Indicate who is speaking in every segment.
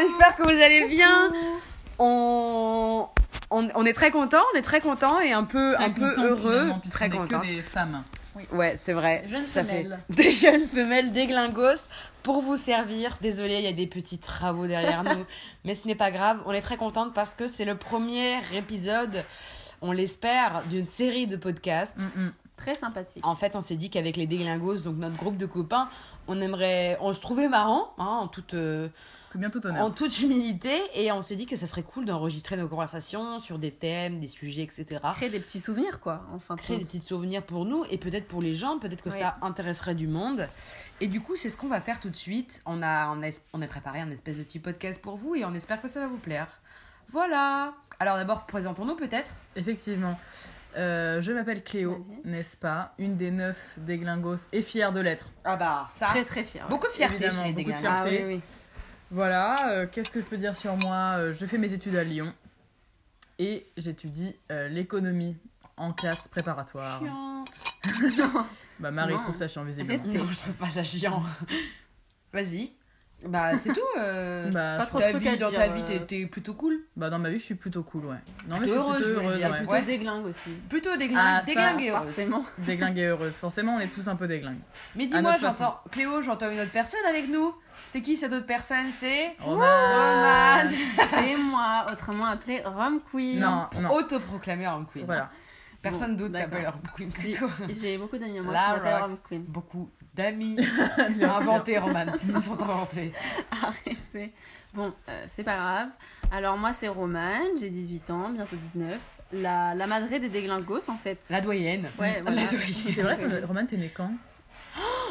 Speaker 1: j'espère que vous allez bien. On, on, on est très content, on est très content et un peu, un peu heureux, très content.
Speaker 2: Que des femmes.
Speaker 1: Ouais, c'est vrai.
Speaker 3: Des jeunes
Speaker 1: tout à fait.
Speaker 3: femelles.
Speaker 1: Des jeunes femelles, des glingos pour vous servir. Désolé, il y a des petits travaux derrière nous, mais ce n'est pas grave. On est très contente parce que c'est le premier épisode, on l'espère, d'une série de podcasts.
Speaker 2: Mm-mm.
Speaker 3: Très sympathique.
Speaker 1: En fait, on s'est dit qu'avec les déglingos, donc notre groupe de copains, on aimerait, on se trouvait marrant, hein, en toute. euh,
Speaker 2: Tout bien tout honneur.
Speaker 1: en toute humilité et on s'est dit que ça serait cool d'enregistrer nos conversations sur des thèmes, des sujets, etc.
Speaker 3: Créer des petits souvenirs, quoi. Enfin,
Speaker 1: Créer des petits souvenirs pour nous et peut-être pour les gens, peut-être que
Speaker 3: Oui.
Speaker 1: ça intéresserait du monde. Et du coup, c'est ce qu'on va faire tout de suite. On a, on, a, on a préparé un espèce de petit podcast pour vous et on espère que ça va vous plaire. Voilà. Alors d'abord, présentons-nous peut-être.
Speaker 2: Effectivement. Euh, je m'appelle Cléo,
Speaker 3: Vas-y.
Speaker 2: n'est-ce pas Une des neuf des Glingos et fière de l'être.
Speaker 1: Ah bah ça.
Speaker 3: Très très fier.
Speaker 1: Beaucoup de fierté
Speaker 2: Évidemment,
Speaker 1: chez les
Speaker 2: beaucoup de
Speaker 1: déglingos.
Speaker 2: fierté.
Speaker 1: Ah oui, oui.
Speaker 2: Voilà, euh, qu'est-ce que je peux dire sur moi Euh, Je fais mes études à Lyon et j'étudie euh, l'économie en classe préparatoire.
Speaker 1: Chiant.
Speaker 2: Bah Marie
Speaker 3: Non.
Speaker 2: trouve ça chiant visiblement.
Speaker 3: Reste-
Speaker 1: Non, je trouve pas ça chiant. Vas-y. Bah c'est tout. euh,
Speaker 2: Bah,
Speaker 3: Pas
Speaker 2: je-
Speaker 3: trop de
Speaker 1: ta
Speaker 3: trucs
Speaker 1: vie,
Speaker 3: à
Speaker 1: dans
Speaker 3: dire,
Speaker 1: ta vie,
Speaker 3: euh.
Speaker 1: t'es- t'es plutôt cool.
Speaker 2: bah dans ma vie je suis plutôt cool ouais. Non mais je suis
Speaker 1: Plutôt heureuse, je
Speaker 2: plutôt
Speaker 1: voulais
Speaker 2: heureuse.
Speaker 1: dire,
Speaker 2: ouais.
Speaker 3: Plutôt
Speaker 1: Ouais.
Speaker 3: déglingue aussi.
Speaker 1: Plutôt déglingue,
Speaker 2: Ah, ça,
Speaker 1: déglingue et heureuse.
Speaker 3: Forcément.
Speaker 2: Déglingue et heureuse. Forcément on est tous un peu déglingue.
Speaker 1: Mais
Speaker 2: À
Speaker 1: dis-moi,
Speaker 2: notre
Speaker 1: j'entends Cléo, j'entends une autre personne avec nous. C'est qui cette autre personne C'est
Speaker 2: Roman.
Speaker 3: Ah,
Speaker 1: Ah.
Speaker 3: C'est moi, autrement appelé Rome Queen.
Speaker 2: Non non.
Speaker 1: autoproclamé Rome Queen.
Speaker 2: Voilà.
Speaker 1: Personne
Speaker 3: Bon,
Speaker 1: d'autre t'appelle Rome Queen que
Speaker 3: Si,
Speaker 1: toi.
Speaker 3: J'ai beaucoup d'amis à moi
Speaker 1: La
Speaker 3: qui m'appellent
Speaker 1: Rox.
Speaker 3: Rome Queen.
Speaker 1: Beaucoup d'amis
Speaker 2: Bien sûr.
Speaker 1: inventés, Roman. Ils sont inventés.
Speaker 3: Arrêtez. Bon, euh, c'est pas grave. Alors moi c'est Romane, j'ai 18 ans, bientôt 19. La, la madrée des déglingos en fait.
Speaker 1: La doyenne.
Speaker 3: Ouais,
Speaker 1: La
Speaker 3: voilà.
Speaker 1: doyenne.
Speaker 2: C'est vrai, t'en- Roman t'es né quand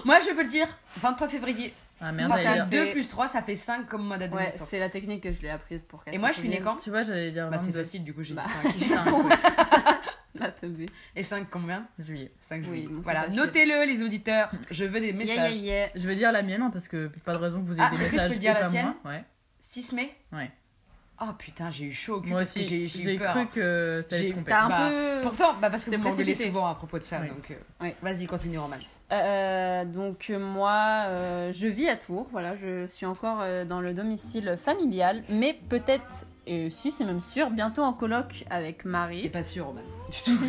Speaker 1: Moi, je peux le dire. 23 février.
Speaker 2: Ah merde.
Speaker 1: Parce
Speaker 2: j'allais
Speaker 1: que
Speaker 2: dire-
Speaker 3: fait-
Speaker 1: 2 plus 3, ça fait 5 comme ma date de
Speaker 3: Ouais,
Speaker 1: naissance.
Speaker 3: c'est la technique que je l'ai apprise pour qu'elle
Speaker 1: Et
Speaker 3: s'en
Speaker 1: moi, je suis née
Speaker 3: souvienne.
Speaker 1: quand
Speaker 2: Tu vois j'allais dire
Speaker 1: Bah, c'est
Speaker 2: 22
Speaker 1: facile, du coup, j'ai dit
Speaker 3: Bah.
Speaker 1: 5.
Speaker 3: La teubée.
Speaker 1: Et 5 combien
Speaker 2: juillet.
Speaker 1: 5
Speaker 3: Oui,
Speaker 1: juillet.
Speaker 3: bon, c'est
Speaker 1: voilà,
Speaker 3: facile.
Speaker 1: notez-le, les auditeurs. Je veux des
Speaker 3: Yeah,
Speaker 1: messages.
Speaker 3: yeah, yeah.
Speaker 2: Je veux dire la mienne hein, parce que pas de raison que vous ayez
Speaker 1: Ah,
Speaker 2: des
Speaker 1: est-ce que je peux
Speaker 2: messages
Speaker 1: dire
Speaker 2: et
Speaker 1: la
Speaker 2: pas
Speaker 1: tienne
Speaker 2: moi. Ouais.
Speaker 1: 6 mai
Speaker 2: Ouais.
Speaker 1: Oh putain, j'ai eu chaud au cul.
Speaker 2: Moi
Speaker 1: parce que
Speaker 2: aussi
Speaker 1: j'ai- j'ai
Speaker 2: j'ai
Speaker 1: eu peur.
Speaker 2: cru que euh,
Speaker 1: J'ai-
Speaker 2: t'allais te tromper.
Speaker 3: T'as un
Speaker 1: Bah,
Speaker 3: peu...
Speaker 1: Pourtant, bah parce que
Speaker 3: T'es
Speaker 1: vous m'engueulez
Speaker 3: précipité.
Speaker 1: souvent à propos de ça,
Speaker 2: Oui.
Speaker 1: donc... euh,
Speaker 3: Oui.
Speaker 1: Vas-y, continue, Roman.
Speaker 3: Euh, donc euh, moi, euh, je vis à Tours, voilà, je suis encore euh, dans le domicile familial, mais peut-être, et si c'est même sûr, bientôt en colloque avec
Speaker 1: C'est
Speaker 3: Marie.
Speaker 1: pas sûr, Roman. Du tout.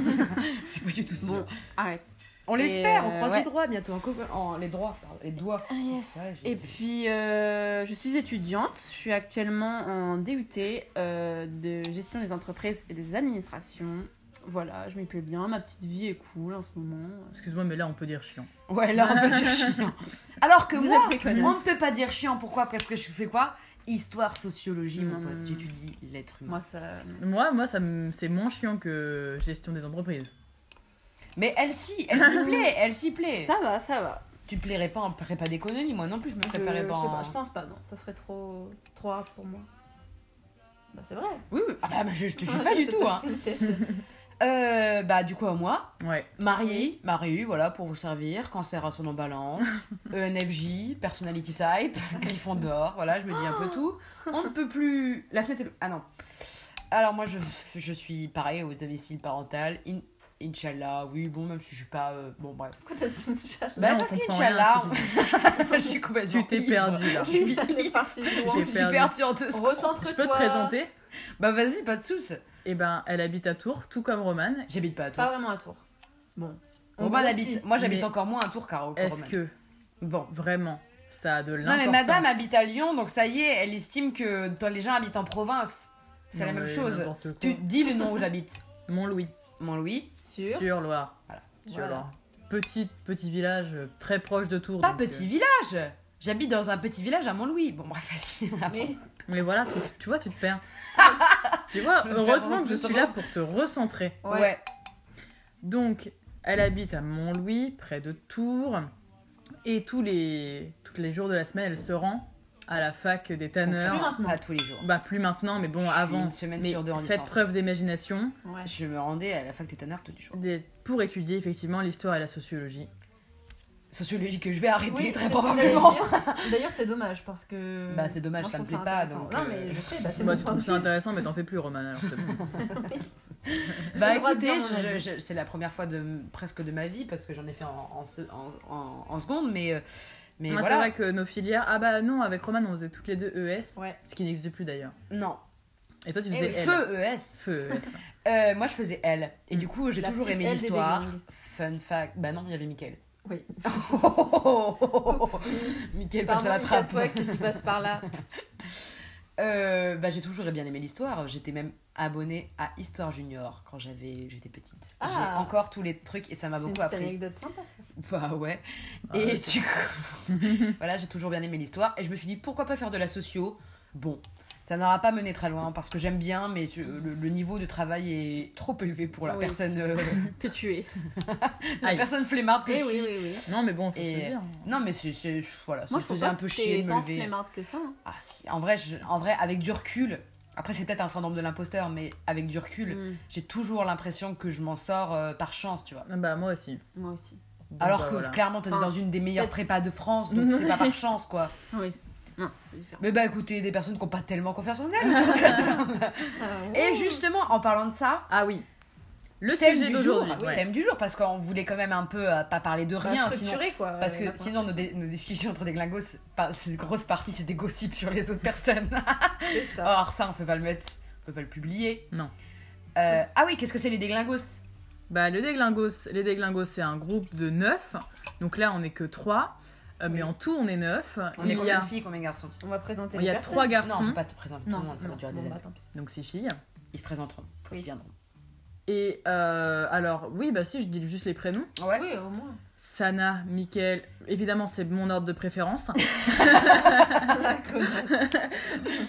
Speaker 1: C'est pas du tout sûr.
Speaker 3: Bon, arrête.
Speaker 1: on
Speaker 3: et
Speaker 1: l'espère, on
Speaker 3: euh,
Speaker 1: croise
Speaker 3: ouais.
Speaker 1: les droits bientôt. En co- en- les droits, pardon, les doigts.
Speaker 3: Ah, Yes.
Speaker 1: Ouais, j'ai-
Speaker 3: Et puis, euh, je suis étudiante. Je suis actuellement en DUT euh, de gestion des entreprises et des administrations. Voilà, je m'y plais bien. Ma petite vie est cool en ce moment.
Speaker 2: Excuse-moi mais là on peut dire chiant.
Speaker 1: Ouais, là, on peut dire chiant. Alors que
Speaker 3: Vous
Speaker 1: moi,
Speaker 3: êtes des
Speaker 1: on
Speaker 3: connasses.
Speaker 1: ne peut pas dire chiant. Pourquoi Parce que je fais quoi Histoire, sociologie, mon
Speaker 3: Hmm.
Speaker 1: pote. J'étudie l'être humain.
Speaker 3: Moi, ça.
Speaker 2: Moi moi ça me- c'est moins chiant que gestion des entreprises.
Speaker 1: Mais elle s'y, elle s'y plaît, elle s'y plaît.
Speaker 3: Ça va, ça va.
Speaker 1: tu plairais pas en prépa d'économie, moi non plus, je me
Speaker 3: Je,
Speaker 1: préparais
Speaker 3: je
Speaker 1: pas hein.
Speaker 3: sais
Speaker 1: en...
Speaker 3: pas, je pense pas, non. Ça serait trop, trop hard pour moi. Bah, c'est vrai.
Speaker 1: Oui, oui. Ah bah, bah, je, je te juge pas du tout, hein. Euh, bah, du coup, à moi.
Speaker 2: Ouais.
Speaker 1: Marie, Marie, voilà, pour vous servir, cancer à son embalance, E ENFJ, personality type, griffon d'or, voilà, je me dis un peu tout. On ne peut plus... La fenêtre est... lou- Ah non. Alors moi, je, je suis pareil au domicile parental, in- Inch'Allah, oui, bon, même si je suis pas... euh, bon, bref.
Speaker 3: Pourquoi t'as dit Inch'Allah
Speaker 1: Bah,
Speaker 2: Là, on
Speaker 1: parce
Speaker 2: comprend rien à
Speaker 1: qu'Inch'Allah,
Speaker 2: ce que
Speaker 1: on- je suis complètement...
Speaker 2: Tu t'es
Speaker 1: ivre.
Speaker 2: perdu là.
Speaker 1: Je suis
Speaker 3: C'est parti loin.
Speaker 2: J'ai
Speaker 1: je suis
Speaker 2: perdu.
Speaker 1: perdue en deux secondes.
Speaker 3: Recentre-toi.
Speaker 2: Je peux te présenter
Speaker 1: Bah vas-y, pas de soucis.
Speaker 2: Eh ben, elle habite à Tours, tout comme Romane.
Speaker 1: J'habite pas à
Speaker 3: Pas
Speaker 1: Tours.
Speaker 3: vraiment à Tours. Bon. On
Speaker 1: Roman
Speaker 3: grossit.
Speaker 1: habite... Moi, j'habite
Speaker 2: Ah, Mais
Speaker 1: encore moins à Tours qu'à Roman.
Speaker 2: Est-ce que
Speaker 1: Bon.
Speaker 2: vraiment ça a de
Speaker 1: Non
Speaker 2: l'importance
Speaker 1: mais madame habite à Lyon, donc ça y est, elle estime que toi, les gens habitent en province. C'est la
Speaker 2: Non,
Speaker 1: même
Speaker 2: mais
Speaker 1: chose.
Speaker 2: n'importe quoi.
Speaker 1: Tu dis le nom où j'habite.
Speaker 2: Mont-Louis,
Speaker 1: Mont-Louis.
Speaker 3: Sur.
Speaker 2: sur Loire.
Speaker 1: Voilà.
Speaker 2: Sur
Speaker 3: Voilà.
Speaker 2: Loire. Petit, petit village euh, très proche de Tours.
Speaker 1: Pas
Speaker 2: donc, euh,
Speaker 1: petit village J'habite dans un petit village à Mont-Louis. Bon bref, facile.
Speaker 3: Mais
Speaker 2: Mais voilà, c'est- tu vois, tu te perds. tu vois,
Speaker 1: Je me perds
Speaker 2: heureusement que je
Speaker 1: complètement.
Speaker 2: suis là pour te recentrer.
Speaker 1: Ouais.
Speaker 2: Donc, elle habite à Mont-Louis, près de Tours. Et tous les, tous les jours de la semaine, elle se rend à la fac des
Speaker 3: Plus
Speaker 2: tanneurs.
Speaker 3: maintenant.
Speaker 1: Pas tous les jours.
Speaker 2: Bah, plus maintenant, mais bon,
Speaker 1: Je suis
Speaker 2: avant.
Speaker 1: une semaine
Speaker 2: mais
Speaker 1: sur deux en
Speaker 2: faites
Speaker 1: distance.
Speaker 2: preuve d'imagination
Speaker 3: Ouais.
Speaker 1: Je me rendais à la fac des tanneurs tous les jours.
Speaker 2: des- pour étudier effectivement l'histoire et la sociologie.
Speaker 1: Sociologie que je vais arrêter
Speaker 3: Oui, c'est
Speaker 1: très
Speaker 3: ce que
Speaker 1: probablement.
Speaker 3: j'allais dire. D'ailleurs, c'est dommage parce que.
Speaker 1: Bah, c'est dommage,
Speaker 3: Moi, je
Speaker 1: ça me
Speaker 3: trouve
Speaker 1: plaît pas,
Speaker 3: intéressant.
Speaker 1: donc,
Speaker 3: Non,
Speaker 1: euh,
Speaker 3: mais je sais, bah, c'est
Speaker 2: Bah,
Speaker 3: mon
Speaker 2: tu trouves ça
Speaker 3: principe.
Speaker 2: intéressant, mais t'en fais plus, Roman, alors c'est bon.
Speaker 1: Bah
Speaker 3: J'ai le droit de
Speaker 1: écoutez,
Speaker 3: dire mon
Speaker 1: je-
Speaker 3: avis.
Speaker 1: je- c'est la première fois de presque de ma vie parce que j'en ai fait en, en se- en- en- en seconde, mais euh, Mais
Speaker 2: Moi,
Speaker 1: voilà.
Speaker 2: C'est vrai que nos filières. Ah bah non, avec Roman, on faisait toutes les deux ES.
Speaker 3: Ouais.
Speaker 2: Ce qui n'existe plus d'ailleurs.
Speaker 1: Non.
Speaker 2: Et toi, tu
Speaker 1: Et
Speaker 2: faisais L.
Speaker 1: Eh feu E ES.
Speaker 2: Feu E ES.
Speaker 1: Euh, moi, je faisais L. Et du coup, j'ai
Speaker 3: Mm. La
Speaker 1: toujours
Speaker 3: petite
Speaker 1: aimé
Speaker 3: L des
Speaker 1: l'histoire.
Speaker 3: Big Bang.
Speaker 1: Fun fact. Bah non, il y avait Mickaël.
Speaker 3: Oui.
Speaker 1: Mickaël passe
Speaker 3: Pardon,
Speaker 1: à la trappe.
Speaker 3: casse-toi que si tu passes par là.
Speaker 1: Euh, bah, j'ai toujours bien aimé l'histoire. J'étais même abonnée à Histoire Junior quand j'avais j'étais petite.
Speaker 3: Ah.
Speaker 1: J'ai encore tous les trucs et ça m'a
Speaker 3: C'est une
Speaker 1: beaucoup
Speaker 3: petite
Speaker 1: appris.
Speaker 3: anecdote sympa ça.
Speaker 1: Bah ouais.
Speaker 2: Ah,
Speaker 1: et
Speaker 2: ouais,
Speaker 1: du coup, voilà, j'ai toujours bien aimé l'histoire et je me suis dit pourquoi pas faire de la socio. Bon, ça n'aura pas mené très loin parce que j'aime bien, mais ce- le, le niveau de travail est trop élevé pour la
Speaker 3: Oui.
Speaker 1: personne euh,
Speaker 3: Que tu es.
Speaker 1: la
Speaker 2: Aïe.
Speaker 1: personne flemmarde que
Speaker 3: Eh
Speaker 1: je
Speaker 3: oui,
Speaker 1: suis.
Speaker 3: oui, oui.
Speaker 2: Non, mais bon, faut
Speaker 1: Et-
Speaker 2: se le dire.
Speaker 1: Non mais c'est c'est- voilà, ça
Speaker 3: Moi,
Speaker 1: me
Speaker 3: je trouve
Speaker 1: faisait
Speaker 3: pas
Speaker 1: un peu chier
Speaker 3: que
Speaker 1: de
Speaker 3: t'es
Speaker 1: me
Speaker 3: tant
Speaker 1: lever.
Speaker 3: flemmarde que ça. hein.
Speaker 1: Ah si, en vrai, je- en vrai, avec du recul. Après, c'est peut-être un syndrome de l'imposteur, mais avec du recul,
Speaker 3: Mm.
Speaker 1: j'ai toujours l'impression que je m'en sors euh, par chance, tu vois.
Speaker 2: Ah Bah moi aussi.
Speaker 3: Moi aussi.
Speaker 2: Donc,
Speaker 1: Alors
Speaker 2: bah,
Speaker 1: que
Speaker 2: voilà.
Speaker 1: clairement, t'es
Speaker 3: Enfin,
Speaker 1: dans une des meilleures
Speaker 3: peut-être-
Speaker 1: prépas de France, donc c'est pas par chance, quoi.
Speaker 3: Oui. Non, c'est différent.
Speaker 1: Mais bah écoutez, des personnes qui n'ont pas tellement confiance en elles. autour de la table. Et justement, en parlant de ça,
Speaker 2: Ah oui. Le
Speaker 1: thème
Speaker 2: sujet
Speaker 1: du jour,
Speaker 2: d'aujourd'hui. ouais.
Speaker 1: thème du jour, parce qu'on voulait quand même un peu euh, pas parler de rien, sinon
Speaker 3: structuré quoi.
Speaker 1: Parce
Speaker 3: euh,
Speaker 1: que
Speaker 3: la
Speaker 1: sinon, nos,
Speaker 3: conversation.
Speaker 1: dé- nos discussions entre des glingos, c'est pas- c'est une grosse partie, c'est des gossips sur les autres personnes.
Speaker 3: C'est ça.
Speaker 1: Or, ça, on peut pas le mettre, on peut pas le publier.
Speaker 2: Non.
Speaker 1: Euh, ah oui, qu'est-ce que c'est les déglingos
Speaker 2: Bah, le Déglingos, les Déglingos, c'est un groupe de 9. Donc là, on n'est que 3. Mais
Speaker 3: Oui.
Speaker 2: en tout, on est 9.
Speaker 1: On est
Speaker 2: Il y
Speaker 1: combien
Speaker 2: a,
Speaker 1: de filles, combien de garçons
Speaker 3: On va présenter.
Speaker 2: il y
Speaker 3: les
Speaker 2: a
Speaker 3: personnes.
Speaker 2: 3
Speaker 1: Non, on
Speaker 2: garçons,
Speaker 1: peut pas te présenter tout
Speaker 3: Non,
Speaker 1: le monde, ça va
Speaker 3: non.
Speaker 1: durer des
Speaker 3: Bon, bah,
Speaker 1: années.
Speaker 3: tant pis.
Speaker 2: donc 6 filles.
Speaker 1: Ils se présenteront quand
Speaker 3: Oui.
Speaker 1: ils viendront.
Speaker 2: Et euh, alors, oui, bah si, je dis juste les prénoms.
Speaker 1: Ouais.
Speaker 3: Oui, au moins.
Speaker 2: Sana, Mickaël, évidemment, c'est mon ordre de préférence.
Speaker 3: La connasse.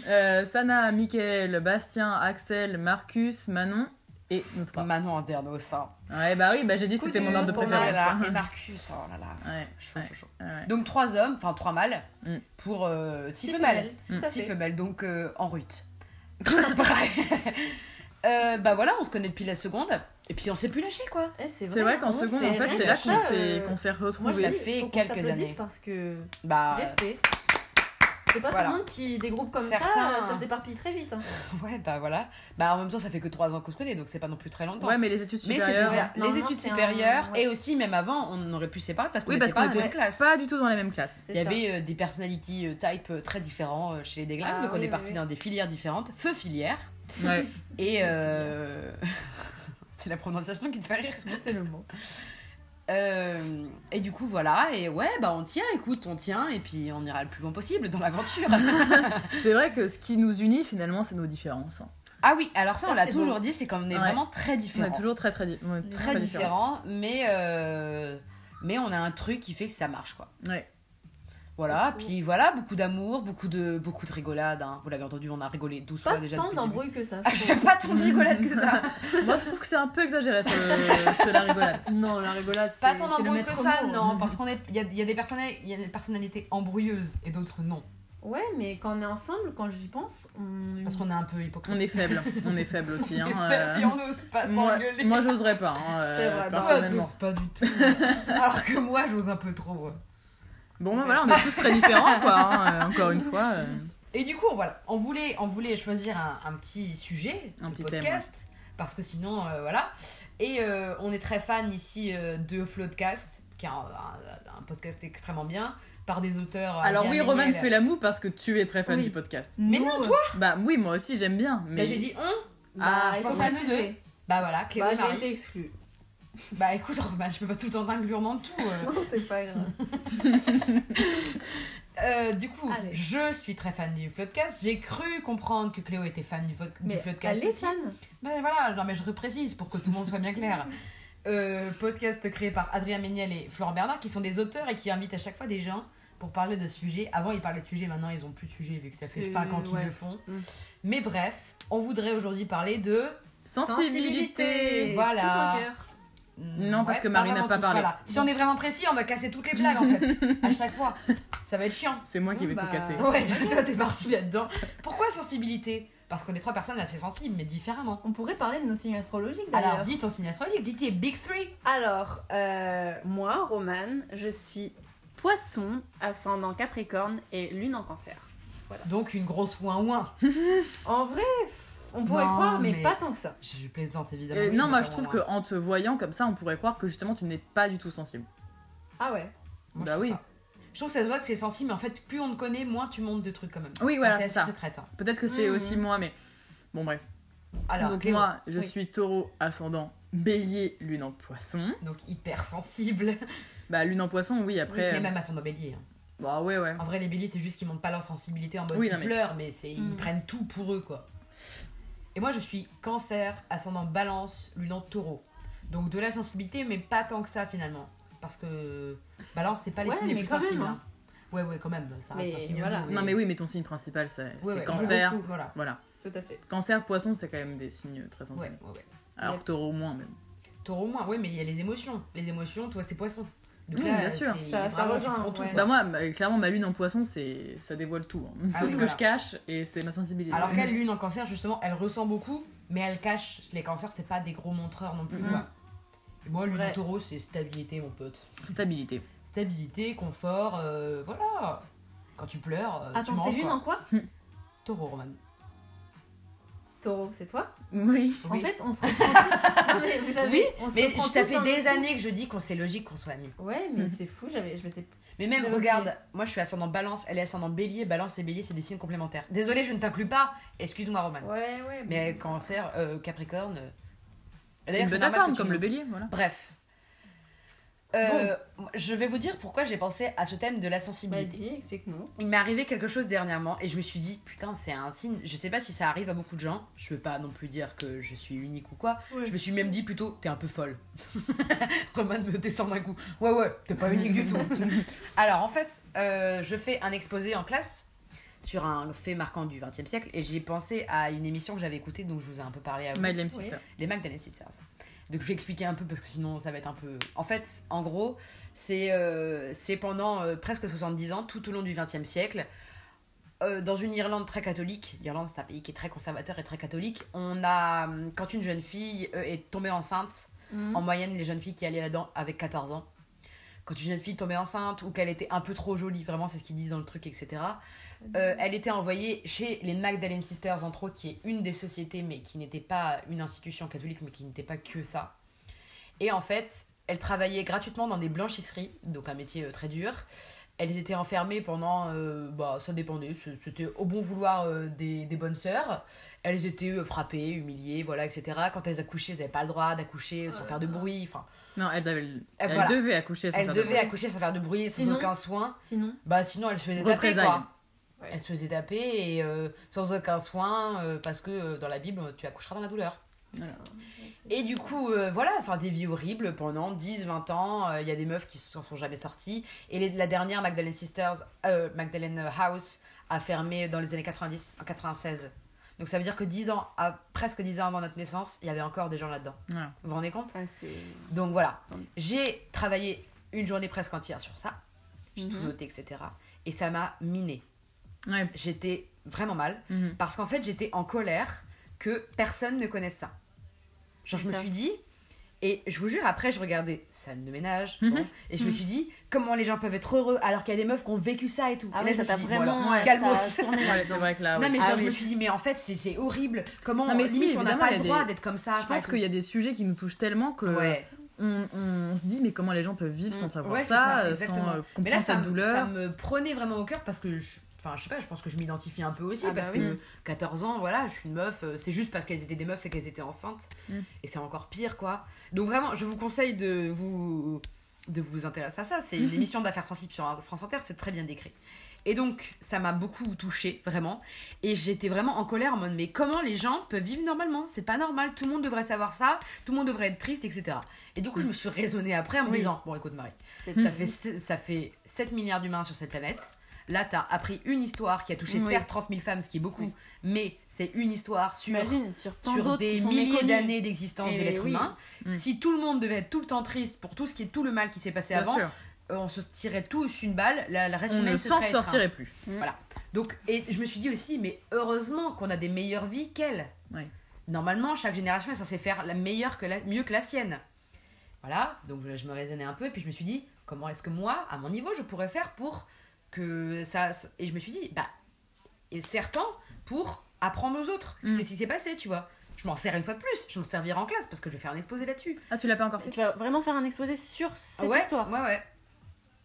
Speaker 2: Euh, Sana, Mickaël, Bastien, Axel, Marcus, Manon et nous trois.
Speaker 1: Manon Andernos, hein.
Speaker 2: Ouais, bah oui, bah j'ai dit que
Speaker 3: Coup
Speaker 2: c'était
Speaker 3: dur
Speaker 2: mon ordre de
Speaker 3: pour
Speaker 2: préférence.
Speaker 1: Voilà, et Marcus, oh là là.
Speaker 2: Ouais,
Speaker 1: Chaud, chaud, chaud.
Speaker 2: ouais.
Speaker 1: Donc trois hommes, enfin trois mâles,
Speaker 2: Mm.
Speaker 1: pour euh, six
Speaker 3: Six
Speaker 1: femelles.
Speaker 3: femelles, tout à
Speaker 1: Six
Speaker 3: fait.
Speaker 1: femelles, donc euh, en rut. Euh, bah voilà, on se connaît depuis la seconde, et puis on s'est plus lâché quoi.
Speaker 3: Eh, C'est
Speaker 2: C'est vrai qu'en
Speaker 3: vraiment,
Speaker 2: seconde, en fait,
Speaker 3: rien
Speaker 2: c'est là
Speaker 3: que
Speaker 2: qu'on
Speaker 3: ça,
Speaker 2: s'est
Speaker 3: euh,
Speaker 2: qu'on s'est
Speaker 3: Moi,
Speaker 2: retrouvés.
Speaker 1: Ça
Speaker 3: ça
Speaker 1: fait
Speaker 3: fait
Speaker 1: quelques
Speaker 3: quelques années. Ah
Speaker 1: années.
Speaker 3: parce que
Speaker 1: Bah
Speaker 3: respect. C'est pas
Speaker 1: Voilà.
Speaker 3: tout le monde qui des groupes comme
Speaker 1: Certains-
Speaker 3: ça, ça se s'éparpille très vite. hein.
Speaker 1: ouais, bah voilà. Bah en même temps, ça fait que trois ans qu'on se connaît, donc c'est pas non plus très longtemps.
Speaker 2: Ouais, mais les études
Speaker 1: mais c'est
Speaker 2: supérieures.
Speaker 1: déjà
Speaker 3: normalement,
Speaker 1: les études
Speaker 3: c'est un-
Speaker 1: supérieures
Speaker 3: ouais.
Speaker 1: et aussi même avant, on aurait pu se séparer parce qu'on
Speaker 2: Oui,
Speaker 1: était
Speaker 2: parce
Speaker 1: pas
Speaker 2: qu'on
Speaker 1: dans la
Speaker 2: était
Speaker 1: même classe.
Speaker 2: pas du tout dans la même classe.
Speaker 3: C'est
Speaker 1: Il y
Speaker 3: ça.
Speaker 1: avait euh, des personality euh, type euh, très différents euh, chez les Déglanes,
Speaker 3: Ah
Speaker 1: donc on
Speaker 3: oui,
Speaker 1: est
Speaker 3: oui,
Speaker 1: parti
Speaker 3: oui.
Speaker 1: dans des filières différentes. Feu filière
Speaker 2: Ouais.
Speaker 1: et. euh, C'est la prononciation qui te fait rire.
Speaker 3: Moi, c'est le mot.
Speaker 1: Euh, et du coup, voilà. Et ouais, bah on tient, écoute, on tient. Et puis on ira le plus loin possible dans l'aventure.
Speaker 2: C'est vrai que ce qui nous unit finalement, c'est nos différences.
Speaker 1: ah oui, alors ça,
Speaker 3: Ça,
Speaker 1: on l'a
Speaker 3: c'est
Speaker 1: toujours
Speaker 3: beau.
Speaker 1: dit, c'est qu'on est
Speaker 2: Ouais.
Speaker 1: vraiment très
Speaker 2: On
Speaker 1: différents.
Speaker 2: est toujours très très, di- on est
Speaker 3: Très
Speaker 1: très
Speaker 2: très différents.
Speaker 1: différents, mais, euh, mais on a un truc qui fait que ça marche, quoi.
Speaker 2: Ouais.
Speaker 1: Voilà,
Speaker 3: C'est fou.
Speaker 1: puis voilà, beaucoup d'amour, beaucoup de, beaucoup de rigolade. hein. Vous l'avez entendu, on a rigolé 12
Speaker 3: Pas
Speaker 1: fois déjà.
Speaker 3: tant
Speaker 1: depuis le début.
Speaker 3: d'embrouilles que ça.
Speaker 1: Ah, j'ai pas tant de rigolade que ça.
Speaker 2: Moi, je trouve que c'est un peu exagéré sur, le- sur la rigolade.
Speaker 3: Non, la rigolade, c'est
Speaker 1: Pas tant
Speaker 3: c'est le
Speaker 1: d'embrouilles
Speaker 3: maître
Speaker 1: que ça,
Speaker 3: mot. hein.
Speaker 1: non, parce qu'on est, il y a, il y a des personnali- il y a des personnalités embrouilleuses et d'autres non,
Speaker 3: Ouais, mais quand on est ensemble, quand j'y pense, on.
Speaker 1: parce qu'on est un peu hypocrite.
Speaker 2: On est faible, on est faible aussi. hein, euh,
Speaker 1: et on n'ose pas
Speaker 2: moi,
Speaker 1: s'engueuler.
Speaker 2: moi, j'oserais pas, hein,
Speaker 3: C'est
Speaker 2: euh,
Speaker 3: vrai, bah,
Speaker 1: Toi,
Speaker 2: personnellement.
Speaker 1: t'oses Ah, pas du tout. Alors que moi, j'ose un peu trop. ouais.
Speaker 2: Bon, bah, voilà, on est tous très différents, quoi. hein, euh, encore une fois, euh,
Speaker 1: Et du coup, voilà, on voulait, on voulait choisir un, un petit sujet,
Speaker 2: Un
Speaker 1: de
Speaker 2: petit thème,
Speaker 1: podcast, parce que sinon, euh, voilà. Et euh, on est très fan ici euh, de Floodcast, qui est un, un- un podcast extrêmement bien, par des auteurs. euh,
Speaker 2: Alors
Speaker 1: bien
Speaker 2: oui,
Speaker 1: Méniel.
Speaker 2: Roman fait la moue parce que tu es très fan
Speaker 3: Oui.
Speaker 2: du podcast.
Speaker 1: Mais non,
Speaker 3: Nous, euh,
Speaker 1: toi
Speaker 2: Bah oui, moi aussi j'aime bien,
Speaker 1: Bah,
Speaker 2: mais
Speaker 1: j'ai dit on.
Speaker 3: Bah,
Speaker 2: Ah,
Speaker 3: il
Speaker 1: je
Speaker 3: faut
Speaker 1: pense à nous
Speaker 3: préciser.
Speaker 1: Bah voilà, Cléo
Speaker 3: Bah,
Speaker 1: et
Speaker 3: j'ai
Speaker 1: Marie.
Speaker 3: été exclue.
Speaker 1: Bah écoute, Roman, je peux pas tout le temps d'inglurement de tout. euh.
Speaker 3: Non, c'est pas grave.
Speaker 1: Euh, du coup,
Speaker 3: Allez.
Speaker 1: je suis très fan du Floodcast. J'ai cru comprendre que Cléo était fan du, vo- du
Speaker 3: Mais
Speaker 1: Floodcast.
Speaker 3: elle est
Speaker 1: aussi.
Speaker 3: fan.
Speaker 1: Ben voilà, non mais je reprécise pour que tout le monde soit bien clair. Euh, podcast créé par Adrien Méniel et Florent Bernard, qui sont des auteurs et qui invitent à chaque fois des gens pour parler de sujets. Avant, ils parlaient de sujets, maintenant, ils ont plus de sujets vu que ça fait
Speaker 3: C'est-
Speaker 1: 5 ans qu'ils
Speaker 3: ouais.
Speaker 1: le font.
Speaker 3: Mm.
Speaker 1: Mais bref, on voudrait aujourd'hui parler de.
Speaker 2: sensibilité.
Speaker 1: voilà.
Speaker 3: Tout son cœur.
Speaker 2: Non, parce que
Speaker 1: Marine
Speaker 2: Marie n'a pas parlé.
Speaker 1: Si on est vraiment précis, on va casser toutes les blagues en fait, à chaque fois. Ça va être chiant.
Speaker 2: C'est moi qui vais
Speaker 3: Bah.
Speaker 2: tout casser.
Speaker 1: Ouais, toi t'es parti là-dedans. Pourquoi sensibilité Parce qu'on est trois personnes assez sensibles, mais différemment.
Speaker 3: On pourrait parler de nos signes astrologiques d'ailleurs.
Speaker 1: Alors, dis ton signe astrologique, dis tes big three.
Speaker 3: Alors, euh, moi, Romane, je suis poisson, ascendant capricorne et lune en cancer.
Speaker 1: Donc une grosse ouin ouin.
Speaker 3: En vrai, pff, on pourrait
Speaker 1: Non,
Speaker 3: croire, mais,
Speaker 1: mais-
Speaker 3: pas tant que ça.
Speaker 1: Je plaisante évidemment.
Speaker 2: Euh,
Speaker 1: Oui,
Speaker 2: non,
Speaker 1: pas
Speaker 2: moi
Speaker 1: hein.
Speaker 2: je trouve
Speaker 1: ouin-ouin.
Speaker 2: qu'en te voyant comme ça, on pourrait croire que justement tu n'es pas du tout sensible.
Speaker 3: Ah ouais
Speaker 1: Moi, je
Speaker 2: bah
Speaker 1: trouve
Speaker 2: oui.
Speaker 1: pas. Je trouve que ça se voit que c'est sensible, mais en fait, plus on te connaît, moins tu montes de trucs quand même.
Speaker 2: Oui, voilà,
Speaker 1: T'es
Speaker 2: c'est
Speaker 1: assez
Speaker 2: ça.
Speaker 1: secrète. hein.
Speaker 2: Peut-être que c'est
Speaker 3: Mhm.
Speaker 2: aussi moi, mais bon, bref.
Speaker 1: Alors,
Speaker 2: Donc,
Speaker 1: Cléo.
Speaker 2: moi, je
Speaker 1: Oui.
Speaker 2: suis taureau, ascendant, bélier, lune en poisson.
Speaker 1: Donc hyper sensible.
Speaker 2: Bah, lune en poisson, oui, après.
Speaker 1: Mais
Speaker 2: euh,
Speaker 1: même à son bélier. hein.
Speaker 2: Bah, ouais, ouais.
Speaker 1: En vrai, les béliers, c'est juste qu'ils montrent pas leur sensibilité en mode
Speaker 2: Oui,
Speaker 1: ils
Speaker 2: non, mais-
Speaker 1: pleurent, mais c'est ils
Speaker 3: Mm.
Speaker 1: prennent tout pour eux, quoi. Et moi, je suis cancer, ascendant balance, lune en taureau. Donc de la sensibilité, mais pas tant que ça, finalement. Parce que balance, c'est pas les
Speaker 3: Ouais,
Speaker 1: signes les
Speaker 3: mais
Speaker 1: plus
Speaker 3: quand même,
Speaker 1: sensibles.
Speaker 3: hein.
Speaker 1: hein. Ouais, ouais, quand même, ça reste
Speaker 3: Mais
Speaker 1: un signe.
Speaker 3: voilà.
Speaker 1: bleu,
Speaker 2: Non, mais oui, mais ton signe principal, c'est
Speaker 1: Ouais,
Speaker 2: c'est
Speaker 1: ouais,
Speaker 2: cancer.
Speaker 1: beaucoup, Voilà.
Speaker 2: Voilà.
Speaker 3: Tout à fait.
Speaker 2: Cancer, poisson, c'est quand même des signes très
Speaker 1: Ouais,
Speaker 2: sensibles.
Speaker 1: ouais, ouais.
Speaker 2: Alors
Speaker 3: Yep.
Speaker 2: que taureau, moins, même.
Speaker 1: Taureau, moins, oui, mais il y a les émotions. Les émotions, toi, c'est poisson. Donc
Speaker 2: Oui,
Speaker 1: là,
Speaker 2: bien sûr.
Speaker 1: c'est-
Speaker 3: Ça- ça
Speaker 1: vraiment,
Speaker 3: rejoint,
Speaker 1: tu prends tout,
Speaker 3: ouais.
Speaker 1: quoi.
Speaker 2: Bah, moi, bah, clairement, ma lune en poisson, c'est ça dévoile tout. hein.
Speaker 1: Ah
Speaker 2: c'est
Speaker 1: oui,
Speaker 2: ce que
Speaker 1: voilà.
Speaker 2: je cache et c'est ma sensibilité.
Speaker 1: Alors qu'elle, lune en cancer, justement, elle ressent beaucoup, mais elle cache. Les cancers, c'est pas des gros montreurs non plus.
Speaker 2: Mhm.
Speaker 1: quoi. Et Moi, lune en
Speaker 3: Mm. Ouais.
Speaker 1: taureau, c'est stabilité, mon pote.
Speaker 2: Stabilité.
Speaker 1: Stabilité, confort, euh, voilà. Quand tu pleures, euh, tu
Speaker 3: Attends,
Speaker 1: manges.
Speaker 3: t'es lune
Speaker 1: quoi.
Speaker 3: en quoi
Speaker 1: Taureau, Roman.
Speaker 3: Taureau, c'est toi
Speaker 2: Oui.
Speaker 1: Oui.
Speaker 3: En fait, on se reprend tout. Non, Ah, mais vous savez,
Speaker 1: Oui,
Speaker 3: on se
Speaker 1: Mais
Speaker 3: reprend
Speaker 1: ça
Speaker 3: tout
Speaker 1: fait
Speaker 3: dans le
Speaker 1: des
Speaker 3: signe.
Speaker 1: années que je dis qu'on c'est logique qu'on soit amis.
Speaker 3: Ouais, mais
Speaker 2: Mhm.
Speaker 3: c'est fou, j'avais, je m'étais.
Speaker 1: Mais même,
Speaker 3: J'avais
Speaker 1: regarde, moi je suis ascendant balance, elle est ascendant bélier, balance et bélier, c'est des signes complémentaires. Désolée, je ne t'inclus pas. Excuse-moi, Roman.
Speaker 3: Ouais, ouais.
Speaker 1: Mais cancer, euh, capricorne. euh,
Speaker 2: C'est une
Speaker 1: c'est
Speaker 2: bête à
Speaker 1: normal que
Speaker 2: cornes,
Speaker 1: tu
Speaker 2: comme
Speaker 1: nous-
Speaker 2: le bélier, voilà.
Speaker 1: Bref. Euh, Je vais vous dire pourquoi j'ai pensé à ce thème de la sensibilité.
Speaker 3: Vas-y, explique-nous.
Speaker 1: Il m'est arrivé quelque chose dernièrement et je me suis dit, putain, c'est un signe. Je sais pas si ça arrive à beaucoup de gens. Je veux pas non plus dire que je suis unique ou quoi.
Speaker 3: Ouais.
Speaker 1: Je me suis même dit plutôt, t'es un peu folle. Roman me descend d'un coup. Ouais, ouais, t'es pas unique du tout. Alors en fait, euh, je fais un exposé en classe sur un fait marquant du XXe siècle et j'ai pensé à une émission que j'avais écoutée, donc je vous ai un peu parlé à vous
Speaker 2: Madeleine
Speaker 3: Oui.
Speaker 2: Sister.
Speaker 1: les Magdalene Sisters. Donc je vais expliquer un peu parce que sinon ça va être un peu. En fait, en gros, c'est euh, c'est pendant euh, presque 70 ans, tout au long du XXe siècle, euh, dans une Irlande très catholique, l'Irlande c'est un pays qui est très conservateur et très catholique, on a. hum, Quand une jeune fille euh, est tombée enceinte,
Speaker 3: Mhm.
Speaker 1: en moyenne, les jeunes filles qui allaient là-dedans avaient 14 ans. Quand une jeune fille tombait enceinte ou qu'elle était un peu trop jolie, vraiment c'est ce qu'ils disent dans le truc, etc. Euh, elle était envoyée chez les Magdalene Sisters, entre autres, qui est une des sociétés, mais qui n'était pas une institution catholique, mais qui n'était pas que ça. Et en fait, elle travaillait gratuitement dans des blanchisseries, donc un métier euh, très dur. Elles étaient enfermées pendant, euh, bah, ça dépendait, c- c'était au bon vouloir euh, des, des bonnes sœurs. Elles étaient euh, frappées, humiliées, voilà, etc. Quand elles accouchaient, elles n'avaient pas le droit d'accoucher sans faire de bruit. Enfin,
Speaker 2: Non, elles, avaient... le-
Speaker 1: Et
Speaker 2: elles
Speaker 1: Ah, voilà.
Speaker 2: devaient accoucher sans
Speaker 1: elles
Speaker 2: faire de
Speaker 1: devaient accoucher sans faire de bruit, sans
Speaker 3: Sinon-
Speaker 1: aucun soin.
Speaker 3: Sinon,
Speaker 1: Bah sinon elle se faisait taper
Speaker 2: Représailles.
Speaker 1: quoi.
Speaker 3: Ouais.
Speaker 1: Elle se faisait taper et euh, sans aucun soin euh, parce que euh, dans la Bible tu accoucheras dans la douleur. Et du coup euh, voilà, enfin des vies horribles pendant 10 20 ans, euh, il y a des meufs qui s'en sont jamais sorties et les- la dernière Magdalene Sisters euh, Magdalene House a fermé dans les années 90 en 96. Donc ça veut dire que 10 ans à presque 10 ans avant notre naissance, il y avait encore des gens là-dedans.
Speaker 2: Voilà.
Speaker 1: Vous vous rendez compte
Speaker 3: Ah, c'est.
Speaker 1: donc voilà,
Speaker 3: Attendez.
Speaker 1: j'ai travaillé une journée presque entière sur ça. J'ai tout
Speaker 3: Mhm.
Speaker 1: noté, etc. Et ça m'a miné.
Speaker 2: Ouais.
Speaker 1: J'étais vraiment mal
Speaker 2: Mhm.
Speaker 1: parce qu'en fait, j'étais en colère que personne ne connaisse ça. Genre, je me
Speaker 3: Ça.
Speaker 1: suis dit, et je vous jure, après, je regardais salle de ménage,
Speaker 2: Mhm.
Speaker 1: bon, et je me suis dit, comment les gens peuvent être heureux alors qu'il y a des meufs qui ont vécu ça et tout.
Speaker 3: Ah
Speaker 1: Et
Speaker 3: ouais,
Speaker 1: là, je
Speaker 3: ça
Speaker 1: me
Speaker 3: t'a
Speaker 1: suis dit, bon, alors,
Speaker 3: vraiment. ouais,
Speaker 1: calmos.
Speaker 3: ça a tourné
Speaker 2: Ouais, c'est
Speaker 3: là-dedans.
Speaker 2: vrai que là,
Speaker 1: Non,
Speaker 2: ouais.
Speaker 1: mais
Speaker 3: Ah
Speaker 1: genre, je
Speaker 3: oui.
Speaker 1: me suis dit, mais en fait, c'est c'est horrible. Comment
Speaker 2: Non, mais si,
Speaker 1: limite, on n'a
Speaker 2: évidemment,
Speaker 1: pas
Speaker 2: il
Speaker 1: le
Speaker 2: y a
Speaker 1: droit
Speaker 2: des-
Speaker 1: d'être comme ça.
Speaker 2: je pense qu'il y a des sujets qui nous touchent tellement que
Speaker 1: Ouais.
Speaker 2: on, on se dit mais comment les gens peuvent vivre sans
Speaker 1: Mm.
Speaker 2: savoir
Speaker 1: Ouais, c'est ça,
Speaker 2: ça, euh,
Speaker 1: exactement.
Speaker 2: sans euh, comprendre
Speaker 1: Mais là, ça,
Speaker 2: cette
Speaker 1: me- ça
Speaker 2: douleur.
Speaker 1: me prenait vraiment au cœur parce que je. Enfin, je sais pas, je pense que je m'identifie un peu aussi
Speaker 3: Ah bah
Speaker 1: parce
Speaker 3: oui.
Speaker 1: que 14 ans, voilà, je suis une meuf, euh, c'est juste parce qu'elles étaient des meufs et qu'elles étaient enceintes.
Speaker 2: Mm.
Speaker 1: Et c'est encore pire, quoi. Donc, vraiment, je vous conseille de vous, de vous intéresser à ça. C'est une émission d'affaires sensibles sur France Inter, c'est très bien décrit. Et donc, ça m'a beaucoup touchée, vraiment. Et j'étais vraiment en colère en mode, mais comment les gens peuvent vivre normalement C'est pas normal, tout le monde devrait savoir ça, tout le monde devrait être triste, etc. Et du coup, je me suis raisonnée après en me
Speaker 3: Mm. Oui.
Speaker 1: disant, bon, écoute, Marie.
Speaker 3: C'était-
Speaker 1: Ça fait, se- ça fait 7 milliards d'humains sur cette planète. Là, t'as appris une histoire qui a touché
Speaker 3: Oui.
Speaker 1: certes 30 000 femmes, ce qui est beaucoup,
Speaker 3: Oui.
Speaker 1: mais c'est une histoire sur,
Speaker 3: T'imagines, sur tant
Speaker 1: sur
Speaker 3: d'autres
Speaker 1: des
Speaker 3: qui sont
Speaker 1: milliers
Speaker 3: méconnus.
Speaker 1: d'années d'existence de
Speaker 3: Et
Speaker 1: l'être
Speaker 3: oui.
Speaker 1: humain.
Speaker 2: Mm.
Speaker 1: Si tout le monde devait être tout le temps triste pour tout ce qui est tout le mal qui s'est passé
Speaker 2: Bien
Speaker 1: avant,
Speaker 2: sûr.
Speaker 1: euh, on se tirait tous une balle, la, la reste
Speaker 2: On
Speaker 1: humaine
Speaker 2: ne
Speaker 1: se
Speaker 2: s'en
Speaker 1: serait étreinte.
Speaker 2: sortirait plus.
Speaker 1: Donc, et je me suis dit aussi, mais heureusement qu'on a des meilleures vies qu'elle.
Speaker 2: Ouais.
Speaker 1: Normalement, chaque génération est censée faire la meilleure que la, mieux que la sienne. Voilà, donc je, je me raisonnais un peu, et puis je me suis dit, comment est-ce que moi, à mon niveau, je pourrais faire pour que ça. Et je me suis dit, bah, et certain, pour apprendre aux autres ce
Speaker 2: Mm.
Speaker 1: qui s'est passé, tu vois. Je m'en sers une fois de plus, je m'en servirai en classe parce que je vais faire un exposé là-dessus.
Speaker 2: Ah tu l'as pas encore fait
Speaker 3: Tu vas vraiment faire un exposé sur cette
Speaker 1: ouais,
Speaker 3: histoire.
Speaker 1: Ouais, ouais.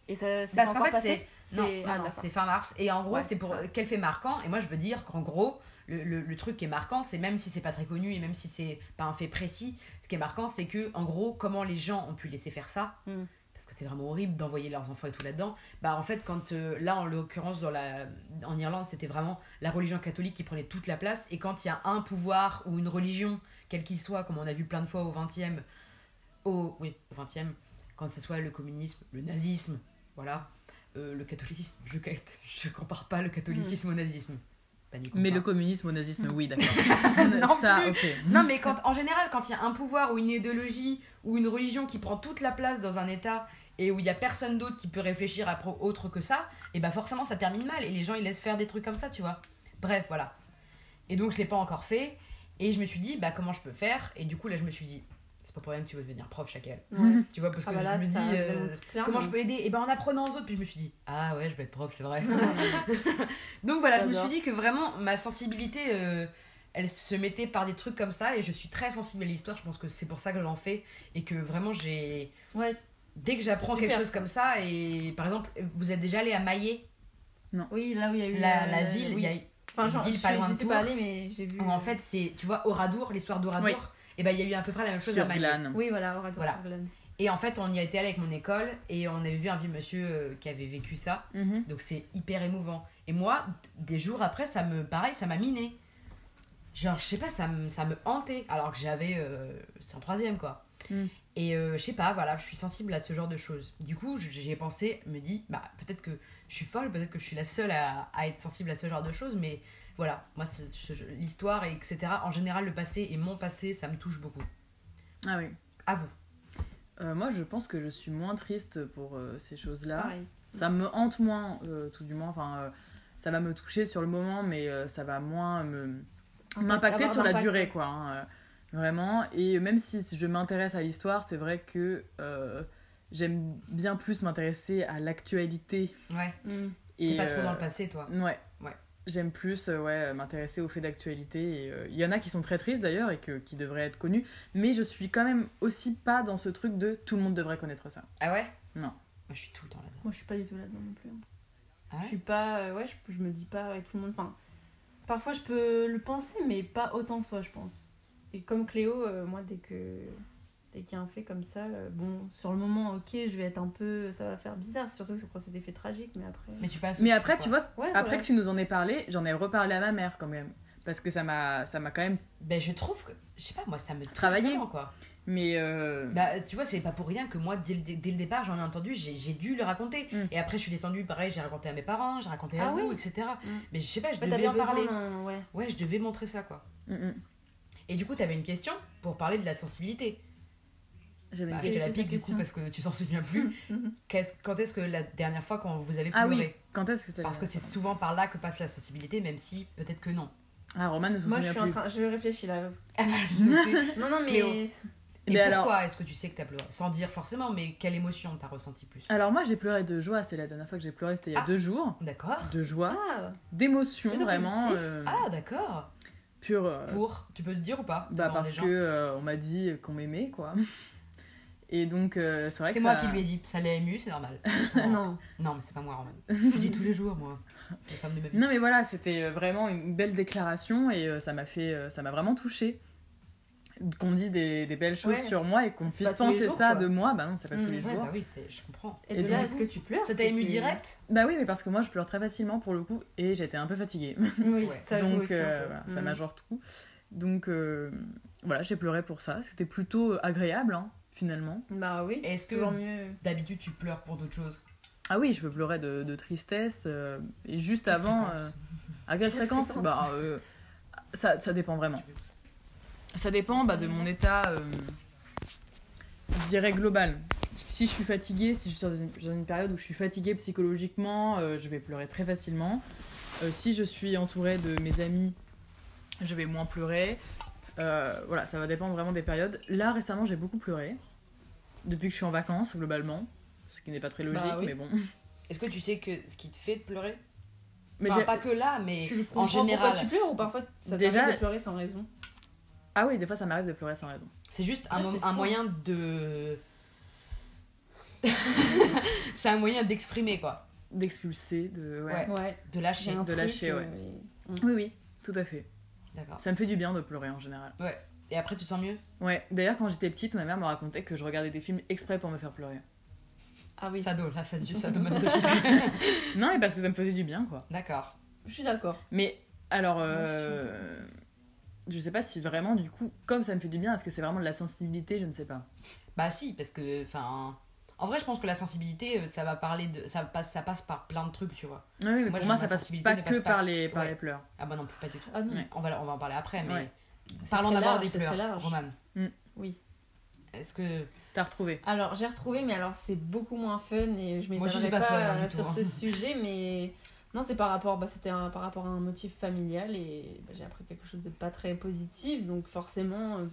Speaker 3: Et ça, c'est
Speaker 1: Parce
Speaker 3: pas
Speaker 1: qu'en
Speaker 3: encore
Speaker 1: fait,
Speaker 3: passé
Speaker 1: c'est non,
Speaker 3: C'est-
Speaker 1: non,
Speaker 3: ah,
Speaker 1: non,
Speaker 3: d'accord.
Speaker 1: c'est fin mars. Et en gros,
Speaker 3: Ouais,
Speaker 1: c'est pour
Speaker 3: ça.
Speaker 1: quel fait marquant. Et moi, je veux dire qu'en gros, le, le- le truc qui est marquant, c'est même si c'est pas très connu et même si c'est pas un fait précis, ce qui est marquant, c'est que en gros, comment les gens ont pu laisser faire ça.
Speaker 3: Mm.
Speaker 1: Parce que c'est vraiment horrible d'envoyer leurs enfants et tout là-dedans. Bah en fait, quand euh, là, en l'occurrence, dans la, en Irlande, c'était vraiment la religion catholique qui prenait toute la place. Et quand il y a un pouvoir ou une religion, quel qu'il soit, comme on a vu plein de fois au 20e, au, oui, au 20e, quand ce soit le communisme, le nazisme, voilà, euh, le catholicisme, je, je compare pas le catholicisme au nazisme. Pas ni
Speaker 2: Hmm. Mais le
Speaker 1: compare.
Speaker 2: communisme au nazisme, oui, d'accord.
Speaker 1: Non
Speaker 2: ça,
Speaker 1: plus.
Speaker 2: ok. Mhm.
Speaker 1: Non, mais quand, en général, quand il y a un pouvoir ou une idéologie ou une religion qui prend toute la place dans un État et où il y a personne d'autre qui peut réfléchir à pro- autre que ça, et ben forcément ça termine mal et les gens ils laissent faire des trucs comme ça, tu vois. Bref, voilà. Et donc je l'ai pas encore fait et je me suis dit bah comment je peux faire et du coup là je me suis dit c'est pas pour rien que tu veux devenir prof chaque
Speaker 3: Ouais.
Speaker 1: tu vois parce que
Speaker 3: Ah bah là,
Speaker 1: je me
Speaker 3: ça
Speaker 1: dis euh,
Speaker 3: démontre clairement.
Speaker 1: comment je peux aider et ben en apprenant aux autres puis je me suis dit ah ouais je vais être prof c'est vrai donc voilà je me suis
Speaker 3: J'adore.
Speaker 1: dit que vraiment ma sensibilité euh, elle se mettait par des trucs comme ça et je suis très sensible à l'histoire je pense que c'est pour ça que j'en fais et que vraiment j'ai
Speaker 3: Ouais.
Speaker 1: dès que j'apprends
Speaker 3: C'est super,
Speaker 1: quelque chose comme ça et par exemple vous êtes déjà allé à Maillet
Speaker 3: Oui, là où il y a eu
Speaker 1: la, la
Speaker 3: euh,
Speaker 1: ville il
Speaker 3: oui.
Speaker 1: y a
Speaker 3: Enfin, genre,
Speaker 1: une ville
Speaker 3: je
Speaker 1: pas
Speaker 3: suis-
Speaker 1: loin
Speaker 3: j'y
Speaker 1: de
Speaker 3: suis pas
Speaker 1: Tours.
Speaker 3: allée, mais j'ai vu.
Speaker 1: où, en fait c'est tu vois Oradour l'histoire d'Oradour
Speaker 2: Oui.
Speaker 1: et ben il y a eu à peu près la même chose à
Speaker 2: Sur
Speaker 1: Maillet
Speaker 2: Glane.
Speaker 3: euh, Oui, voilà, Oradour
Speaker 1: Voilà.
Speaker 3: sur Glane.
Speaker 1: et en fait on y a été allé avec mon école et on avait vu un vieux monsieur euh, qui avait vécu ça
Speaker 2: Mhm.
Speaker 1: Donc c'est hyper émouvant. Et moi, d- des jours après, ça me, pareil, ça m'a miné. Genre, je sais pas, ça me, ça me hantait. Alors que j'avais. euh, C'était en troisième, quoi.
Speaker 2: Mm.
Speaker 1: Et euh, je sais pas, voilà, je suis sensible à ce genre de choses. Du coup, j- j'y ai pensé, me dit, bah, peut-être que je suis folle, peut-être que je suis la seule à, à être sensible à ce genre de choses, mais voilà, moi, c'est- ce- je- l'histoire, et etc. En général, le passé et mon passé, ça me touche beaucoup.
Speaker 2: Ah oui.
Speaker 1: À vous.
Speaker 2: Euh, moi, je pense que je suis moins triste pour euh, ces
Speaker 1: Ah.
Speaker 2: choses-là.
Speaker 3: Pareil.
Speaker 2: Ça me hante moins, euh, tout du moins. Enfin, euh, ça va me toucher sur le moment, mais euh, ça va moins me m'impacter
Speaker 3: avoir
Speaker 2: sur la
Speaker 3: d'impact.
Speaker 2: durée, quoi. hein, euh, vraiment. Et même si je m'intéresse à l'histoire, c'est vrai que euh, j'aime bien plus m'intéresser à l'actualité.
Speaker 1: Ouais.
Speaker 3: Mm.
Speaker 1: T'es
Speaker 2: et
Speaker 1: pas trop dans
Speaker 2: euh,
Speaker 1: le passé, toi.
Speaker 2: Ouais.
Speaker 1: Ouais.
Speaker 2: J'aime plus euh, ouais, euh, m'intéresser aux faits d'actualité. et, euh, Il y en a qui sont très tristes d'ailleurs et que, qui devraient être connus, mais je suis quand même aussi pas dans ce truc de tout le monde devrait connaître ça.
Speaker 1: Ah ouais
Speaker 2: Non.
Speaker 1: Moi, je suis tout le temps là-dedans.
Speaker 3: Moi, je suis pas du tout là-dedans non plus. hein.
Speaker 1: Ah
Speaker 3: Je
Speaker 1: ouais
Speaker 3: suis pas. euh, ouais, je, je me dis pas avec tout le monde. Enfin, parfois je peux le penser, mais pas autant que toi, je pense. Et comme Cléo, euh, moi, dès que. Dès qu'il y a un fait comme ça, euh, bon, sur le moment, ok, je vais être un peu. Ça va faire bizarre, surtout que ça procède des faits tragiques, mais après.
Speaker 1: Mais tu passes.
Speaker 2: Mais après, tu vois,
Speaker 3: Ouais,
Speaker 2: après
Speaker 3: voilà.
Speaker 2: que tu nous en aies parlé, j'en ai reparlé à ma mère quand même. Parce que ça m'a ça m'a quand même.
Speaker 1: Ben, je trouve que. Je sais pas, moi, ça me. touche
Speaker 2: Travailler.
Speaker 1: vraiment, quoi.
Speaker 2: Mais. euh,
Speaker 1: Bah, tu vois, c'est pas pour rien que moi, dès le, dé- dès le départ, j'en ai entendu, j'ai j'ai dû le raconter.
Speaker 2: Mm.
Speaker 1: Et après, je suis descendue, pareil, j'ai raconté à mes parents, j'ai raconté à
Speaker 3: Ah
Speaker 1: vous,
Speaker 3: oui.
Speaker 1: etc.
Speaker 3: Mm.
Speaker 1: Mais je sais pas, je
Speaker 3: Ouais,
Speaker 1: devais
Speaker 3: t'avais
Speaker 1: en
Speaker 3: besoin hein.
Speaker 1: parler.
Speaker 3: d'un- Ouais.
Speaker 1: Ouais, je devais montrer ça, quoi.
Speaker 2: mm, mm.
Speaker 1: Et du coup, t'avais une question pour parler de la sensibilité.
Speaker 2: J'avais une
Speaker 1: Bah, je te
Speaker 2: question.
Speaker 1: la
Speaker 3: Qu'est-ce que
Speaker 1: pique,
Speaker 3: c'est la
Speaker 1: du coup,
Speaker 3: question Mhm.
Speaker 1: parce que tu t'en souviens plus. Qu'est-ce- quand est-ce que la dernière fois quand vous avez pleuré
Speaker 2: Ah oui, quand est-ce que ça
Speaker 3: Euh,
Speaker 1: Parce que c'est souvent par là que passe la sensibilité, même si peut-être que non.
Speaker 2: Ah, Roman ne se
Speaker 3: Moi, je
Speaker 2: souvient
Speaker 3: suis en
Speaker 2: plus.
Speaker 3: train. Je réfléchis là.
Speaker 1: Ah bah, c'est noté.
Speaker 3: Non, non,
Speaker 1: Cléo.
Speaker 3: mais.
Speaker 1: Et
Speaker 2: Mais alors-
Speaker 1: pourquoi est-ce que tu sais que t'as pleuré Sans dire forcément, mais quelle émotion t'as ressenti plus
Speaker 3: Euh,
Speaker 2: Alors, moi, j'ai pleuré de joie. C'est la dernière fois que j'ai pleuré, c'était il y a
Speaker 1: Ah.
Speaker 2: deux jours.
Speaker 1: D'accord.
Speaker 2: De joie,
Speaker 3: Ah
Speaker 2: d'émotion,
Speaker 3: Mais de
Speaker 2: vraiment.
Speaker 3: positif.
Speaker 2: euh,
Speaker 1: Ah, d'accord.
Speaker 2: Pure. euh,
Speaker 1: Pour, tu peux le dire ou pas
Speaker 2: Bah
Speaker 1: devant
Speaker 2: parce
Speaker 1: des gens
Speaker 2: que euh, on m'a dit qu'on m'aimait quoi. Et donc euh, c'est vrai que
Speaker 1: C'est moi
Speaker 2: ça-
Speaker 1: qui lui ai dit, ça l'a ému, c'est normal.
Speaker 3: Non.
Speaker 1: non, mais c'est pas moi, Roman. Je dis tous les jours, moi. C'est la femme de ma vie.
Speaker 2: Non mais voilà, c'était euh, vraiment une belle déclaration et euh, ça m'a fait euh, ça m'a vraiment touchée. Qu'on dise des, des belles choses
Speaker 3: Ouais.
Speaker 2: sur moi et qu'on puisse
Speaker 3: pas tous les
Speaker 2: penser
Speaker 3: jours,
Speaker 2: ça
Speaker 3: quoi.
Speaker 2: de moi, bah non, c'est pas
Speaker 3: Mm,
Speaker 2: tous les
Speaker 1: Ouais,
Speaker 2: jours.
Speaker 1: bah oui, c'est- je comprends.
Speaker 3: Et,
Speaker 2: Et
Speaker 3: de
Speaker 2: donc,
Speaker 3: là,
Speaker 2: du
Speaker 3: est-ce
Speaker 1: coup,
Speaker 3: que tu pleures
Speaker 1: Ça t'a
Speaker 3: c'est
Speaker 1: ému
Speaker 3: que-
Speaker 1: direct
Speaker 2: Bah oui, mais parce que moi je pleure très facilement pour le coup et j'étais un peu fatiguée.
Speaker 3: Oui,
Speaker 1: Ouais.
Speaker 3: ça joue
Speaker 2: donc
Speaker 3: aussi un
Speaker 2: euh,
Speaker 3: peu.
Speaker 2: voilà, ça
Speaker 3: Mm.
Speaker 2: m'ajoute tout. Donc euh, voilà, j'ai pleuré pour ça. C'était plutôt euh, agréable hein, finalement.
Speaker 3: Bah oui.
Speaker 1: Est-ce que
Speaker 3: Toujours mieux.
Speaker 1: d'habitude tu pleures pour d'autres choses
Speaker 2: Ah oui, je peux pleurer de, de tristesse. euh, et juste avant, euh, à quelle fréquence
Speaker 3: fréquence
Speaker 2: bah, euh, ça, ça dépend vraiment. Ça dépend bah, de mon état, euh, je dirais global. Si je suis fatiguée, si je suis dans une, dans une période où je suis fatiguée psychologiquement, euh, je vais pleurer très facilement. Euh, si je suis entourée de mes amis, je vais moins pleurer. Euh, voilà, ça va dépendre vraiment des périodes. Là, récemment, j'ai beaucoup pleuré. Depuis que je suis en vacances, globalement. Ce qui n'est pas très logique,
Speaker 3: oui.
Speaker 2: mais bon.
Speaker 1: Est-ce que tu sais que ce qui te fait de pleurer
Speaker 2: Mais
Speaker 1: Enfin,
Speaker 2: j'ai-
Speaker 1: pas que là, mais
Speaker 3: Tu le
Speaker 1: en
Speaker 3: comprends
Speaker 1: général.
Speaker 3: pourquoi tu pleures ou parfois ça
Speaker 2: Déjà-
Speaker 3: t'arrive de pleurer sans raison
Speaker 2: Ah oui, des fois ça m'arrive de pleurer sans raison.
Speaker 1: C'est juste un,
Speaker 3: Ah,
Speaker 1: mo-
Speaker 3: c'est
Speaker 1: un
Speaker 3: fou.
Speaker 1: moyen de. c'est un moyen d'exprimer, quoi.
Speaker 2: D'expulser, de. Ouais.
Speaker 1: Ouais.
Speaker 3: Ouais.
Speaker 1: De
Speaker 3: il y a
Speaker 1: lâcher.
Speaker 3: un
Speaker 2: de
Speaker 3: truc,
Speaker 2: lâcher, ouais.
Speaker 3: euh,
Speaker 2: Oui, oui, tout à fait.
Speaker 1: D'accord.
Speaker 2: Ça me fait du bien de pleurer en général.
Speaker 1: Et après, tu te sens mieux
Speaker 2: Ouais, d'ailleurs, quand j'étais petite, ma mère me racontait que je regardais des films exprès pour me faire pleurer.
Speaker 3: Ah oui,
Speaker 1: Sado, là, c'est du sadomasochisme.
Speaker 2: Non, mais parce que ça me faisait du bien, quoi.
Speaker 1: D'accord.
Speaker 3: je suis d'accord.
Speaker 2: Mais alors,
Speaker 3: je suis
Speaker 2: euh, je sais pas si vraiment, du coup, comme ça me fait du bien, est-ce que c'est vraiment de la sensibilité Je ne sais pas.
Speaker 1: Bah si, parce que, enfin... En vrai, je pense que la sensibilité, euh, ça va parler de... Ça passe, ça passe par plein de trucs, tu vois.
Speaker 2: Oui, mais
Speaker 1: Moi,
Speaker 2: pour
Speaker 1: je-
Speaker 2: moi,
Speaker 1: ma
Speaker 2: ça passe
Speaker 1: sensibilité
Speaker 2: pas
Speaker 1: ne
Speaker 2: que
Speaker 1: passe pas.
Speaker 2: par les, par
Speaker 1: Ouais.
Speaker 2: les pleurs.
Speaker 1: Ah bah non, plus pas du tout.
Speaker 3: Ah non.
Speaker 2: Ouais.
Speaker 1: On va, on va en parler après, mais...
Speaker 2: Ouais.
Speaker 3: C'est
Speaker 1: Parlons
Speaker 3: très
Speaker 1: d'abord
Speaker 3: large,
Speaker 1: des
Speaker 3: c'est très
Speaker 1: pleurs,
Speaker 3: large. Mm,
Speaker 1: Roman.
Speaker 3: Oui.
Speaker 1: Est-ce que...
Speaker 2: T'as retrouvé
Speaker 3: Alors, j'ai retrouvé, mais alors c'est beaucoup moins fun et je
Speaker 1: Moi, je suis
Speaker 3: m'étonnerai
Speaker 1: pas
Speaker 3: pas,
Speaker 1: fan, hein,
Speaker 3: euh,
Speaker 1: du
Speaker 3: sur
Speaker 1: tout, hein.
Speaker 3: ce sujet, mais non, c'est par rapport, bah, c'était un- par rapport à un motif familial et bah, j'ai appris quelque chose de pas très positif, donc forcément, euh,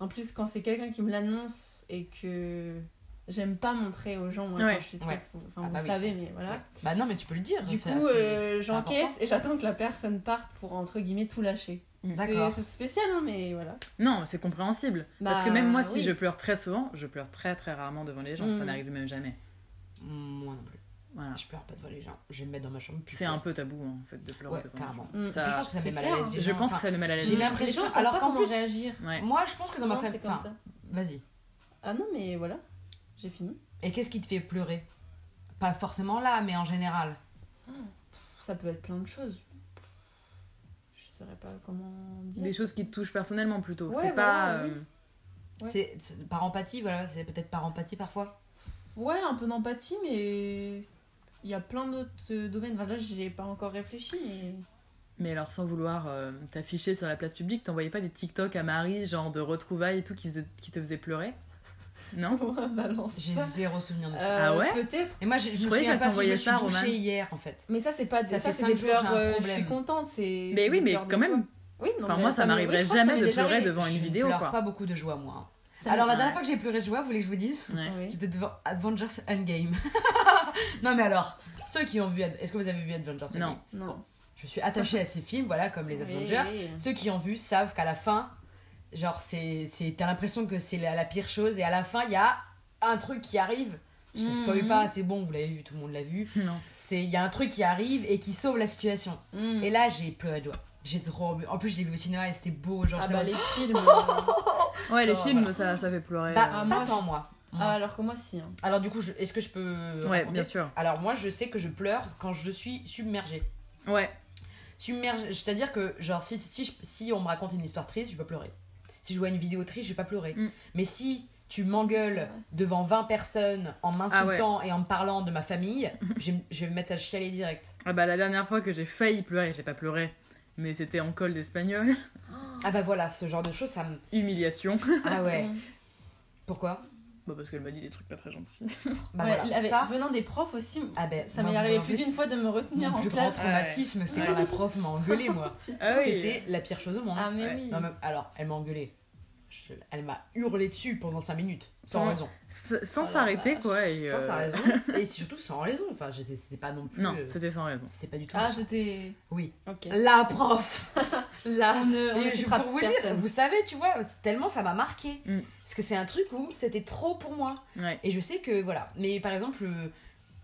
Speaker 3: en plus quand c'est quelqu'un qui me l'annonce et que j'aime pas montrer aux gens, moi,
Speaker 2: Ouais.
Speaker 3: quand je suis triste, vous- enfin,
Speaker 1: Ah
Speaker 3: vous
Speaker 1: bah
Speaker 3: le
Speaker 1: oui.
Speaker 3: savez, mais voilà.
Speaker 1: Ouais. Bah non, mais tu peux le dire.
Speaker 3: Du coup,
Speaker 1: Enfin, c'est-
Speaker 3: euh,
Speaker 1: c'est
Speaker 3: j'encaisse
Speaker 1: important.
Speaker 3: et j'attends que la personne parte pour entre guillemets tout lâcher.
Speaker 1: D'accord.
Speaker 3: C'est c'est spécial, hein, mais voilà.
Speaker 2: Non, c'est compréhensible. parce
Speaker 3: Bah,
Speaker 2: que même moi, si
Speaker 3: oui.
Speaker 2: je pleure très souvent, je pleure très très rarement devant les gens.
Speaker 3: Mm.
Speaker 2: Ça n'arrive même jamais.
Speaker 1: Moi non plus.
Speaker 2: Voilà.
Speaker 1: Je pleure pas devant les gens. Je vais me mettre dans ma chambre. puis je
Speaker 2: C'est
Speaker 1: pleure.
Speaker 2: un peu tabou en fait de pleurer
Speaker 1: Ouais,
Speaker 2: devant les gens.
Speaker 1: carrément.
Speaker 3: Mm.
Speaker 2: Ça-
Speaker 1: je pense que ça
Speaker 3: c'est
Speaker 1: fait mal à
Speaker 3: clair,
Speaker 1: l'aise
Speaker 3: hein.
Speaker 1: les
Speaker 2: Je
Speaker 1: gens.
Speaker 2: pense que
Speaker 1: Enfin,
Speaker 2: ça met mal à l'aise.
Speaker 1: j'ai
Speaker 3: Mm.
Speaker 1: l'impression-
Speaker 3: Les gens savent
Speaker 1: alors
Speaker 3: pas
Speaker 1: qu'en
Speaker 3: comment
Speaker 1: plus-
Speaker 3: réagir.
Speaker 2: Ouais.
Speaker 1: Moi, je pense que dans ma
Speaker 3: Non,
Speaker 1: famille.
Speaker 3: c'est comme
Speaker 1: enfin,
Speaker 3: ça.
Speaker 1: Vas-y.
Speaker 3: Ah non, mais voilà, j'ai fini.
Speaker 1: Et qu'est-ce qui te fait pleurer Pas forcément là, mais en général.
Speaker 3: Ça peut être plein de choses. Je saurais pas comment dire.
Speaker 2: Des choses qui te touchent personnellement plutôt.
Speaker 3: Ouais,
Speaker 2: c'est
Speaker 3: voilà,
Speaker 2: pas.
Speaker 3: oui.
Speaker 2: euh,
Speaker 3: Ouais.
Speaker 1: C'est c'est par empathie, voilà. C'est peut-être par empathie parfois.
Speaker 3: Ouais, un peu d'empathie, mais il y a plein d'autres euh, domaines. Enfin, là, j'ai pas encore réfléchi, mais.
Speaker 2: Mais alors, sans vouloir euh, t'afficher sur la place publique, t'envoyais pas des TikTok à Marie, genre de retrouvailles et tout, qui, faisait- qui te faisaient pleurer Non
Speaker 3: On va balancer
Speaker 1: J'ai
Speaker 3: ça.
Speaker 1: zéro souvenir de ça.
Speaker 3: Euh,
Speaker 2: Ah ouais
Speaker 3: Peut-être.
Speaker 1: Et moi, j'ai- je,
Speaker 2: je
Speaker 1: me
Speaker 2: croyais
Speaker 1: souviens
Speaker 2: qu'elle
Speaker 1: pas si je me
Speaker 2: t'envoyait
Speaker 1: suis
Speaker 2: ça,
Speaker 1: douchée
Speaker 2: Roman.
Speaker 1: hier, en fait.
Speaker 3: Mais ça, c'est pas.
Speaker 1: Ça
Speaker 3: Ça,
Speaker 1: fait
Speaker 3: c'est
Speaker 1: cinq
Speaker 3: des
Speaker 1: jours, j'ai un
Speaker 3: pleurs. euh, je
Speaker 1: problème.
Speaker 3: suis contente. C'est.
Speaker 2: Mais
Speaker 3: c'est
Speaker 2: oui,
Speaker 3: des
Speaker 2: mais
Speaker 3: pleurs de
Speaker 2: quand même.
Speaker 3: joie. Oui, non,
Speaker 2: Enfin,
Speaker 3: mais
Speaker 2: moi, ça
Speaker 3: m'est- oui,
Speaker 2: m'arriverait
Speaker 3: je crois que ça
Speaker 2: jamais
Speaker 3: m'est
Speaker 2: de
Speaker 3: déjà
Speaker 2: pleurer
Speaker 3: arrivé.
Speaker 2: devant une
Speaker 1: Je
Speaker 2: vidéo,
Speaker 1: pleure
Speaker 2: quoi.
Speaker 1: pas beaucoup de joie, moi.
Speaker 3: Ça
Speaker 1: Alors, la
Speaker 2: m'est-
Speaker 1: dernière fois que j'ai pleuré de joie, vous voulez que je vous dise
Speaker 2: Ouais.
Speaker 3: Oui.
Speaker 1: C'était devant Avengers Endgame. non, mais alors, ceux qui ont vu. Ad- Est-ce que vous avez vu Avengers Endgame
Speaker 2: Non.
Speaker 3: Non.
Speaker 1: Je suis attachée à ces films, voilà, comme les Avengers.
Speaker 3: Oui, oui.
Speaker 1: Ceux qui ont vu savent qu'à la fin, genre, c'est, c'est, t'as l'impression que c'est la, la pire chose, et à la fin, il y a un truc qui arrive. Je
Speaker 3: Mhm.
Speaker 1: spoil pas, c'est bon, vous l'avez vu, tout le monde l'a vu.
Speaker 2: Non.
Speaker 1: C'est, il y a un truc qui arrive et qui sauve la situation.
Speaker 3: Mm.
Speaker 1: Et là, j'ai pleuré de joie. J'ai trop. En plus, je l'ai vu au cinéma et c'était beau, genre.
Speaker 3: Ah
Speaker 1: j'étais
Speaker 3: bah
Speaker 1: en-
Speaker 3: les films. euh,
Speaker 2: Ouais, les
Speaker 1: Oh,
Speaker 2: films,
Speaker 1: voilà.
Speaker 2: ça, ça fait pleurer.
Speaker 1: Bah,
Speaker 2: euh,
Speaker 3: Ah,
Speaker 1: pas
Speaker 3: moi,
Speaker 1: tant, moi.
Speaker 3: ah, alors que moi si. hein.
Speaker 1: Alors, du coup, je- est-ce que je peux.
Speaker 2: euh. Ouais,
Speaker 1: raconter
Speaker 2: bien sûr.
Speaker 1: Alors, moi, je sais que je pleure quand je suis submergée.
Speaker 2: Ouais.
Speaker 1: Submergée, c'est-à-dire que, genre, si, si, je- si on me raconte une histoire triste, je vais pas pleurer. Si je vois une vidéo triste, je vais pas pleurer.
Speaker 2: Mm.
Speaker 1: Mais si tu
Speaker 3: C'est
Speaker 1: m'engueules
Speaker 3: vrai. Ah
Speaker 1: devant 20 personnes en m'insultant et en me parlant de ma famille, je, vais- je vais me mettre à chialer direct.
Speaker 2: Ah bah, la dernière fois que j'ai failli pleurer, j'ai pas pleuré, mais c'était en col d'espagnol.
Speaker 3: Oh.
Speaker 1: Ah bah voilà, ce genre de choses, ça me.
Speaker 2: Humiliation.
Speaker 1: Ah ouais.
Speaker 3: Mm.
Speaker 1: Pourquoi
Speaker 2: Bah, parce qu'elle m'a dit des trucs pas très gentils.
Speaker 1: Bah
Speaker 3: Ouais,
Speaker 1: voilà,
Speaker 3: avec-
Speaker 1: ça.
Speaker 3: Venant des profs aussi,
Speaker 1: Ah bah,
Speaker 3: ça
Speaker 1: moi,
Speaker 3: m'est
Speaker 1: vous
Speaker 3: arrivé
Speaker 1: m'avez-
Speaker 3: plus d'une fois de me retenir
Speaker 1: Mon
Speaker 3: en
Speaker 1: plus grand
Speaker 3: classe.
Speaker 1: traumatisme, c'est quand la prof m'a engueulé, moi.
Speaker 2: Ah oui.
Speaker 1: C'était la pire chose au monde.
Speaker 3: Ah mais
Speaker 2: Ouais.
Speaker 3: oui.
Speaker 1: Non, mais- alors, elle m'a engueulé. Je- elle m'a hurlé dessus pendant 5 minutes, sans
Speaker 2: Comment
Speaker 1: raison.
Speaker 2: S- Sans
Speaker 3: Oh la
Speaker 2: s'arrêter,
Speaker 3: vache.
Speaker 2: quoi. Et,
Speaker 1: Sans
Speaker 2: euh,
Speaker 1: sa raison. Et surtout sans raison. Enfin, j'étais, c'était pas non plus.
Speaker 2: Non,
Speaker 1: euh,
Speaker 2: c'était sans raison.
Speaker 1: c'était pas du tout.
Speaker 3: Ah c'était.
Speaker 1: oui.
Speaker 3: Ok.
Speaker 1: La prof. La.
Speaker 3: On ne on
Speaker 1: Mais
Speaker 3: ne
Speaker 1: je-
Speaker 3: citera
Speaker 1: pour vous dire,
Speaker 3: personne.
Speaker 1: vous savez, tu vois, c'est- tellement ça m'a marqué.
Speaker 2: Mm.
Speaker 1: Parce que c'est un truc où c'était trop pour moi.
Speaker 2: Ouais.
Speaker 1: Et je sais que, voilà. Mais par exemple, euh,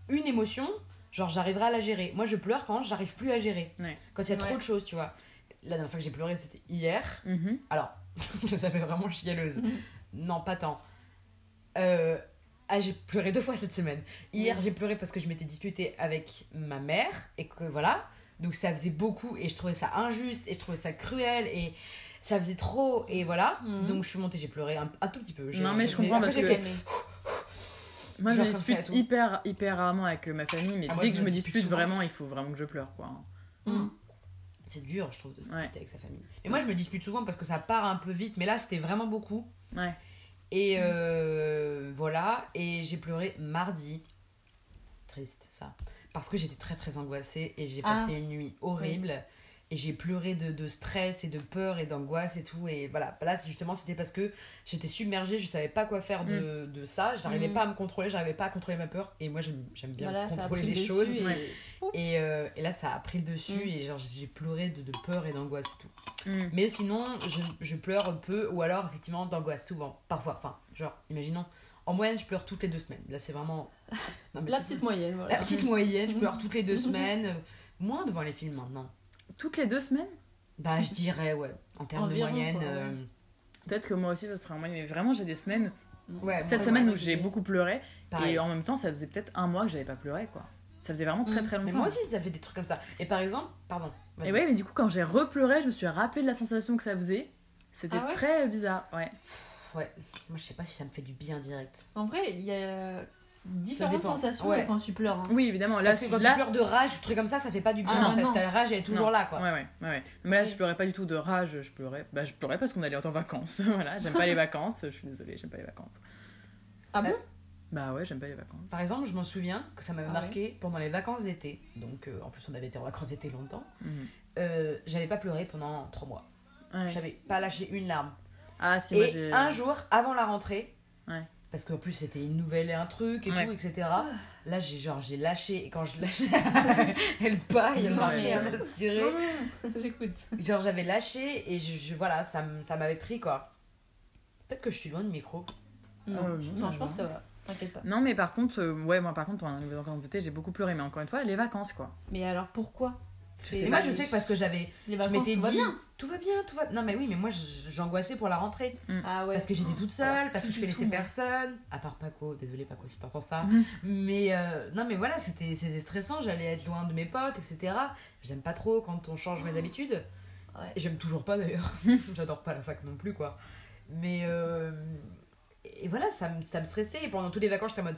Speaker 1: une émotion, genre j'arriverai à la gérer. Moi, je pleure quand j'arrive plus à gérer.
Speaker 2: Ouais.
Speaker 1: Quand il y a trop
Speaker 3: Ouais.
Speaker 1: de choses, tu vois. La dernière fois que j'ai pleuré, c'était hier.
Speaker 2: Mhm.
Speaker 1: Alors, j'avais vraiment chialeuse.
Speaker 3: Mhm.
Speaker 1: Non, pas tant. Euh, ah, j'ai pleuré deux fois cette semaine. Hier,
Speaker 3: Oui.
Speaker 1: j'ai pleuré parce que je m'étais disputée avec ma mère et que voilà. Donc ça faisait beaucoup et je trouvais ça injuste et je trouvais ça cruel et ça faisait trop et voilà.
Speaker 3: Mhm.
Speaker 1: Donc je suis montée, j'ai pleuré un, un tout petit peu. J'ai-
Speaker 2: Non, mais je
Speaker 1: j'ai-
Speaker 2: comprends
Speaker 1: après,
Speaker 2: parce
Speaker 1: j'ai
Speaker 2: que-
Speaker 1: fait,
Speaker 2: Moi, je
Speaker 1: Genre
Speaker 2: me
Speaker 1: comme ça et
Speaker 2: dispute
Speaker 1: tout.
Speaker 2: hyper, hyper rarement avec euh, ma famille, mais
Speaker 1: Ah, moi,
Speaker 2: dès
Speaker 1: je
Speaker 2: que je
Speaker 1: me
Speaker 2: me
Speaker 1: dispute
Speaker 2: dispute
Speaker 1: souvent.
Speaker 2: vraiment, il faut vraiment que je pleure, quoi.
Speaker 3: Mm.
Speaker 1: C'est dur, je trouve, de se
Speaker 2: Ouais.
Speaker 1: disputer avec sa famille. Et moi, je me dispute souvent parce que ça part un peu vite, mais là, c'était vraiment beaucoup.
Speaker 2: Ouais.
Speaker 1: Et euh, voilà, et j'ai pleuré mardi. Triste, ça. Parce que j'étais très, très angoissée et j'ai
Speaker 3: Ah.
Speaker 1: passé une nuit horrible. Et j'ai pleuré de, de stress et de peur et d'angoisse et tout. Et voilà, là, c'est justement, c'était parce que j'étais submergée, je savais pas quoi faire de, de ça. J'arrivais
Speaker 3: Mm.
Speaker 1: pas à me contrôler, j'arivais pas à contrôler ma peur. Et moi, j'aime j'aime bien
Speaker 3: Voilà, ça a
Speaker 1: contrôler
Speaker 3: pris
Speaker 1: les
Speaker 3: le
Speaker 1: choses.
Speaker 3: dessus.
Speaker 2: Ouais.
Speaker 3: et-
Speaker 1: Et, euh, et là, ça a pris le dessus
Speaker 3: Mm.
Speaker 1: et genre j'ai pleuré de, de peur et d'angoisse et tout.
Speaker 2: Mm.
Speaker 1: Mais sinon, je, je pleure peu ou alors effectivement d'angoisse souvent, parfois. Enfin, genre, imaginons, En moyenne, je pleure toutes les deux semaines. Là, c'est vraiment. Non, mais
Speaker 3: La
Speaker 1: c'est-
Speaker 3: petite moyenne,
Speaker 1: la
Speaker 3: voilà.
Speaker 1: petite moyenne, je pleure toutes les deux semaines. euh, Moins devant les films maintenant.
Speaker 2: Toutes les deux semaines
Speaker 1: Bah, je dirais, ouais. En termes de
Speaker 3: Environ,
Speaker 1: moyenne.
Speaker 3: quoi, ouais.
Speaker 1: euh,
Speaker 2: Peut-être que moi aussi ça serait un moyen, mais vraiment j'ai des semaines.
Speaker 1: Ouais,
Speaker 2: Cette
Speaker 1: Ah, ouais,
Speaker 2: semaine
Speaker 1: ouais,
Speaker 2: où j'ai beaucoup pleuré,
Speaker 1: pareil.
Speaker 2: et en même temps ça faisait peut-être un mois que j'avais pas pleuré quoi. Ça faisait vraiment très
Speaker 3: Mm.
Speaker 2: très
Speaker 1: Mais
Speaker 2: longtemps.
Speaker 1: moi aussi, ça fait des trucs comme ça. Et par exemple, pardon. vas-y.
Speaker 2: et
Speaker 3: Eh
Speaker 2: ouais, mais du coup quand j'ai repleuré, je me suis rappelé de la sensation que ça faisait. C'était
Speaker 3: Ah ouais
Speaker 2: très bizarre, ouais.
Speaker 1: Moi, je sais pas si ça me fait du bien direct.
Speaker 3: En vrai, il y a
Speaker 1: Ça
Speaker 3: différentes
Speaker 1: dépend.
Speaker 3: sensations
Speaker 1: Ouais.
Speaker 3: quand tu pleures. hein.
Speaker 2: Oui, évidemment, là,
Speaker 1: Parce que
Speaker 2: c'est
Speaker 1: quand tu
Speaker 2: là...
Speaker 1: pleures de rage, des trucs comme ça, ça fait pas du bien.
Speaker 3: Ah,
Speaker 1: en fait.
Speaker 3: non.
Speaker 1: Ta rage, elle est toujours
Speaker 2: Non.
Speaker 1: là, quoi.
Speaker 2: Ouais, ouais, ouais, ouais. Mais là, je pleurais pas du tout de rage, je pleurais. Bah, je pleurais parce qu'on allait en vacances. voilà, j'aime pas les vacances, je suis désolée, j'aime pas les vacances.
Speaker 3: Ah bon
Speaker 2: Bah ouais, j'aime pas les vacances.
Speaker 1: Par exemple, je m'en souviens que ça m'avait
Speaker 2: Ah ouais.
Speaker 1: marqué pendant les vacances d'été. Donc, euh, en plus, on avait été en vacances d'été longtemps.
Speaker 2: Mhm.
Speaker 1: Euh, j'avais pas pleuré pendant trois mois.
Speaker 2: Ouais.
Speaker 1: J'avais pas lâché une larme.
Speaker 2: Ah, si, moi j'ai.
Speaker 1: et un jour avant la rentrée,
Speaker 2: Ouais.
Speaker 1: parce qu'en plus c'était une nouvelle et un truc et
Speaker 2: Ouais.
Speaker 1: tout, etc. Là, j'ai genre j'ai lâché et quand je lâchais, elle paille, elle
Speaker 3: Non,
Speaker 1: m'a
Speaker 3: mais,
Speaker 1: elle
Speaker 3: euh,
Speaker 1: m'a ciré.
Speaker 3: Non, non, J'écoute.
Speaker 1: Genre j'avais lâché et je, je- voilà, ça, m- ça m'avait pris quoi. Peut-être que je suis loin de micro.
Speaker 3: Non,
Speaker 2: Euh,
Speaker 3: je-
Speaker 2: non,
Speaker 3: non, je
Speaker 2: non.
Speaker 3: pense que ça va. T'inquiète pas.
Speaker 2: Non, mais par contre, euh, ouais, moi par contre, pendant les vacances d'été, j'ai beaucoup pleuré, mais encore une fois, les vacances quoi.
Speaker 3: Mais alors pourquoi C'est-
Speaker 1: Et moi je sais que parce que j'avais,
Speaker 3: les
Speaker 1: je
Speaker 3: vacances,
Speaker 1: m'étais
Speaker 3: tout va
Speaker 1: dit,
Speaker 3: bien.
Speaker 1: tout va bien, tout va. Non mais oui, mais moi je- j'angoissais pour la rentrée
Speaker 3: Ah ouais.
Speaker 1: parce que j'étais toute seule, parce que je
Speaker 3: du
Speaker 1: connaissais
Speaker 3: tout, Mm. moi.
Speaker 1: personne, à part Paco. Désolé Paco si t'entends ça.
Speaker 2: Mhm.
Speaker 1: Mais euh, non mais voilà, c'était c'était stressant. J'allais être loin de mes potes, etc. J'aime pas trop quand on change mes habitudes.
Speaker 3: Oh. Ouais.
Speaker 1: Et J'aime toujours pas d'ailleurs. J'adore pas la fac non plus, quoi. Mais. euh, Et voilà, ça me, ça me stressait. Et pendant tous les vacances, j'étais en mode.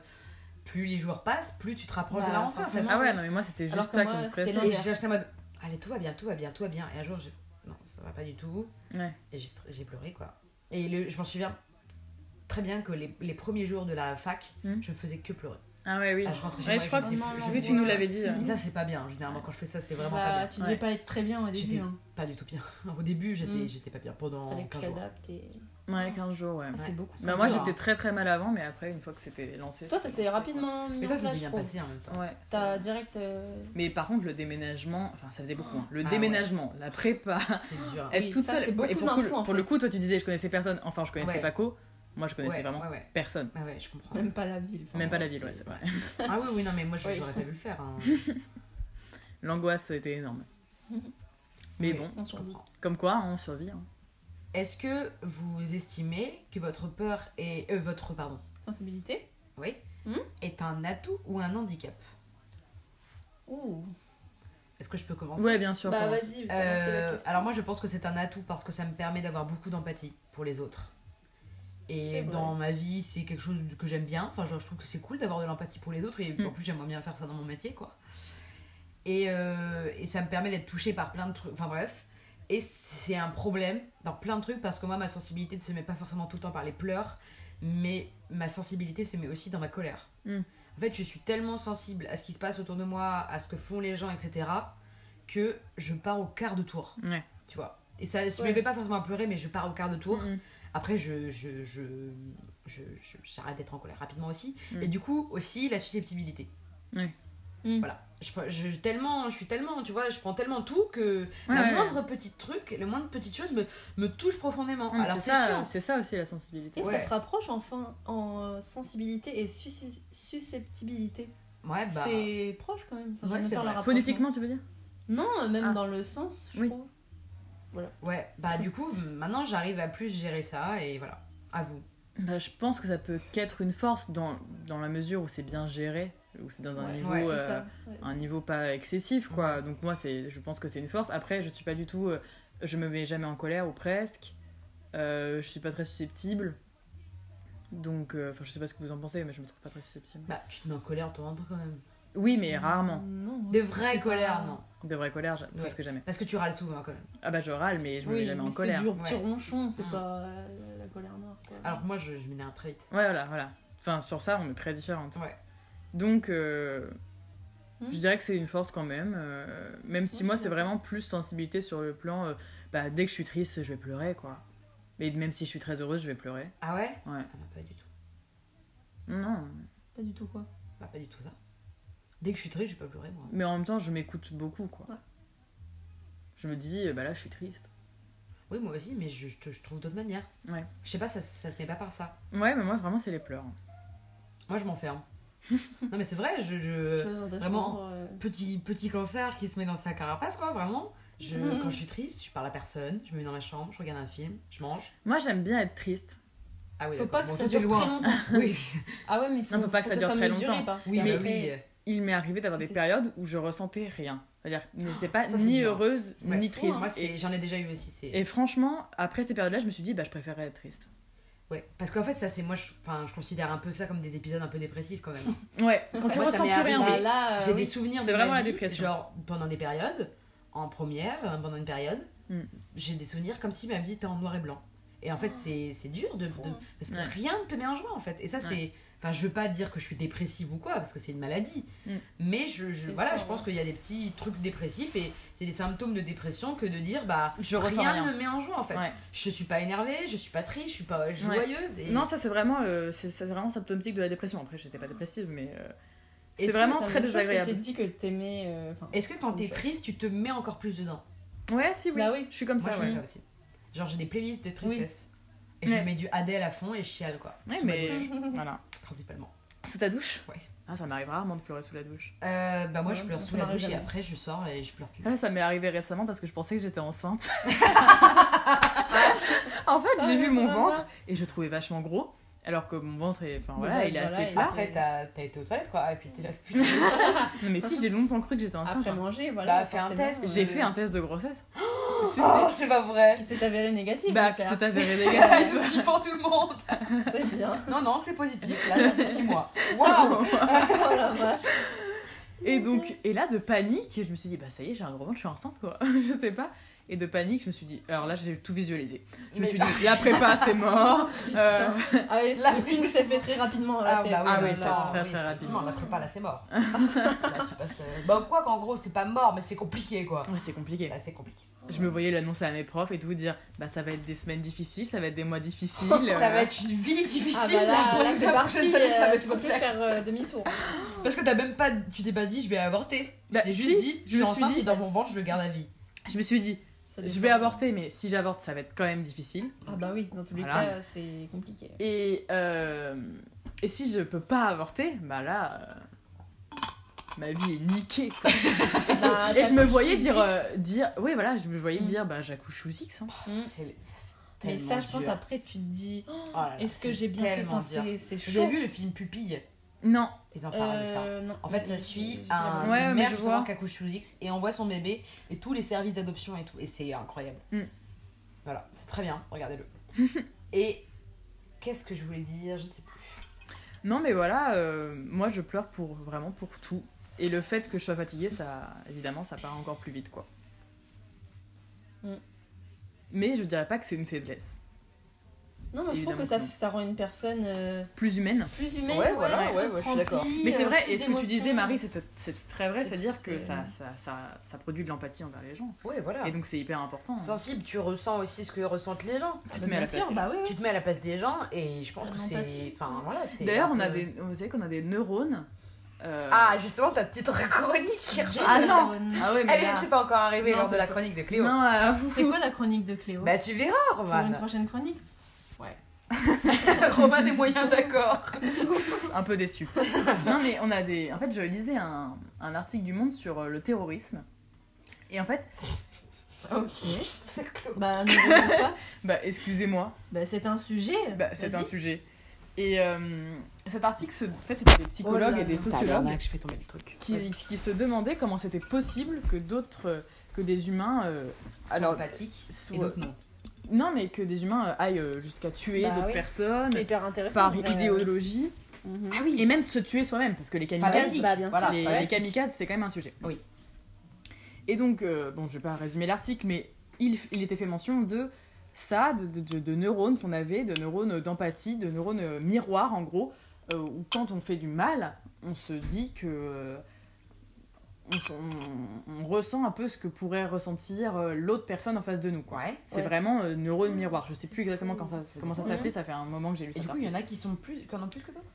Speaker 1: Plus les jours passent, plus tu te rapproches
Speaker 3: Bah,
Speaker 1: de la rentrée. Ça me-
Speaker 3: forcément.
Speaker 2: Ah ouais, non, mais moi c'était juste
Speaker 3: Alors que
Speaker 2: ça
Speaker 3: moi,
Speaker 2: qui me
Speaker 3: c'était
Speaker 2: stressait.
Speaker 1: Et
Speaker 3: l'inverse.
Speaker 1: j'étais en mode. Allez, tout va bien, tout va bien, tout va bien. Et un jour, j'ai. Non, ça va pas du tout.
Speaker 2: Ouais.
Speaker 1: Et j'ai j'ai pleuré, quoi. Et le- je m'en souviens très bien que les, les premiers jours de la fac,
Speaker 3: Hmm.
Speaker 2: Mhm.
Speaker 1: je faisais que pleurer.
Speaker 2: Ah ouais, oui.
Speaker 1: Ah, je rentrais chez
Speaker 2: Ouais,
Speaker 1: moi
Speaker 2: je
Speaker 1: et
Speaker 2: crois
Speaker 1: je
Speaker 2: que
Speaker 1: faisais
Speaker 3: non,
Speaker 1: plus-
Speaker 3: non,
Speaker 1: je
Speaker 2: oui,
Speaker 1: faisais
Speaker 2: tu
Speaker 1: plus.
Speaker 2: nous l'avais dit.
Speaker 3: Ah
Speaker 1: Mais
Speaker 2: euh.
Speaker 1: ça, c'est pas bien. Généralement, quand je fais ça, c'est vraiment
Speaker 3: Bah,
Speaker 1: pas bien.
Speaker 3: Tu devais
Speaker 2: Ouais.
Speaker 3: pas être très bien au
Speaker 1: J'étais-
Speaker 3: début. Hein.
Speaker 1: Pas du tout bien. Au début, j'étais
Speaker 3: Mhm.
Speaker 1: j'étais pas bien. Pendant
Speaker 3: Fallait que
Speaker 1: 15
Speaker 3: tu
Speaker 1: jours.
Speaker 3: t'adaptes et-
Speaker 2: hein. Ouais, 15 jours, ouais.
Speaker 3: Ah, C'est
Speaker 1: Ouais.
Speaker 3: beaucoup.
Speaker 2: Bah,
Speaker 3: c'est
Speaker 2: moi
Speaker 3: dur,
Speaker 2: j'étais
Speaker 3: hein.
Speaker 2: très très mal avant, mais après, une fois que c'était lancé.
Speaker 3: Toi, ça
Speaker 2: c'était
Speaker 3: s'est
Speaker 2: lancé,
Speaker 3: rapidement mis
Speaker 1: Mais
Speaker 3: en
Speaker 1: toi, ça
Speaker 3: place,
Speaker 1: s'est
Speaker 3: je
Speaker 1: bien
Speaker 3: trouve.
Speaker 1: passé en même temps.
Speaker 2: quoi. Ouais.
Speaker 3: T'as direct. euh,
Speaker 2: Mais par contre, le déménagement, enfin ça faisait beaucoup. hein. Le
Speaker 1: Ah,
Speaker 2: déménagement, la prépa,
Speaker 1: C'est dur.
Speaker 2: être
Speaker 3: Ah Oui,
Speaker 2: toute
Speaker 3: ça,
Speaker 2: seule.
Speaker 3: c'est
Speaker 2: Et
Speaker 3: beaucoup
Speaker 2: pour, que-
Speaker 3: d'infos, en
Speaker 2: pour le
Speaker 3: fait.
Speaker 2: coup, toi tu disais je connaissais personne. Enfin, je connaissais
Speaker 1: Ouais.
Speaker 2: Paco. Moi je connaissais
Speaker 1: Ouais,
Speaker 2: vraiment
Speaker 1: ouais, ouais.
Speaker 2: personne.
Speaker 1: Ah ouais, je comprends.
Speaker 3: Même pas la ville. enfin,
Speaker 2: Même pas la
Speaker 3: ouais,
Speaker 2: ville, ouais,
Speaker 3: Oh, c'est-
Speaker 2: c'est vrai.
Speaker 1: Ah oui, oui, non, mais moi, je-
Speaker 3: Ouais.
Speaker 1: j'aurais pas vu le faire. hein.
Speaker 2: L'angoisse était énorme. Mais
Speaker 1: Oui.
Speaker 2: bon,
Speaker 3: On
Speaker 1: Je
Speaker 3: s'en
Speaker 1: comprends.
Speaker 2: comme quoi, on survit. hein.
Speaker 1: Est-ce que vous estimez que votre peur est. euh, votre, pardon,
Speaker 3: Sensibilité.
Speaker 1: oui,
Speaker 3: Hmm
Speaker 1: est un atout ou un handicap
Speaker 3: Ouh.
Speaker 1: Est-ce que je peux commencer
Speaker 2: Ouais, bien sûr.
Speaker 3: Bah
Speaker 2: commence.
Speaker 3: vas-y.
Speaker 1: Euh,
Speaker 3: commencez la question.
Speaker 1: alors moi je pense que c'est un atout parce que ça me permet d'avoir beaucoup d'empathie pour les autres.
Speaker 3: C'est
Speaker 1: Et
Speaker 3: vrai.
Speaker 1: dans ma vie c'est quelque chose que j'aime bien. Enfin genre, je trouve que c'est cool d'avoir de l'empathie pour les autres et
Speaker 2: Mm.
Speaker 1: en plus j'aimerais bien faire ça dans mon métier quoi. Et, euh, et ça me permet d'être touchée par plein de trucs. Enfin bref. Et c'est un problème dans plein de trucs parce que moi ma sensibilité ne se met pas forcément tout le temps par les pleurs mais ma sensibilité se met aussi dans ma colère.
Speaker 2: Mm.
Speaker 1: En fait, je suis tellement sensible à ce qui se passe autour de moi, à ce que font les gens, etc., que je pars au quart de tour.
Speaker 2: Ouais.
Speaker 1: Tu vois Et ça, je
Speaker 3: Ouais.
Speaker 1: ne vais pas forcément à pleurer, mais je pars au quart de tour.
Speaker 2: Mhm.
Speaker 1: Après, je, je, je, je- je- j'arrête d'être en colère rapidement aussi.
Speaker 2: Mm.
Speaker 1: Et du coup, aussi la susceptibilité.
Speaker 3: Mm.
Speaker 1: Voilà. Je, je- tellement, je suis tellement, tu vois, je prends tellement tout que la
Speaker 2: ouais, ouais.
Speaker 1: moindre petite truc, la moindre petite chose me, me touche profondément.
Speaker 2: Non, mais
Speaker 1: Alors,
Speaker 2: c'est
Speaker 1: c'est
Speaker 2: ça,
Speaker 1: sûr.
Speaker 2: c'est ça aussi la sensibilité.
Speaker 3: Et
Speaker 1: Ouais.
Speaker 3: ça se rapproche enfin en euh, sensibilité et susce- susceptibilité.
Speaker 1: Ouais, bah.
Speaker 3: Ah C'est proche quand même. Enfin,
Speaker 1: Ouais,
Speaker 3: j'aime
Speaker 1: c'est
Speaker 3: faire le
Speaker 1: vrai.
Speaker 3: rapprochement.
Speaker 2: Phonétiquement, tu veux dire
Speaker 3: Non, même
Speaker 2: Ah.
Speaker 3: dans le sens, je
Speaker 2: Oui.
Speaker 3: trouve.
Speaker 1: Ouais, bah du coup, maintenant j'arrive à plus gérer ça et voilà, à vous.
Speaker 2: Bah, je pense que ça peut qu'être une force dans, dans la mesure où c'est bien géré, où c'est dans un
Speaker 3: Ouais,
Speaker 2: niveau,
Speaker 1: ouais,
Speaker 3: C'est
Speaker 2: euh,
Speaker 3: ça. ouais.
Speaker 2: un niveau pas excessif, quoi. Donc moi, c'est, je pense que c'est une force. Après, je suis pas du tout, euh, je me mets jamais en colère ou presque. Euh, je suis pas très susceptible. Donc, euh, enfin, je sais pas ce que vous en pensez, mais je me trouve pas très susceptible.
Speaker 1: Bah, tu te mets en colère de temps en temps quand même.
Speaker 2: Oui,
Speaker 3: Mm.
Speaker 2: mais rarement.
Speaker 3: Non,
Speaker 1: Des
Speaker 3: je sais
Speaker 1: vraies
Speaker 3: pas.
Speaker 1: colères, non.
Speaker 2: De vraie colère, j'ai- presque jamais.
Speaker 1: Parce que tu râles souvent quand même.
Speaker 2: Ah bah, je râle, mais je me mets
Speaker 3: Oui,
Speaker 2: jamais
Speaker 3: mais
Speaker 2: en colère.
Speaker 3: C'est du petit
Speaker 1: Ouais.
Speaker 3: ronchon, c'est
Speaker 1: Mm.
Speaker 3: pas euh, la colère noire. Quoi.
Speaker 1: Alors que moi, je, je m'énerve très vite.
Speaker 2: Ouais, voilà, voilà. Enfin, sur ça, on est très différentes.
Speaker 1: Ouais.
Speaker 2: Donc, euh,
Speaker 3: Hmm.
Speaker 2: je dirais que c'est une force quand même. euh, même si
Speaker 3: Ouais,
Speaker 2: moi,
Speaker 3: c'est
Speaker 2: c'est
Speaker 3: vrai.
Speaker 2: vraiment plus sensibilité sur le plan. euh, bah, dès que je suis triste, je vais pleurer, quoi. Mais même si je suis très heureuse, je vais pleurer.
Speaker 1: Ah ouais
Speaker 2: Ouais.
Speaker 1: Ah bah, pas du tout.
Speaker 2: Non.
Speaker 3: pas du tout quoi.
Speaker 1: Bah, pas du tout ça. Dès que je suis triste, je peux pleurer moi.
Speaker 2: Mais en même temps, je m'écoute beaucoup, quoi.
Speaker 3: Ouais.
Speaker 2: Je me dis, euh, bah là, je suis triste.
Speaker 1: Oui, moi aussi, mais je, je te- je trouve d'autres manières.
Speaker 2: Ouais.
Speaker 1: Je sais pas, ça, ça se met pas par ça.
Speaker 2: Ouais, mais moi, vraiment, c'est les pleurs.
Speaker 1: Moi, je m'enferme. non, mais c'est vrai, je. je-
Speaker 3: Tu vois, dans ta
Speaker 1: vraiment.
Speaker 3: chambre, euh,
Speaker 1: Petit, petit cancer qui se met dans sa carapace, quoi, vraiment. Je,
Speaker 3: Mhm.
Speaker 1: Quand je suis triste, je parle à personne, je me mets dans ma chambre, je regarde un film, je mange.
Speaker 2: Moi, j'aime bien être triste.
Speaker 1: Ah oui,
Speaker 3: Faut
Speaker 1: d'accord.
Speaker 3: pas que
Speaker 1: Bon,
Speaker 3: ça
Speaker 1: toi,
Speaker 3: dure
Speaker 1: t'es
Speaker 3: très
Speaker 1: loin.
Speaker 3: longtemps.
Speaker 1: Oui,
Speaker 3: Ah ouais, mais faut,
Speaker 2: Non, faut pas que ça dure
Speaker 3: soit
Speaker 2: très
Speaker 3: mesuré,
Speaker 2: longtemps.
Speaker 3: Parce
Speaker 1: oui,
Speaker 3: qu'après- euh,
Speaker 1: mais oui. euh,
Speaker 2: Il m'est arrivé d'avoir des
Speaker 3: C'est
Speaker 2: périodes où je ressentais rien. C'est-à-dire, je n'étais pas
Speaker 1: ça, c'est
Speaker 2: ni
Speaker 1: dur.
Speaker 2: heureuse,
Speaker 1: Ouais.
Speaker 2: ni triste.
Speaker 1: Moi,
Speaker 2: et,
Speaker 1: c'est- j'en ai déjà eu aussi. c'est-
Speaker 2: et franchement, après ces périodes-là, je me suis dit, bah, je préférais être triste.
Speaker 1: Ouais, parce qu'en fait, ça, c'est moi, je, enfin, je considère un peu ça comme des épisodes un peu dépressifs quand même.
Speaker 2: Ouais, quand tu
Speaker 1: Moi, ça
Speaker 2: ressens
Speaker 1: m'est
Speaker 2: plus rien.
Speaker 1: arrivé.
Speaker 3: Bah
Speaker 2: Ah oui.
Speaker 3: là, euh,
Speaker 1: J'ai
Speaker 3: oui.
Speaker 1: des souvenirs
Speaker 2: C'est
Speaker 1: de ma
Speaker 2: vraiment la
Speaker 1: vie,
Speaker 2: dépression.
Speaker 1: Genre, pendant des périodes, en première, euh, pendant une période,
Speaker 2: Mm.
Speaker 1: j'ai des souvenirs comme si ma vie était en noir et blanc. Et en fait, c'est c'est dur de, de- Parce que
Speaker 2: Ah. Ouais.
Speaker 1: rien ne te met en joie en fait. Et ça, c'est. Enfin, je veux pas dire que je suis dépressive ou quoi, parce que c'est une maladie.
Speaker 2: Mm.
Speaker 1: Mais je, je-
Speaker 3: C'est
Speaker 1: voilà,
Speaker 3: fort,
Speaker 1: je pense
Speaker 3: ouais.
Speaker 1: qu'il y a des petits trucs dépressifs et c'est des symptômes de dépression que de dire, bah.
Speaker 2: Je ressens
Speaker 1: Rien,
Speaker 2: rien.
Speaker 1: ne me met en joie en fait.
Speaker 2: Ouais.
Speaker 1: Je suis pas énervée, je suis pas triste, je suis pas joyeuse. Et...
Speaker 2: Non, ça c'est vraiment, euh, c'est c'est vraiment symptomatique de la dépression. Après, j'étais pas dépressive, mais euh,
Speaker 1: Est-ce
Speaker 2: c'est
Speaker 1: que
Speaker 2: vraiment
Speaker 3: Ça me
Speaker 2: très
Speaker 3: choque que
Speaker 2: désagréable.
Speaker 3: t'aies dit que t'aimais. euh, enfin,
Speaker 1: Est-ce que quand t'es
Speaker 3: Ok.
Speaker 1: triste, tu te mets encore plus dedans
Speaker 2: Ouais, si, oui.
Speaker 3: Bah oui.
Speaker 2: Je suis comme
Speaker 1: Moi,
Speaker 2: ça,
Speaker 1: je fais
Speaker 2: ouais.
Speaker 1: ça aussi. Genre, j'ai des playlists de tristesse. Et
Speaker 2: Ouais.
Speaker 1: je mets du Adele à fond et je chiale, quoi.
Speaker 2: Ouais,
Speaker 1: Sous ma
Speaker 2: mais.
Speaker 1: douche,
Speaker 2: Voilà.
Speaker 1: Principalement.
Speaker 2: Sous ta douche
Speaker 1: Ouais.
Speaker 2: Ah, ça m'arrive rarement de pleurer sous la douche.
Speaker 1: Euh, bah, moi,
Speaker 3: Ouais,
Speaker 1: je pleure
Speaker 3: ça
Speaker 1: sous la
Speaker 3: m'arrive
Speaker 1: douche et
Speaker 3: jamais.
Speaker 1: après, je sors et je pleure plus.
Speaker 2: Ah, ça m'est arrivé récemment parce que je pensais que j'étais enceinte. en fait, j'ai
Speaker 3: Ah,
Speaker 2: vu mon
Speaker 3: vraiment.
Speaker 2: ventre et je le trouvais vachement gros. Alors que mon ventre est. Enfin
Speaker 3: De
Speaker 2: voilà,
Speaker 3: base,
Speaker 2: il est
Speaker 3: bah, voilà,
Speaker 2: assez
Speaker 3: il
Speaker 2: plat.
Speaker 1: Après, t'as t'as été aux toilettes, quoi. Ah, Et puis, t'es là, putain,
Speaker 2: Non, mais si, j'ai longtemps cru que j'étais enceinte.
Speaker 3: Après
Speaker 2: hein.
Speaker 3: manger, voilà.
Speaker 1: Bah, fais un
Speaker 3: forcément,
Speaker 1: test.
Speaker 3: euh,
Speaker 2: J'ai fait un test de grossesse. Si,
Speaker 1: oh, c'est pas vrai.
Speaker 3: Qui s'est avéré négatif.
Speaker 2: si. Bah,
Speaker 3: Oscar.
Speaker 2: c'est avéré
Speaker 1: Ils
Speaker 2: négatif.
Speaker 1: nous kiffons tout le monde.
Speaker 3: c'est bien.
Speaker 1: Non, non, c'est positif. Là, ça fait 6 mois. Waouh
Speaker 3: Oh la vache.
Speaker 2: Et donc, et là, de panique, je me suis dit, bah ça y est, j'ai un gros ventre, je suis enceinte, quoi. je sais pas. Et de panique, je me suis dit, alors là, j'ai tout visualisé. Je me
Speaker 1: Mais-
Speaker 2: suis dit, la prépa, c'est mort. Euh,
Speaker 3: Ah ouais,
Speaker 1: La
Speaker 3: la film s'est fait très rapidement.
Speaker 1: Ah,
Speaker 3: la tête.
Speaker 1: bah oui,
Speaker 2: Ah
Speaker 1: bah,
Speaker 2: oui,
Speaker 1: non,
Speaker 2: ça va très,
Speaker 1: oui,
Speaker 2: très
Speaker 1: c'est-
Speaker 2: rapidement.
Speaker 1: Non, la prépa, là, c'est mort. là, tu passes. euh, Bah, quoi qu'en gros, c'est pas mort, mais c'est compliqué, quoi.
Speaker 2: ouais, c'est compliqué.
Speaker 1: Là, c'est compliqué.
Speaker 2: Je me voyais l'annoncer à mes profs et tout, dire, bah ça va être des semaines difficiles, ça va être des mois difficiles. Euh,
Speaker 1: Ça va être une vie
Speaker 3: Ah
Speaker 1: difficile
Speaker 3: bah
Speaker 1: là,
Speaker 3: là,
Speaker 1: pour
Speaker 3: là,
Speaker 1: les
Speaker 3: c'est parti.
Speaker 1: prochaines années, ça va
Speaker 3: euh,
Speaker 1: être
Speaker 3: Tu peux plus
Speaker 1: complexe.
Speaker 3: faire euh, demi-tour.
Speaker 1: Parce que t'as même pas, tu t'es pas dit je vais avorter.
Speaker 2: Bah,
Speaker 1: t'es juste
Speaker 2: si,
Speaker 1: dit je,
Speaker 2: je me
Speaker 1: suis
Speaker 2: suis
Speaker 1: enceinte
Speaker 2: dit,
Speaker 1: et dans
Speaker 2: bah,
Speaker 1: mon ventre je le garde à vie.
Speaker 2: Je me suis dit,
Speaker 3: Ça
Speaker 2: je
Speaker 3: dépend.
Speaker 2: vais avorter, mais si j'avorte, ça va être quand même difficile.
Speaker 3: Ah bah oui, dans tous les
Speaker 2: Voilà.
Speaker 3: cas, c'est compliqué.
Speaker 2: Et, euh, et si je peux pas avorter, bah là, euh, ma vie est niquée. quoi.
Speaker 3: Bah,
Speaker 2: et je me
Speaker 3: t'accouches
Speaker 2: voyais
Speaker 3: sous
Speaker 2: dire,
Speaker 3: X.
Speaker 2: euh, dire, oui voilà, je me voyais
Speaker 3: Mm.
Speaker 2: dire, bah j'accouche sous X. hein.
Speaker 3: Mm.
Speaker 1: C'est- c'est
Speaker 3: Mais
Speaker 1: tellement
Speaker 3: ça, je pense
Speaker 1: dur.
Speaker 3: après, tu te dis,
Speaker 1: Oh là
Speaker 2: Ah,
Speaker 1: là,
Speaker 3: est-ce
Speaker 1: c'est
Speaker 3: que j'ai bien fait
Speaker 1: tellement
Speaker 3: Enfin,
Speaker 1: dur.
Speaker 3: c'est- C'est chaud.
Speaker 1: J'ai vu le film Pupille
Speaker 2: Non,
Speaker 1: et t'en parles de ça.
Speaker 3: Euh, non.
Speaker 1: En fait, ça
Speaker 3: J'ai-
Speaker 1: suit
Speaker 3: j'ai pas
Speaker 1: un
Speaker 3: vu.
Speaker 2: Ouais, mais
Speaker 1: mère
Speaker 2: je
Speaker 1: justement
Speaker 2: vois.
Speaker 1: qui accouche sous X et on voit son bébé et tous les services d'adoption et tout. Et c'est incroyable.
Speaker 2: Mm.
Speaker 1: Voilà, c'est très bien, regardez-le. et qu'est-ce que je voulais dire Je ne sais plus.
Speaker 2: non, mais voilà, euh, moi je pleure pour vraiment pour tout. Et le fait que je sois fatiguée, ça, évidemment, ça part encore plus vite, quoi.
Speaker 3: Mm.
Speaker 2: Mais je dirais pas que c'est une faiblesse.
Speaker 3: Non, mais je trouve
Speaker 2: Évidemment
Speaker 3: que ça,
Speaker 2: que non.
Speaker 3: ça rend une personne euh,
Speaker 2: Plus humaine.
Speaker 3: plus humaine.
Speaker 1: Ouais, voilà, ouais, ouais,
Speaker 3: se
Speaker 1: je suis
Speaker 3: remplit,
Speaker 1: d'accord.
Speaker 2: Mais c'est vrai,
Speaker 3: euh,
Speaker 2: et ce que tu
Speaker 3: plus
Speaker 2: disais,
Speaker 3: d'émotions.
Speaker 2: Marie, c'est c'est très vrai,
Speaker 3: C'est- euh,
Speaker 2: c'est-à-dire que
Speaker 3: c'est-
Speaker 2: ça, ça, ça, ça produit de l'empathie envers les gens.
Speaker 1: Ouais, voilà.
Speaker 3: Ah.
Speaker 2: Et donc c'est hyper important. hein.
Speaker 1: Sensible, tu ressens aussi ce que ressentent les gens.
Speaker 2: Tu te
Speaker 3: Bah,
Speaker 2: mets à la
Speaker 3: bien sûr,
Speaker 2: place.
Speaker 3: bah oui, oui.
Speaker 1: tu te mets à la place des gens et je pense
Speaker 3: T'as
Speaker 1: que
Speaker 3: l'empathie.
Speaker 1: c'est enfin voilà c'est
Speaker 2: D'ailleurs,
Speaker 1: un
Speaker 2: on euh, a
Speaker 1: peu-
Speaker 2: des, vous savez qu'on a des neurones. euh,
Speaker 1: ah justement ta petite chronique qui revient.
Speaker 2: Ah non
Speaker 3: Euh,
Speaker 2: ah ouais, mais
Speaker 1: elle
Speaker 2: là-
Speaker 1: est- c'est pas encore arrivée
Speaker 2: Non,
Speaker 1: lors de
Speaker 2: c'est
Speaker 1: la
Speaker 2: pas-
Speaker 1: chronique de Cléo
Speaker 2: non, euh, fou,
Speaker 3: C'est
Speaker 2: fou.
Speaker 3: quoi la chronique de Cléo
Speaker 1: bah tu verras
Speaker 3: Pour une
Speaker 1: Roman
Speaker 3: prochaine chronique
Speaker 1: Roman est moyen d'accord
Speaker 2: un peu déçu. non, mais on a des. En fait, je lisais un, un article du Monde sur euh, le terrorisme. Et en fait,
Speaker 3: Ok.
Speaker 1: c'est Cléo
Speaker 3: Bah, ne reviens pas.
Speaker 2: bah excusez-moi,
Speaker 3: Bah, c'est un sujet.
Speaker 2: bah, c'est
Speaker 3: Vas-y.
Speaker 2: un sujet. Et euh, cet article, se- en fait, c'était des psychologues
Speaker 3: Oh là
Speaker 2: et des
Speaker 3: là.
Speaker 2: sociologues
Speaker 1: je fais tomber le truc
Speaker 2: qui, qui se demandaient comment c'était possible que d'autres, que des humains, euh,
Speaker 1: alors
Speaker 2: Alors,
Speaker 1: empathique et
Speaker 2: soient-
Speaker 1: d'autres non
Speaker 2: non mais que des humains euh, aillent euh, jusqu'à tuer
Speaker 3: Bah
Speaker 2: d'autres
Speaker 3: oui. C'est
Speaker 2: personnes
Speaker 3: hyper intéressant. euh,
Speaker 2: par
Speaker 3: en vrai.
Speaker 2: idéologie
Speaker 3: Mhm.
Speaker 1: ah oui
Speaker 2: et même se tuer soi-même parce que les kamikazes,
Speaker 1: fanatique
Speaker 3: bah, bien sûr.
Speaker 1: voilà
Speaker 2: les, les
Speaker 1: fanatique.
Speaker 2: kamikazes, c'est quand même un sujet.
Speaker 1: Oui.
Speaker 2: Et donc euh, bon, je vais pas résumer l'article, mais il, il était fait mention de ça, de, de- de- de neurones qu'on avait, de neurones d'empathie, de neurones euh, miroirs en gros, euh, où quand on fait du mal, on se dit que euh, on, s- on- on ressent un peu ce que pourrait ressentir euh, l'autre personne en face de nous. Quoi.
Speaker 1: ouais
Speaker 2: C'est
Speaker 3: Ouais.
Speaker 2: vraiment euh, neurone miroir. Je sais plus exactement quand ça, comment ça
Speaker 3: Ouais.
Speaker 2: s'appelait, ça fait un moment que j'ai lu
Speaker 1: et
Speaker 2: cet
Speaker 1: du coup il y en
Speaker 2: article.
Speaker 1: a qui sont plus qui en ont plus que d'autres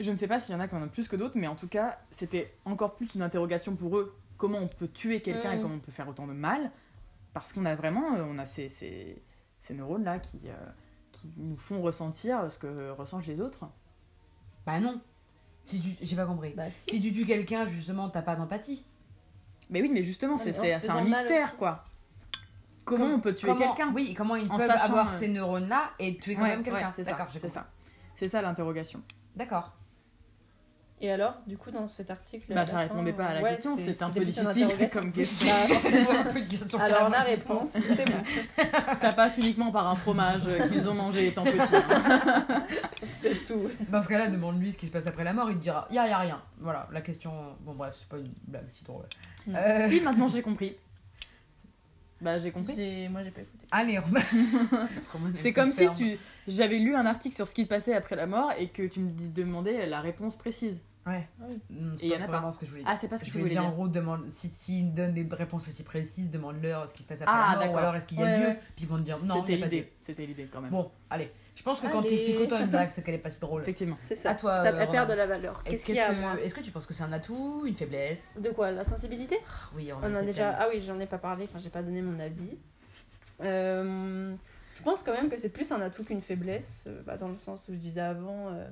Speaker 2: Je ne sais pas s'il y en a qui en ont plus que d'autres, mais en tout cas, c'était encore plus une interrogation pour eux. Comment on peut tuer quelqu'un et
Speaker 3: Mm.
Speaker 2: comment on peut faire autant de mal Parce qu'on a vraiment euh, on a ces, ces, ces neurones-là qui, euh, qui nous font ressentir ce que ressentent les autres.
Speaker 1: bah non Si tu... J'ai pas compris.
Speaker 3: Bah si.
Speaker 1: Si tu tues quelqu'un, justement, t'as pas d'empathie.
Speaker 2: Mais oui, mais justement,
Speaker 3: mais
Speaker 2: c'est
Speaker 3: en
Speaker 2: c'est-
Speaker 3: se
Speaker 2: c'est un
Speaker 3: faisant mal
Speaker 2: mystère,
Speaker 3: aussi.
Speaker 2: quoi. Comment
Speaker 1: Comme-
Speaker 2: on peut tuer
Speaker 1: Comment-
Speaker 2: quelqu'un
Speaker 1: Oui, comment ils
Speaker 2: En
Speaker 1: peuvent
Speaker 2: sachant,
Speaker 1: avoir
Speaker 2: euh,
Speaker 1: ces neurones-là et tuer quand
Speaker 2: Ouais,
Speaker 1: même quelqu'un.
Speaker 2: ouais, c'est ça,
Speaker 1: D'accord, j'ai
Speaker 2: c'est
Speaker 1: compris.
Speaker 2: ça. C'est ça l'interrogation.
Speaker 1: D'accord.
Speaker 3: Et alors, du coup, dans cet article.
Speaker 2: Bah,
Speaker 3: à
Speaker 2: ça
Speaker 3: la
Speaker 2: répondait
Speaker 3: fin,
Speaker 2: pas à la
Speaker 3: ouais,
Speaker 2: question,
Speaker 3: c'est-
Speaker 2: c'est un
Speaker 3: c'était
Speaker 2: peu
Speaker 3: plus
Speaker 2: difficile
Speaker 3: interrogation.
Speaker 2: comme question.
Speaker 1: C'est un peu une question
Speaker 3: Bah, alors,
Speaker 1: carrément
Speaker 3: la
Speaker 1: existante.
Speaker 3: réponse, c'est bon.
Speaker 2: Ça passe uniquement par un fromage euh, qu'ils ont mangé étant petits. hein.
Speaker 3: C'est tout.
Speaker 1: Dans ce cas-là, demande-lui ce qui se passe après la mort, il te dira Y'a y a rien. Voilà, la question. Bon, bref, c'est pas une blague si drôle.
Speaker 3: Mm.
Speaker 1: Euh,
Speaker 2: si, maintenant j'ai compris. Bah, j'ai compris.
Speaker 3: J'ai- Moi, j'ai pas écouté.
Speaker 1: Allez, on va. Comment elle
Speaker 2: C'est
Speaker 1: se
Speaker 2: comme si
Speaker 1: ferme.
Speaker 2: tu j'avais lu un article sur ce qui se passait après la mort et que tu me dis- demandais la réponse précise.
Speaker 1: Ouais. Non,
Speaker 2: Ah Et
Speaker 1: C'est
Speaker 2: y
Speaker 1: pas
Speaker 2: en a pas.
Speaker 1: vraiment ce que je voulais dire.
Speaker 2: Ah, c'est pas ce que
Speaker 1: Je
Speaker 2: tu
Speaker 1: voulais
Speaker 2: voulais
Speaker 1: dire en
Speaker 2: dire.
Speaker 1: gros, demande, si, s'ils donnent des réponses aussi précises, demande-leur ce qui se passe après
Speaker 2: Ah,
Speaker 1: la mort, ou
Speaker 2: d'accord.
Speaker 1: alors est-ce qu'il y a
Speaker 3: Ouais,
Speaker 1: Dieu
Speaker 3: ouais.
Speaker 1: Puis ils vont te dire non, il
Speaker 2: C'était
Speaker 1: n'y a pas Dieu.
Speaker 2: l'idée. C'était l'idée quand même.
Speaker 1: Bon, allez. Je pense que quand
Speaker 3: Allez.
Speaker 1: t'expliques autant une blague, c'est qu'elle est pas si drôle.
Speaker 2: Effectivement.
Speaker 3: C'est
Speaker 1: À toi, euh,
Speaker 3: Ça elle
Speaker 1: Ronan.
Speaker 3: perd de la valeur.
Speaker 1: Et
Speaker 3: Qu'est-ce qu'il y a à
Speaker 1: que-
Speaker 3: moi
Speaker 1: Est-ce que tu penses que c'est un atout, une faiblesse
Speaker 3: De quoi La sensibilité
Speaker 1: Oui, on,
Speaker 2: Oh,
Speaker 3: On
Speaker 1: vient de
Speaker 3: a
Speaker 1: se
Speaker 3: déjà.
Speaker 1: calmer.
Speaker 3: Ah oui, j'en ai pas parlé, enfin, j'ai pas donné mon avis. Euh, je pense quand même que c'est plus un atout qu'une faiblesse, euh, bah, dans le sens où je disais avant, euh,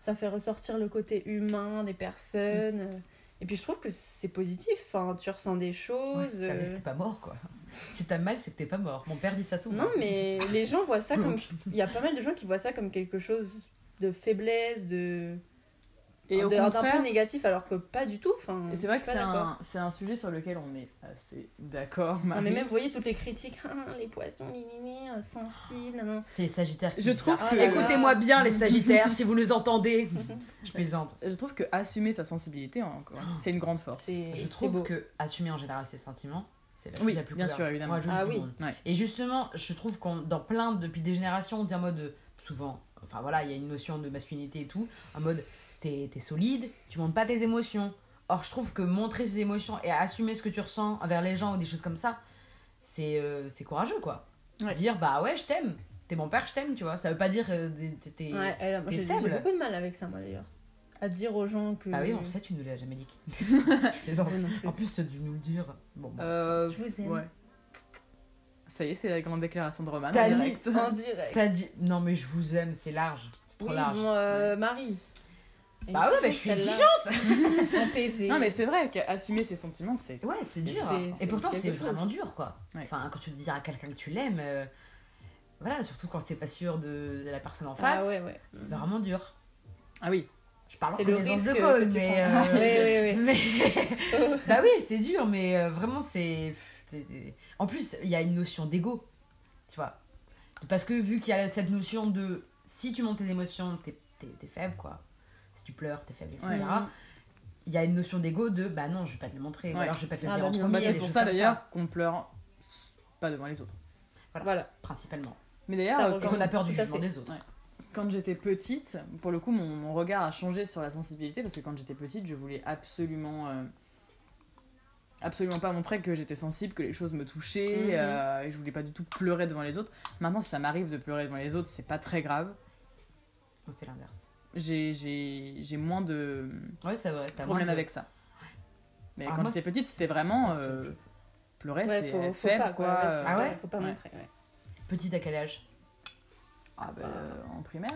Speaker 3: ça fait ressortir le côté humain des personnes.
Speaker 2: Mm.
Speaker 3: euh, et puis je trouve que c'est positif, enfin, tu ressens des
Speaker 1: ah, Ouais,
Speaker 3: choses.
Speaker 1: ça veut dire que
Speaker 3: euh,
Speaker 1: t'es pas mort quoi. Si t'as mal, c'est que t'es pas mort. Mon père dit ça souvent.
Speaker 3: Non, mais les gens voient ça comme.
Speaker 1: Donc.
Speaker 3: Il y a pas mal de gens qui voient ça comme quelque chose de faiblesse, de.
Speaker 2: Et au
Speaker 3: de- d'un peu
Speaker 2: contraire,
Speaker 3: négatif, alors que pas du tout. Enfin,
Speaker 2: et c'est
Speaker 3: je
Speaker 2: vrai
Speaker 3: suis
Speaker 2: que
Speaker 3: pas
Speaker 2: c'est
Speaker 3: d'accord.
Speaker 2: un, c'est un sujet sur lequel on est assez d'accord,
Speaker 3: Non, mais
Speaker 2: Marie.
Speaker 3: même, vous voyez toutes les critiques, Ah, les poissons, mimimi, euh, sensibles, nan, nan.
Speaker 1: C'est les Sagittaires. qui
Speaker 2: Je
Speaker 1: disent
Speaker 2: trouve
Speaker 1: ça.
Speaker 3: Ah
Speaker 2: que-
Speaker 1: Écoutez-moi bien les Sagittaires si vous nous entendez. Je plaisante.
Speaker 2: Je trouve que assumer sa sensibilité, hein, encore, c'est une grande force.
Speaker 3: C'est-
Speaker 1: Je
Speaker 3: c'est
Speaker 1: trouve
Speaker 3: beau.
Speaker 1: que assumer en général ses sentiments, c'est la chose
Speaker 2: Oui,
Speaker 1: la plus
Speaker 2: bien
Speaker 1: couleur.
Speaker 2: sûr, évidemment.
Speaker 1: Moi, je
Speaker 3: Ah
Speaker 1: dis
Speaker 3: oui.
Speaker 1: monde.
Speaker 2: Ouais.
Speaker 1: Et justement, je trouve qu'on dans plein depuis des générations, on dit en mode euh, souvent, enfin voilà, il y a une notion de masculinité et tout, en mode t'es t'es solide, tu montres pas tes émotions. Or, je trouve que montrer ses émotions et assumer ce que tu ressens envers les gens ou des choses comme ça, c'est euh, c'est courageux quoi.
Speaker 2: Ouais.
Speaker 1: Dire bah ouais, je t'aime, t'es mon père, je t'aime, tu vois. Ça veut pas dire euh, t'es- t'es
Speaker 3: Ouais, elle, moi,
Speaker 1: t'es
Speaker 3: j'ai j'ai
Speaker 1: faible.
Speaker 3: beaucoup de mal avec ça, moi d'ailleurs. À dire aux gens que.
Speaker 1: Bah oui, on le sait, tu nous l'as jamais dit. Les enfants.
Speaker 3: Ouais, non plus.
Speaker 1: en plus, tu nous le dire. Bon, bah. bon.
Speaker 2: Euh,
Speaker 3: Je vous aime.
Speaker 2: ouais. Ça y est, c'est la grande déclaration de Roman. en
Speaker 1: T'as mis-
Speaker 2: direct.
Speaker 3: En direct.
Speaker 1: T'as dit non mais je vous aime, c'est large, c'est trop
Speaker 3: Oui,
Speaker 1: large.
Speaker 3: bon, euh, Marie.
Speaker 1: Bah ouais, bah, je suis exigeante.
Speaker 3: En PV.
Speaker 2: Non, mais c'est vrai qu'assumer ses sentiments, c'est.
Speaker 1: Ouais, c'est dur.
Speaker 3: C'est- c'est
Speaker 1: Et pourtant
Speaker 3: quelque
Speaker 1: c'est
Speaker 3: chose.
Speaker 1: vraiment dur quoi.
Speaker 2: Ouais.
Speaker 1: Enfin quand tu dis à quelqu'un que tu l'aimes, euh, voilà surtout quand t'es pas sûr de, de la personne en face,
Speaker 3: Ah ouais, ouais.
Speaker 1: c'est vraiment dur.
Speaker 2: Ah oui,
Speaker 1: Je parle en
Speaker 3: C'est le
Speaker 1: connaissance de
Speaker 3: risque
Speaker 1: cause,
Speaker 3: que tu
Speaker 1: mais,
Speaker 3: prends.
Speaker 1: euh,
Speaker 3: Ouais, ouais, ouais.
Speaker 1: mais- bah oui c'est dur, mais euh, vraiment c'est, c'est- c'est- en plus il y a une notion d'ego, tu vois, parce que vu qu'il y a cette notion de si tu montes tes émotions t'es t'es- t'es faible quoi, si tu pleures t'es faible etc.
Speaker 2: Ouais.
Speaker 1: il y a une notion d'ego de bah non, je vais pas te le montrer, ou
Speaker 2: Ouais.
Speaker 1: alors je vais pas te le
Speaker 3: Ah,
Speaker 1: dire
Speaker 3: bah,
Speaker 1: en
Speaker 3: bien
Speaker 1: premier.
Speaker 2: Bah,
Speaker 3: Oui,
Speaker 2: c'est
Speaker 1: des
Speaker 2: pour
Speaker 1: choses
Speaker 2: ça
Speaker 1: comme
Speaker 2: d'ailleurs qu'on pleure pas devant les autres.
Speaker 3: Voilà.
Speaker 1: Principalement.
Speaker 2: Mais
Speaker 3: Ça
Speaker 2: d'ailleurs,
Speaker 3: rejoint.
Speaker 1: Et
Speaker 2: quand,
Speaker 1: qu'on a peur du
Speaker 3: Tout à
Speaker 1: jugement
Speaker 3: fait.
Speaker 1: des autres.
Speaker 2: Ouais. quand j'étais petite, pour le coup, mon, mon regard a changé sur la sensibilité parce que quand j'étais petite, je voulais absolument. euh, absolument pas montrer que j'étais sensible, que les choses me touchaient,
Speaker 3: Mhm.
Speaker 2: euh, et je voulais pas du tout pleurer devant les autres. Maintenant, si ça m'arrive de pleurer devant les autres, c'est pas très grave.
Speaker 1: Moi, c'est l'inverse.
Speaker 2: J'ai- J'ai j'ai moins de
Speaker 1: Ouais, c'est vrai. T'as
Speaker 2: problèmes
Speaker 1: moins de-
Speaker 2: avec ça. Mais
Speaker 1: Ah,
Speaker 2: quand
Speaker 1: moi,
Speaker 2: j'étais
Speaker 1: c'est-
Speaker 2: petite, c'était
Speaker 1: c'est
Speaker 2: vraiment
Speaker 1: pas quelque
Speaker 2: euh,
Speaker 1: chose.
Speaker 2: pleurer,
Speaker 3: Ouais,
Speaker 2: c'est
Speaker 3: faut-
Speaker 2: être
Speaker 3: faut
Speaker 2: faible,
Speaker 3: pas,
Speaker 2: quoi.
Speaker 3: ouais,
Speaker 2: euh,
Speaker 3: c'est
Speaker 1: Ah
Speaker 3: ça,
Speaker 1: ouais
Speaker 3: Faut pas
Speaker 2: Ouais.
Speaker 3: montrer, ouais.
Speaker 1: Petit à quel âge
Speaker 2: ah bah, en primaire.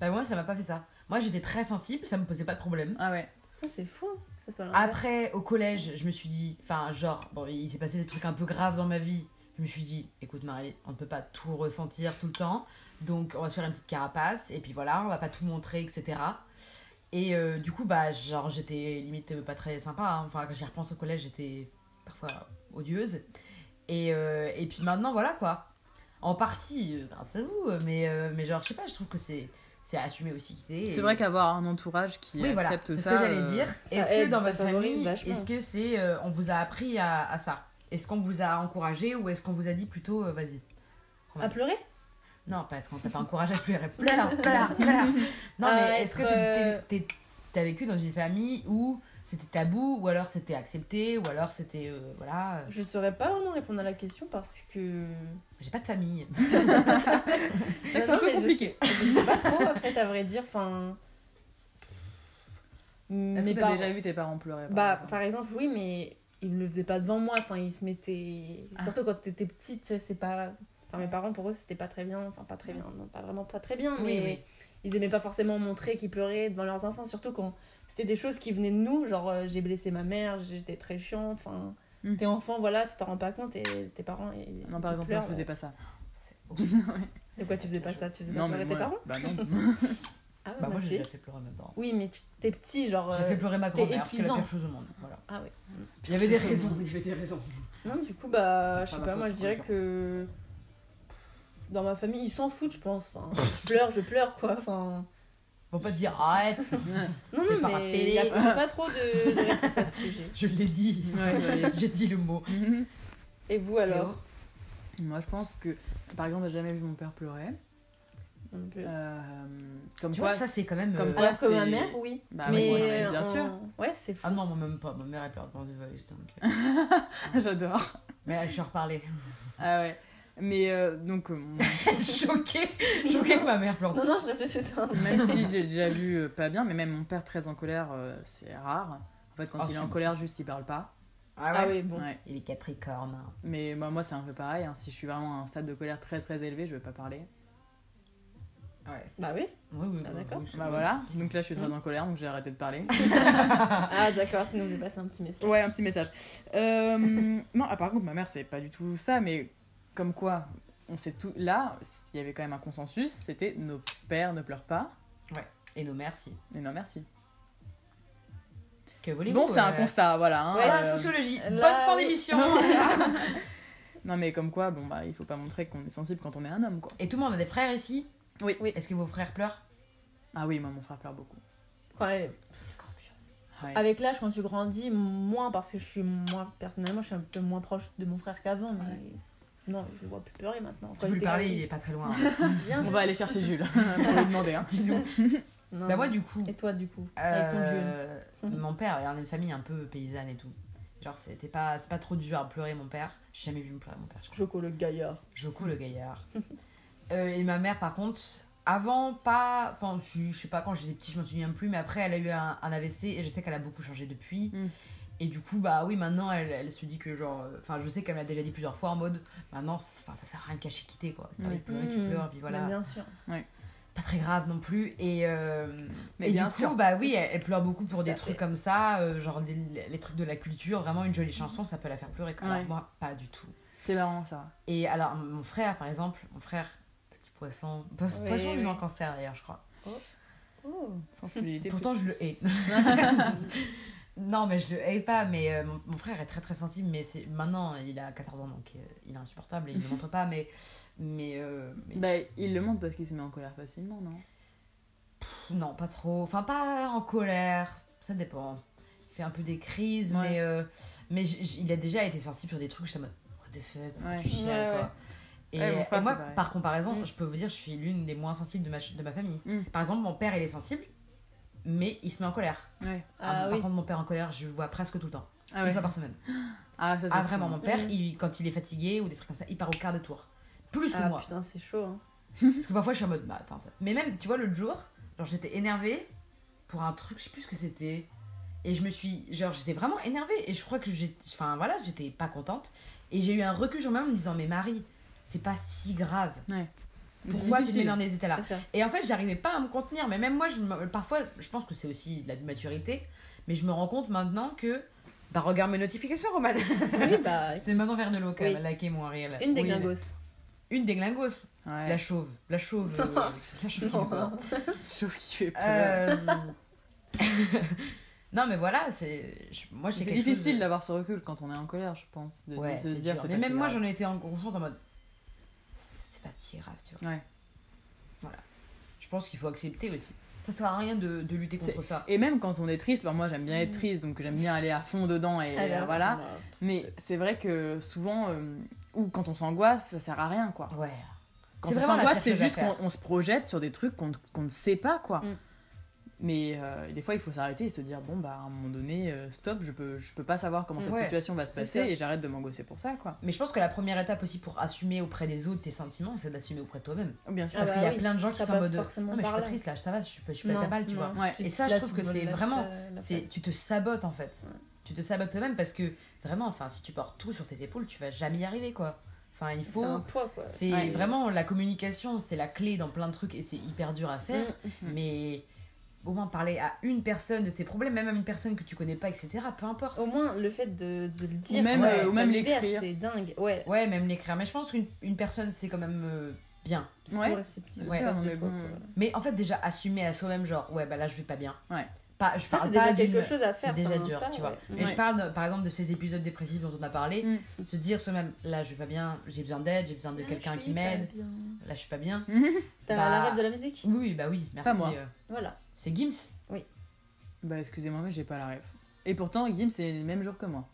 Speaker 1: Bah, moi, ça m'a pas fait ça. Moi, j'étais très sensible, ça me posait pas de problème.
Speaker 2: Ah ouais.
Speaker 3: Ah, C'est fou hein, que ça soit l'inverse.
Speaker 1: Après, au collège, je me suis dit, enfin, genre, bon, il s'est passé des trucs un peu graves dans ma vie. Je me suis dit, écoute, Marie, on ne peut pas tout ressentir tout le temps. Donc, on va se faire une petite carapace. Et puis voilà, on va pas tout montrer, etc. Et euh, du coup, bah, genre, j'étais limite pas très sympa. hein. Enfin, quand j'y repense au collège, j'étais parfois odieuse. Et, euh, et puis maintenant, voilà quoi. En partie, euh, grâce à vous. Mais, euh, mais genre, je sais pas, je trouve que c'est c'est assumer aussi qui t'es.
Speaker 2: C'est
Speaker 1: Et-
Speaker 2: vrai qu'avoir un entourage qui
Speaker 1: oui, voilà.
Speaker 2: accepte
Speaker 1: C'est ce
Speaker 2: ça.
Speaker 1: que j'allais
Speaker 2: euh,
Speaker 1: dire.
Speaker 3: ça
Speaker 1: Est-ce que
Speaker 3: aide,
Speaker 1: dans
Speaker 3: ça
Speaker 1: votre
Speaker 3: favorise
Speaker 1: famille,
Speaker 3: vachement.
Speaker 1: est-ce que c'est, euh, on vous a appris à, à ça Est-ce qu'on vous a encouragé ou est-ce qu'on vous a dit plutôt, euh, vas-y
Speaker 3: À pleurer
Speaker 1: Non, parce qu'on t'a pas encouragé à pleurer. Pleure, pleure, pleure. Non,
Speaker 3: À
Speaker 1: mais est-ce que
Speaker 3: être,
Speaker 1: t'es- t'es- t'as vécu dans une famille où c'était tabou, ou alors c'était accepté, ou alors c'était, euh, voilà, euh,
Speaker 3: Je saurais pas vraiment répondre à la question parce que.
Speaker 1: j'ai pas de famille.
Speaker 2: C'est
Speaker 3: Non,
Speaker 2: un
Speaker 3: mais
Speaker 2: peu
Speaker 3: je
Speaker 2: compliqué.
Speaker 3: Je sais pas trop, en fait, à vrai dire. Enfin.
Speaker 2: Est-ce
Speaker 3: Mes
Speaker 2: que t'as
Speaker 3: parents-
Speaker 2: déjà vu tes parents pleurer par
Speaker 3: Bah,
Speaker 2: exemple
Speaker 3: par exemple, oui, mais ils le faisaient pas devant moi. Enfin, ils se mettaient.
Speaker 2: Ah.
Speaker 3: Surtout quand t'étais petite, tu sais, c'est pas. Enfin, mes parents, pour eux, c'était pas très bien. Enfin, pas très bien. Non, pas vraiment pas très bien,
Speaker 1: Oui,
Speaker 3: mais
Speaker 1: oui.
Speaker 3: ils aimaient pas forcément montrer qu'ils pleuraient devant leurs enfants, surtout quand c'était des choses qui venaient de nous, genre euh, j'ai blessé ma mère, j'étais très chiante, enfin,
Speaker 2: Mm.
Speaker 3: t'es enfant, voilà, tu t'en rends pas compte et tes parents. Ils,
Speaker 2: Non,
Speaker 3: ils
Speaker 2: par exemple, moi,
Speaker 3: pleurent.
Speaker 2: je faisais pas ça.
Speaker 1: Ça, c'est horrible.
Speaker 3: De quoi tu faisais pas ça Tu faisais
Speaker 2: Non,
Speaker 3: pas
Speaker 2: mais
Speaker 3: pleurer
Speaker 2: moi,
Speaker 3: tes parents
Speaker 2: Bah non.
Speaker 3: Ah, bah,
Speaker 1: Bah, moi,
Speaker 3: si.
Speaker 1: j'ai déjà fait pleurer mes parents.
Speaker 3: Oui, mais tu- t'es petit, genre.
Speaker 1: J'ai
Speaker 3: euh,
Speaker 1: fait pleurer ma grand-mère, c'est la
Speaker 3: épuisant.
Speaker 1: pire chose au monde. Voilà.
Speaker 3: Ah oui.
Speaker 1: Il y avait des
Speaker 4: C'est
Speaker 1: raisons.
Speaker 4: bon, Il y avait des raisons.
Speaker 3: Non, du coup, bah, je
Speaker 4: Pas
Speaker 3: sais
Speaker 4: ma
Speaker 3: pas,
Speaker 4: faute,
Speaker 3: moi je
Speaker 4: en
Speaker 3: dirais que. Dans ma famille, ils s'en foutent, je pense. Enfin, je pleure, je pleure, quoi. Enfin.
Speaker 1: Faut pas te dire arrête,
Speaker 3: Non,
Speaker 1: T'es
Speaker 3: non,
Speaker 1: pas
Speaker 3: mais
Speaker 1: rappelé.
Speaker 3: il y a il y a pas trop de, de réponses à ce sujet.
Speaker 1: je l'ai dit.
Speaker 2: Ouais, ouais.
Speaker 1: J'ai dit le mot.
Speaker 2: Mhm.
Speaker 3: Et vous alors
Speaker 2: Moi, je pense que, par exemple, j'ai jamais vu mon père pleurer.
Speaker 3: Non plus.
Speaker 2: Euh, comme
Speaker 1: Tu
Speaker 2: quoi,
Speaker 1: vois, ça euh, c'est quand même.
Speaker 2: Comme
Speaker 1: euh,
Speaker 2: quoi-
Speaker 3: Alors que
Speaker 2: c'est-
Speaker 3: ma mère, oui.
Speaker 2: Bah,
Speaker 3: mais
Speaker 2: moi aussi, bien
Speaker 3: en-
Speaker 2: sûr.
Speaker 3: Ouais, c'est fou.
Speaker 1: Ah non, moi même pas. Ma mère elle pleure devant The Voice donc. euh.
Speaker 2: j'adore.
Speaker 1: Mais je suis reparlée.
Speaker 2: Ah ouais. Mais euh, donc, euh, mon-
Speaker 1: choquée, choquée que ma mère pleure.
Speaker 3: Non, non, je réfléchissais à un
Speaker 2: même si j'ai déjà vu euh, pas bien, mais même mon père très en colère, euh, c'est rare. En fait, quand
Speaker 1: Ah,
Speaker 2: il est
Speaker 1: si.
Speaker 2: en colère, juste il parle pas.
Speaker 3: Ah oui, bon.
Speaker 2: Ouais.
Speaker 1: Il est capricorne. hein.
Speaker 2: Mais bah, moi, c'est un peu pareil. hein. Si je suis vraiment à un stade de colère très très élevé, je vais pas parler.
Speaker 1: Ouais. c'est-
Speaker 3: Bah oui.
Speaker 1: Oui, oui,
Speaker 3: Ah,
Speaker 1: oui,
Speaker 3: d'accord.
Speaker 1: oui, c'est
Speaker 2: Bah
Speaker 1: bon.
Speaker 2: voilà. Donc là, je suis
Speaker 3: Mmh.
Speaker 2: très en colère, donc j'ai arrêté de parler.
Speaker 3: Ah d'accord, tu nous as passé un petit message.
Speaker 2: Ouais, un petit message. Euh, non, ah, par contre, ma mère, c'est pas du tout ça, mais comme quoi, on sait tout. Là, il y avait quand même un consensus, c'était nos pères ne pleurent pas.
Speaker 1: Et nos mères, si.
Speaker 2: Mais non, merci.
Speaker 1: Que voulez-vous
Speaker 2: Bon, c'est un
Speaker 1: euh,
Speaker 2: constat, voilà. hein,
Speaker 1: Voilà,
Speaker 2: euh,
Speaker 1: sociologie.
Speaker 3: Là,
Speaker 1: Bonne fin
Speaker 3: oui.
Speaker 1: d'émission.
Speaker 2: Non, mais comme quoi, bon, bah, il faut pas montrer qu'on est sensible quand on est un homme, quoi.
Speaker 1: Et tout le monde a des frères ici
Speaker 2: Oui.
Speaker 3: Oui.
Speaker 1: Est-ce que vos frères pleurent
Speaker 2: Ah oui, moi, mon frère pleure beaucoup.
Speaker 3: Quand elle-
Speaker 2: Ouais.
Speaker 1: Ah,
Speaker 3: Avec l'âge, quand tu grandis, moins parce que je suis moins. Personnellement, je suis un peu moins proche de mon frère qu'avant, mais. Non, je le vois plus pleurer maintenant.
Speaker 1: Tu peux lui parler, il est pas très loin. hein.
Speaker 3: bien.
Speaker 2: On va aller chercher Jules pour lui demander. Hein.
Speaker 1: Dis-nous.
Speaker 3: Non.
Speaker 1: Bah moi du coup,
Speaker 3: Et toi, du coup Avec ton Mmh. Jules
Speaker 1: euh, mon père il y en a une famille un peu paysanne et tout. Genre c'était pas c'est pas trop dur à pleurer mon père. J'ai jamais vu me pleurer mon père. Je crois.
Speaker 3: Choco le gaillard.
Speaker 1: Joko le gaillard. Euh, et ma mère par contre, avant pas enfin si, je sais pas quand j'étais petite, je m'en souviens plus mais après elle a eu un, un AVC et je sais qu'elle a beaucoup changé depuis.
Speaker 3: Mmh.
Speaker 2: Mm.
Speaker 1: Et du coup, bah oui, maintenant elle, elle se dit que genre. euh, Enfin, je sais qu'elle me l'a déjà dit plusieurs fois en mode. Maintenant, c'est- enfin, ça sert à rien de cacher quitter quoi. Si t'as envie de pleurer, tu
Speaker 3: Mm.
Speaker 1: pleures, et puis voilà.
Speaker 3: Bah, bien sûr.
Speaker 1: pas très grave non plus et, euh,
Speaker 2: Mais
Speaker 1: et
Speaker 2: bien
Speaker 1: du
Speaker 2: sûr.
Speaker 1: coup bah oui elle, elle pleure beaucoup pour
Speaker 3: Ça
Speaker 1: des
Speaker 3: fait-
Speaker 1: trucs comme ça euh, genre des- les trucs de la culture vraiment une jolie chanson ça peut la faire pleurer quand
Speaker 2: Ouais.
Speaker 1: même moi pas du tout
Speaker 2: C'est marrant, ça.
Speaker 1: et alors mon frère par exemple mon frère petit poisson po-
Speaker 3: Oui,
Speaker 1: poisson lui
Speaker 3: oui.
Speaker 1: en cancer d'ailleurs je crois
Speaker 3: Oh.
Speaker 2: Sensibilité.
Speaker 1: pourtant
Speaker 2: plus-
Speaker 1: je le hais non mais je le hais pas mais euh, mon, mon frère est très très sensible mais c'est maintenant il a 14 ans donc euh, il est insupportable et il ne montre pas mais mais, euh, mais
Speaker 2: Bah, il le montre parce qu'il se met en colère facilement, non
Speaker 1: Non, pas trop. Enfin, pas en colère. Ça dépend. Il fait un peu des crises,
Speaker 2: Ouais.
Speaker 1: mais, euh, mais j- j- il a déjà été sensible sur des trucs. J'étais en mode, what the fuck, pourquoi
Speaker 2: Ouais.
Speaker 1: tu chiales,
Speaker 3: Ouais,
Speaker 1: quoi.
Speaker 3: ouais.
Speaker 1: Et,
Speaker 2: Ouais, mon frère,
Speaker 1: et moi,
Speaker 2: c'est pareil.
Speaker 1: par comparaison,
Speaker 2: Mm.
Speaker 1: je peux vous dire, je suis l'une des moins sensibles de ma, ch- de ma famille.
Speaker 2: Mm.
Speaker 1: Par exemple, mon père, il est sensible, mais il se met en colère.
Speaker 2: Ouais.
Speaker 3: Ah,
Speaker 1: par
Speaker 3: oui.
Speaker 1: contre, mon père en colère, je le vois presque tout le temps.
Speaker 2: Ah
Speaker 1: Une
Speaker 2: ouais.
Speaker 1: fois par semaine.
Speaker 2: Ah, ça, c'est
Speaker 1: Ah,
Speaker 2: fou,
Speaker 1: vraiment,
Speaker 2: hein.
Speaker 1: mon père,
Speaker 3: Mm.
Speaker 1: il, quand il est fatigué ou des trucs comme ça, il part au quart de tour. Plus que
Speaker 3: Ah
Speaker 1: moi.
Speaker 3: putain, c'est chaud. Hein.
Speaker 1: Parce que parfois je suis en mode, bah attends, ça. Mais même, tu vois, l'autre jour, genre j'étais énervée pour un truc, je sais plus ce que c'était. Et je me suis, genre j'étais vraiment énervée et je crois que j'ai, enfin voilà, j'étais pas contente. Et j'ai eu un recul sur moi-même en me disant, mais Marie, c'est pas si grave.
Speaker 2: Mais c'est
Speaker 1: Pourquoi tu te mets
Speaker 2: difficile.
Speaker 1: dans des états-là
Speaker 3: C'est ça.
Speaker 1: Et en fait, j'arrivais pas à me contenir. Mais même moi, je, me- parfois, je pense que c'est aussi de la maturité. Mais je me rends compte maintenant que, bah regarde mes notifications, Roman.
Speaker 3: oui, bah.
Speaker 1: c'est maintenant vers de l'eau quand
Speaker 3: Oui.
Speaker 1: même, liker mon réel.
Speaker 3: Une des
Speaker 1: Oui.
Speaker 3: glingos.
Speaker 1: Une des glingos.
Speaker 2: Ouais.
Speaker 1: La chauve. La chauve. euh, la chauve qui fait peur.
Speaker 2: Sauf qu'il fait peur.
Speaker 1: Euh, non, mais voilà, c'est. je- Moi, j'ai
Speaker 2: c'est
Speaker 1: quelque chose
Speaker 2: difficile
Speaker 1: de-
Speaker 2: d'avoir ce recul quand on est en colère, je pense. De, de
Speaker 1: Ouais,
Speaker 2: se
Speaker 1: c'est
Speaker 2: dire,
Speaker 1: dur.
Speaker 2: c'est
Speaker 1: Mais
Speaker 2: pas
Speaker 1: même
Speaker 2: si
Speaker 1: moi,
Speaker 2: grave.
Speaker 1: j'en ai été en conscience en mode. C'est pas si grave, tu vois.
Speaker 2: Ouais.
Speaker 1: Voilà. Je pense qu'il faut accepter aussi. Ça sert à rien de, de lutter contre ça.
Speaker 2: Et même quand on est triste, bah, moi j'aime bien
Speaker 1: Mm.
Speaker 2: être triste, donc j'aime bien aller à fond dedans et euh, voilà. Mais c'est vrai que souvent, euh, ou quand on s'angoisse, ça sert à rien quoi.
Speaker 1: Ouais.
Speaker 2: Quand
Speaker 1: C'est
Speaker 2: on
Speaker 1: vraiment la
Speaker 2: s'angoisse,
Speaker 1: pire
Speaker 2: c'est
Speaker 1: chose à
Speaker 2: juste qu'on
Speaker 1: faire.
Speaker 2: on se projette sur des trucs qu'on qu'on ne sait pas quoi.
Speaker 3: Mm.
Speaker 2: Mais euh, des fois, il faut s'arrêter et se dire bon bah à un moment donné, euh, stop, je peux je peux pas savoir comment cette
Speaker 1: Ouais,
Speaker 2: situation va se
Speaker 3: c'est
Speaker 2: passer
Speaker 3: ça.
Speaker 2: et j'arrête de m'angoisser pour ça quoi.
Speaker 1: Mais je pense que la première étape aussi pour assumer auprès des autres tes sentiments, c'est d'assumer auprès de toi-même.
Speaker 2: Bien sûr.
Speaker 3: Ah
Speaker 1: Parce
Speaker 3: bah
Speaker 1: qu'il y a
Speaker 3: oui,
Speaker 1: plein de gens qui
Speaker 3: ça
Speaker 1: sont en
Speaker 3: passe
Speaker 1: mode.
Speaker 3: forcément
Speaker 1: Non, mais je suis
Speaker 3: par
Speaker 1: pas
Speaker 3: là.
Speaker 1: triste là, je t'avais, je suis pas, je suis pas mal, tu vois.
Speaker 2: Ouais.
Speaker 1: Et ça, je trouve que c'est vraiment- C'est-
Speaker 3: C'est
Speaker 1: tu te sabotes en fait.
Speaker 3: Ouais.
Speaker 1: Tu te sabotes toi-même parce que vraiment, enfin, si tu portes tout sur tes épaules, tu vas jamais y arriver quoi. Enfin, il
Speaker 3: C'est un
Speaker 1: faut.
Speaker 3: poids, quoi.
Speaker 1: C'est
Speaker 2: Ouais.
Speaker 1: vraiment la communication, c'est la clé dans plein de trucs et c'est hyper dur à faire.
Speaker 3: Mm.
Speaker 1: Mais au moins parler à une personne de ses problèmes, même à une personne que tu connais pas, etc. Peu importe.
Speaker 3: Au moins, le fait de, de le dire,
Speaker 2: même,
Speaker 3: ça-
Speaker 1: euh, ou
Speaker 3: ça
Speaker 2: même
Speaker 3: libère,
Speaker 2: l'écrire.
Speaker 3: c'est dingue. Ouais,
Speaker 1: Ouais, même l'écrire. Mais je pense qu'une une personne, c'est quand même euh, bien.
Speaker 3: c'est
Speaker 2: Ouais.
Speaker 3: pour réceptif.
Speaker 1: Ouais,
Speaker 2: non,
Speaker 3: de
Speaker 2: mais
Speaker 3: toi,
Speaker 2: bon.
Speaker 3: quoi.
Speaker 1: Mais en fait, déjà, assumer à soi-même, genre, ouais, bah là, je vais pas bien.
Speaker 2: Ouais.
Speaker 1: Pas, je
Speaker 3: Ça,
Speaker 1: parle
Speaker 3: c'est déjà
Speaker 1: pas d'une-
Speaker 3: quelque chose à
Speaker 1: C'est
Speaker 3: faire.
Speaker 1: déjà
Speaker 3: ça,
Speaker 1: dur,
Speaker 3: pas,
Speaker 1: tu vois.
Speaker 3: ouais.
Speaker 1: Mais
Speaker 2: Ouais.
Speaker 1: je parle, de- par exemple, de ces épisodes dépressifs dont on a parlé.
Speaker 2: Mm.
Speaker 1: Se dire soi-même, là, je vais pas bien, j'ai besoin d'aide, j'ai besoin de
Speaker 3: Ah,
Speaker 1: quelqu'un
Speaker 3: je
Speaker 1: qui
Speaker 3: suis pas
Speaker 1: m'aide,
Speaker 3: bien.
Speaker 1: là, je suis pas bien.
Speaker 3: T'as
Speaker 1: Bah.
Speaker 3: la rêve de la musique
Speaker 1: Oui, bah oui, merci.
Speaker 2: Pas moi.
Speaker 1: euh,
Speaker 3: Voilà.
Speaker 1: c'est Gims.
Speaker 2: Bah excusez-moi mais j'ai pas la ref. Et pourtant Guillaume c'est le même jour que moi.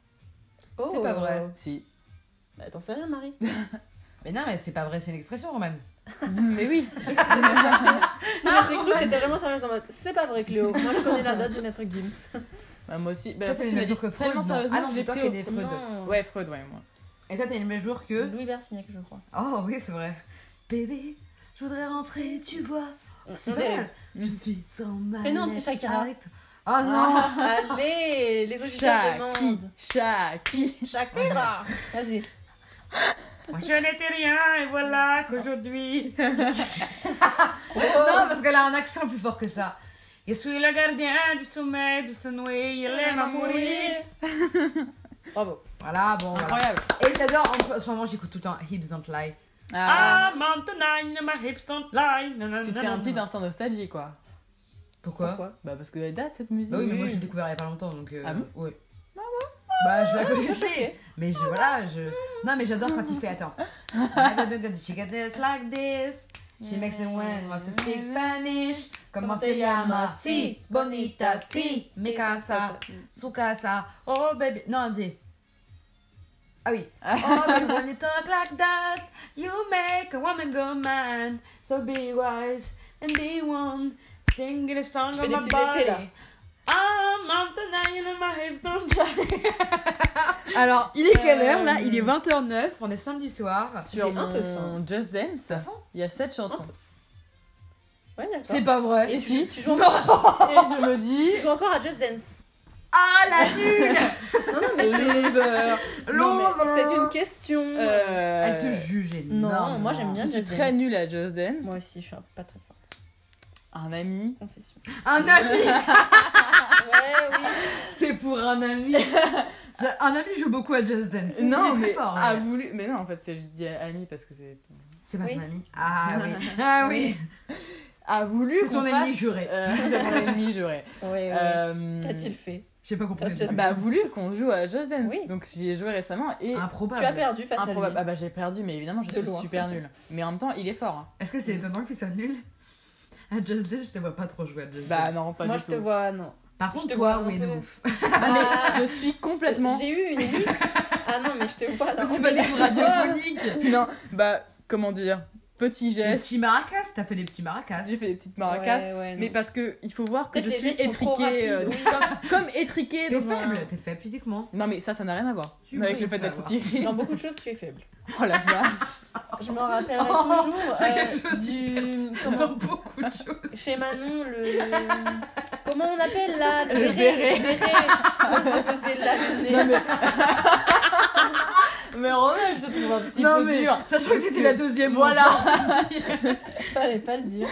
Speaker 1: C'est pas vrai.
Speaker 2: Si.
Speaker 3: Oh. Bah, t'en sais rien, Marie.
Speaker 1: Mais non, mais c'est pas vrai, c'est une expression, Roman.
Speaker 2: mais oui.
Speaker 3: Ah, j'ai cru que t'étais vraiment sérieuse en mode c'est pas vrai, Cléo. Moi, je connais la date de Maître Gims.
Speaker 2: Bah, moi aussi. Bah,
Speaker 1: Toi,
Speaker 2: en fait,
Speaker 1: t'es
Speaker 2: tu
Speaker 1: une
Speaker 2: l'as dit
Speaker 1: mesure que Freud,
Speaker 2: tellement
Speaker 1: non.
Speaker 2: sérieusement
Speaker 1: Ah non,
Speaker 2: que
Speaker 1: c'est
Speaker 2: j'ai peur
Speaker 1: que
Speaker 2: qu'il y ait des Freud.
Speaker 3: Non.
Speaker 2: Ouais Freud ouais moi.
Speaker 1: Et toi, t'as une même jour que.
Speaker 3: Louis Bersignac, je crois.
Speaker 1: Mm. Oh oui, c'est vrai. Bébé, je voudrais rentrer, tu vois. C'est pas mal. Je
Speaker 2: Mm.
Speaker 1: suis sans mal.
Speaker 3: Fais-nous un petit
Speaker 1: l'aise
Speaker 3: Shakira.
Speaker 1: avec toi.
Speaker 2: Ah.
Speaker 1: Oh non.
Speaker 3: Allez, les auditeurs
Speaker 2: Shaki.
Speaker 3: demandent.
Speaker 2: Shaki.
Speaker 3: Shakira. Vas-y.
Speaker 5: Je n'étais rien et voilà qu'aujourd'hui
Speaker 1: Non, parce qu'elle a un accent plus fort que ça.
Speaker 5: je suis le gardien du sommeil, du sommeil, il aime à mourir.
Speaker 3: Bravo.
Speaker 1: Voilà, bon. voilà.
Speaker 2: Incroyable.
Speaker 1: Et j'adore, en, en ce moment, j'écoute tout le temps Hips Don't Lie.
Speaker 2: Ah.
Speaker 5: Ah, maintenant, ma hips don't lie.
Speaker 2: Tu te fais un petit instant nostalgie quoi.
Speaker 1: Pourquoi,
Speaker 2: Bah parce que elle date cette musique.
Speaker 1: Bah oui, mais moi, je l'ai découvert il y a pas longtemps, donc. euh,
Speaker 2: Ah bon
Speaker 1: Ouais. Bah, je la connaissais. Mais je, voilà, je. Non, mais j'adore quand il fait. Attends. I got the good- She got this like this. She makes it when want to speak Spanish. Comment se llama? Si, bonita, si, mi casa, su casa. Oh, baby. Non, dis. Ah oui.
Speaker 5: Oh, but when you talk like that, you make a woman go mad. So be wise and be one. Sing the song
Speaker 3: Je
Speaker 5: of
Speaker 3: fais des
Speaker 5: my
Speaker 3: petits effets, là.
Speaker 5: body. Ah, maintenant, you know my hips don't lie.
Speaker 1: Alors, il est quelle
Speaker 2: Euh,
Speaker 1: heure là Il est 20h09, on est samedi soir.
Speaker 2: Sur
Speaker 3: Ah, J'ai un peu
Speaker 2: mon Just Dance,
Speaker 1: À fond
Speaker 2: il y a cette chanson.
Speaker 3: Ouais, d'accord. Ah,
Speaker 1: C'est pas vrai.
Speaker 2: Et si
Speaker 3: Tu joues, encore...
Speaker 1: Oh.
Speaker 2: Et je me dis.
Speaker 3: tu joues encore à Just Dance.
Speaker 1: Ah la nulle
Speaker 3: Non, non, mais
Speaker 2: Loser.
Speaker 3: Non, mais c'est une question.
Speaker 2: Euh,
Speaker 1: Elle te juge
Speaker 3: non,
Speaker 1: énormément.
Speaker 3: moi, j'aime
Speaker 2: Je
Speaker 3: bien.
Speaker 2: suis
Speaker 3: Just
Speaker 2: très
Speaker 3: Dance.
Speaker 2: nulle à Just Dance.
Speaker 3: Moi aussi, je suis un- pas très forte.
Speaker 2: Un ami.
Speaker 3: Confession.
Speaker 1: Un ami
Speaker 3: Ouais, oui.
Speaker 1: C'est pour un ami. Ça- un ami joue beaucoup à Just Dance.
Speaker 2: Non,
Speaker 1: il est
Speaker 2: mais
Speaker 1: très fort.
Speaker 2: a
Speaker 1: ouais.
Speaker 2: voulu. Mais non, en fait, c'est je dis ami parce que c'est.
Speaker 1: C'est pas
Speaker 3: Oui.
Speaker 1: ton ami. Ah oui. Ah oui.
Speaker 2: A voulu.
Speaker 1: C'est son
Speaker 2: qu'on
Speaker 1: ennemi
Speaker 2: fasse-
Speaker 1: juré.
Speaker 2: Euh, c'est mon ennemi juré.
Speaker 3: Ouais, ouais.
Speaker 2: Euh,
Speaker 3: Qu'a-t-il fait
Speaker 1: J'ai pas
Speaker 3: Ça,
Speaker 1: compris.
Speaker 3: Just-
Speaker 2: Bah, voulu qu'on joue à Just Dance.
Speaker 3: Oui.
Speaker 2: Donc, j'y ai joué récemment et.
Speaker 1: Improbable.
Speaker 3: Tu as perdu face
Speaker 2: Improbable.
Speaker 3: à
Speaker 2: Ah bah j'ai perdu, mais évidemment je
Speaker 3: De
Speaker 2: suis
Speaker 3: loin.
Speaker 2: super nulle. Mais en même temps, il est fort. hein.
Speaker 1: Est-ce que c'est étonnant que tu sois nul À Just Dance, je te vois pas trop jouer à Just
Speaker 2: Bah
Speaker 1: Dance.
Speaker 2: non, pas
Speaker 3: lui. Moi,
Speaker 2: du
Speaker 3: je
Speaker 2: tout.
Speaker 3: te vois, non.
Speaker 1: Par
Speaker 3: je
Speaker 1: contre,
Speaker 3: te
Speaker 1: toi,
Speaker 3: vois un
Speaker 1: oui, de
Speaker 3: peu.
Speaker 1: ouf.
Speaker 2: Ah, mais je suis complètement.
Speaker 3: J'ai eu une liste. Ah non, mais je te vois là.
Speaker 1: C'est pas du tout radiophonique.
Speaker 2: Non, bah comment dire, petit
Speaker 1: Des
Speaker 2: geste.
Speaker 1: petits maracas, t'as fait des petits maracas.
Speaker 2: J'ai fait des petites
Speaker 3: Ouais,
Speaker 2: maracas.
Speaker 3: ouais, non.
Speaker 2: Mais parce que il faut voir que
Speaker 3: Peut-être
Speaker 2: je
Speaker 3: les
Speaker 2: suis
Speaker 3: gestes sont trop
Speaker 2: étriquée, euh,
Speaker 3: rapides,
Speaker 2: comme, comme étriquée.
Speaker 1: T'es
Speaker 2: dans un-
Speaker 1: faible, t'es faible physiquement.
Speaker 2: Non mais ça, ça n'a rien à voir
Speaker 1: Si,
Speaker 2: avec
Speaker 1: oui,
Speaker 2: le fait
Speaker 1: ça a
Speaker 2: d'être
Speaker 1: à voir.
Speaker 2: étriquée.
Speaker 3: Dans beaucoup de choses, tu es faible.
Speaker 2: Oh la vache.
Speaker 3: Je me rappellerai
Speaker 1: Oh,
Speaker 3: toujours
Speaker 1: c'est
Speaker 3: euh,
Speaker 1: quelque chose
Speaker 3: du...
Speaker 1: Dans
Speaker 3: comment-
Speaker 1: beaucoup de choses.
Speaker 3: Chez Manon, le... Comment on appelle là
Speaker 2: Le béret.
Speaker 3: Le béret. Quand on se faisait lavaner.
Speaker 2: Non mais. mais Romain, je te trouve un petit peu dur.
Speaker 1: sachant que c'était la deuxième.
Speaker 2: Voilà.
Speaker 3: Fallait pas le dire.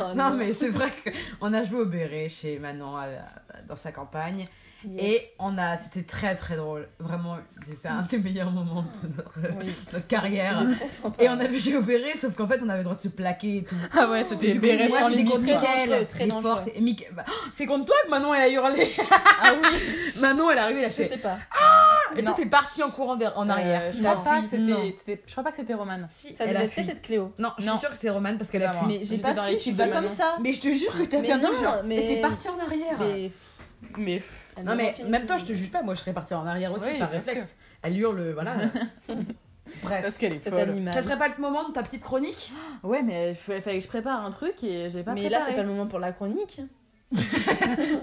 Speaker 3: Oh,
Speaker 1: Non, mais c'est vrai qu'on a joué au béret chez Manon à la- dans sa campagne.
Speaker 3: Yes.
Speaker 1: Et on a. C'était très très drôle. Vraiment, c'est c'est un des meilleurs moments de notre,
Speaker 3: Oui.
Speaker 1: notre carrière.
Speaker 3: C'est trop sympa.
Speaker 1: Et on a vu jouer au béret, sauf qu'en fait, on avait le droit de se plaquer et tout.
Speaker 2: Ah ouais, c'était béret
Speaker 1: Moi,
Speaker 2: sans
Speaker 1: j'ai
Speaker 2: limite.
Speaker 1: découvert
Speaker 2: quoi.
Speaker 3: Très
Speaker 1: Mickaël,
Speaker 3: dangereux, très
Speaker 1: il est
Speaker 3: dangereux.
Speaker 1: fort, et Mickaël- bah, c'est contre toi que Manon, elle a hurlé.
Speaker 2: Ah oui.
Speaker 1: Manon, elle est arrivée, elle a
Speaker 3: Je
Speaker 1: fait.
Speaker 3: sais pas.
Speaker 1: Et toi,
Speaker 2: Non.
Speaker 1: t'es partie en courant der- en arrière.
Speaker 2: Euh, je,
Speaker 3: Non.
Speaker 2: crois pas que
Speaker 3: Non.
Speaker 2: c'était, c'était- je crois pas que c'était Roman.
Speaker 1: Si,
Speaker 3: Ça
Speaker 1: elle
Speaker 3: devait
Speaker 1: a fui.
Speaker 3: peut-être être Cléo.
Speaker 1: Non, je
Speaker 2: Non.
Speaker 1: suis sûre que c'est Romane parce qu'elle a
Speaker 2: pas
Speaker 1: fui.
Speaker 2: moi.
Speaker 3: Mais j'ai
Speaker 2: J'étais
Speaker 3: pas
Speaker 2: dans
Speaker 3: fait
Speaker 2: l'équipe
Speaker 3: ça
Speaker 2: de
Speaker 3: comme
Speaker 2: Manon.
Speaker 3: ça.
Speaker 1: Mais je te jure que t'as
Speaker 3: Mais
Speaker 1: fait un
Speaker 3: non,
Speaker 1: truc genre.
Speaker 3: mais-
Speaker 1: Mais t'es partie en arrière.
Speaker 3: Mais-
Speaker 2: Mais pff,
Speaker 3: elle
Speaker 1: Non, mais
Speaker 3: continue.
Speaker 1: en même temps, je te juge pas. Moi, je serais partie en arrière aussi
Speaker 2: Oui,
Speaker 1: par
Speaker 2: bien
Speaker 1: réflexe. Elle hurle, euh, voilà. Bref.
Speaker 2: parce qu'elle est
Speaker 3: Cet
Speaker 2: folle.
Speaker 3: animal.
Speaker 1: Ça serait pas le moment de ta petite chronique
Speaker 2: Ouais, mais il fallait que je prépare un truc et j'ai pas
Speaker 3: Mais là,
Speaker 2: préparé.
Speaker 3: c'est pas le moment pour la chronique.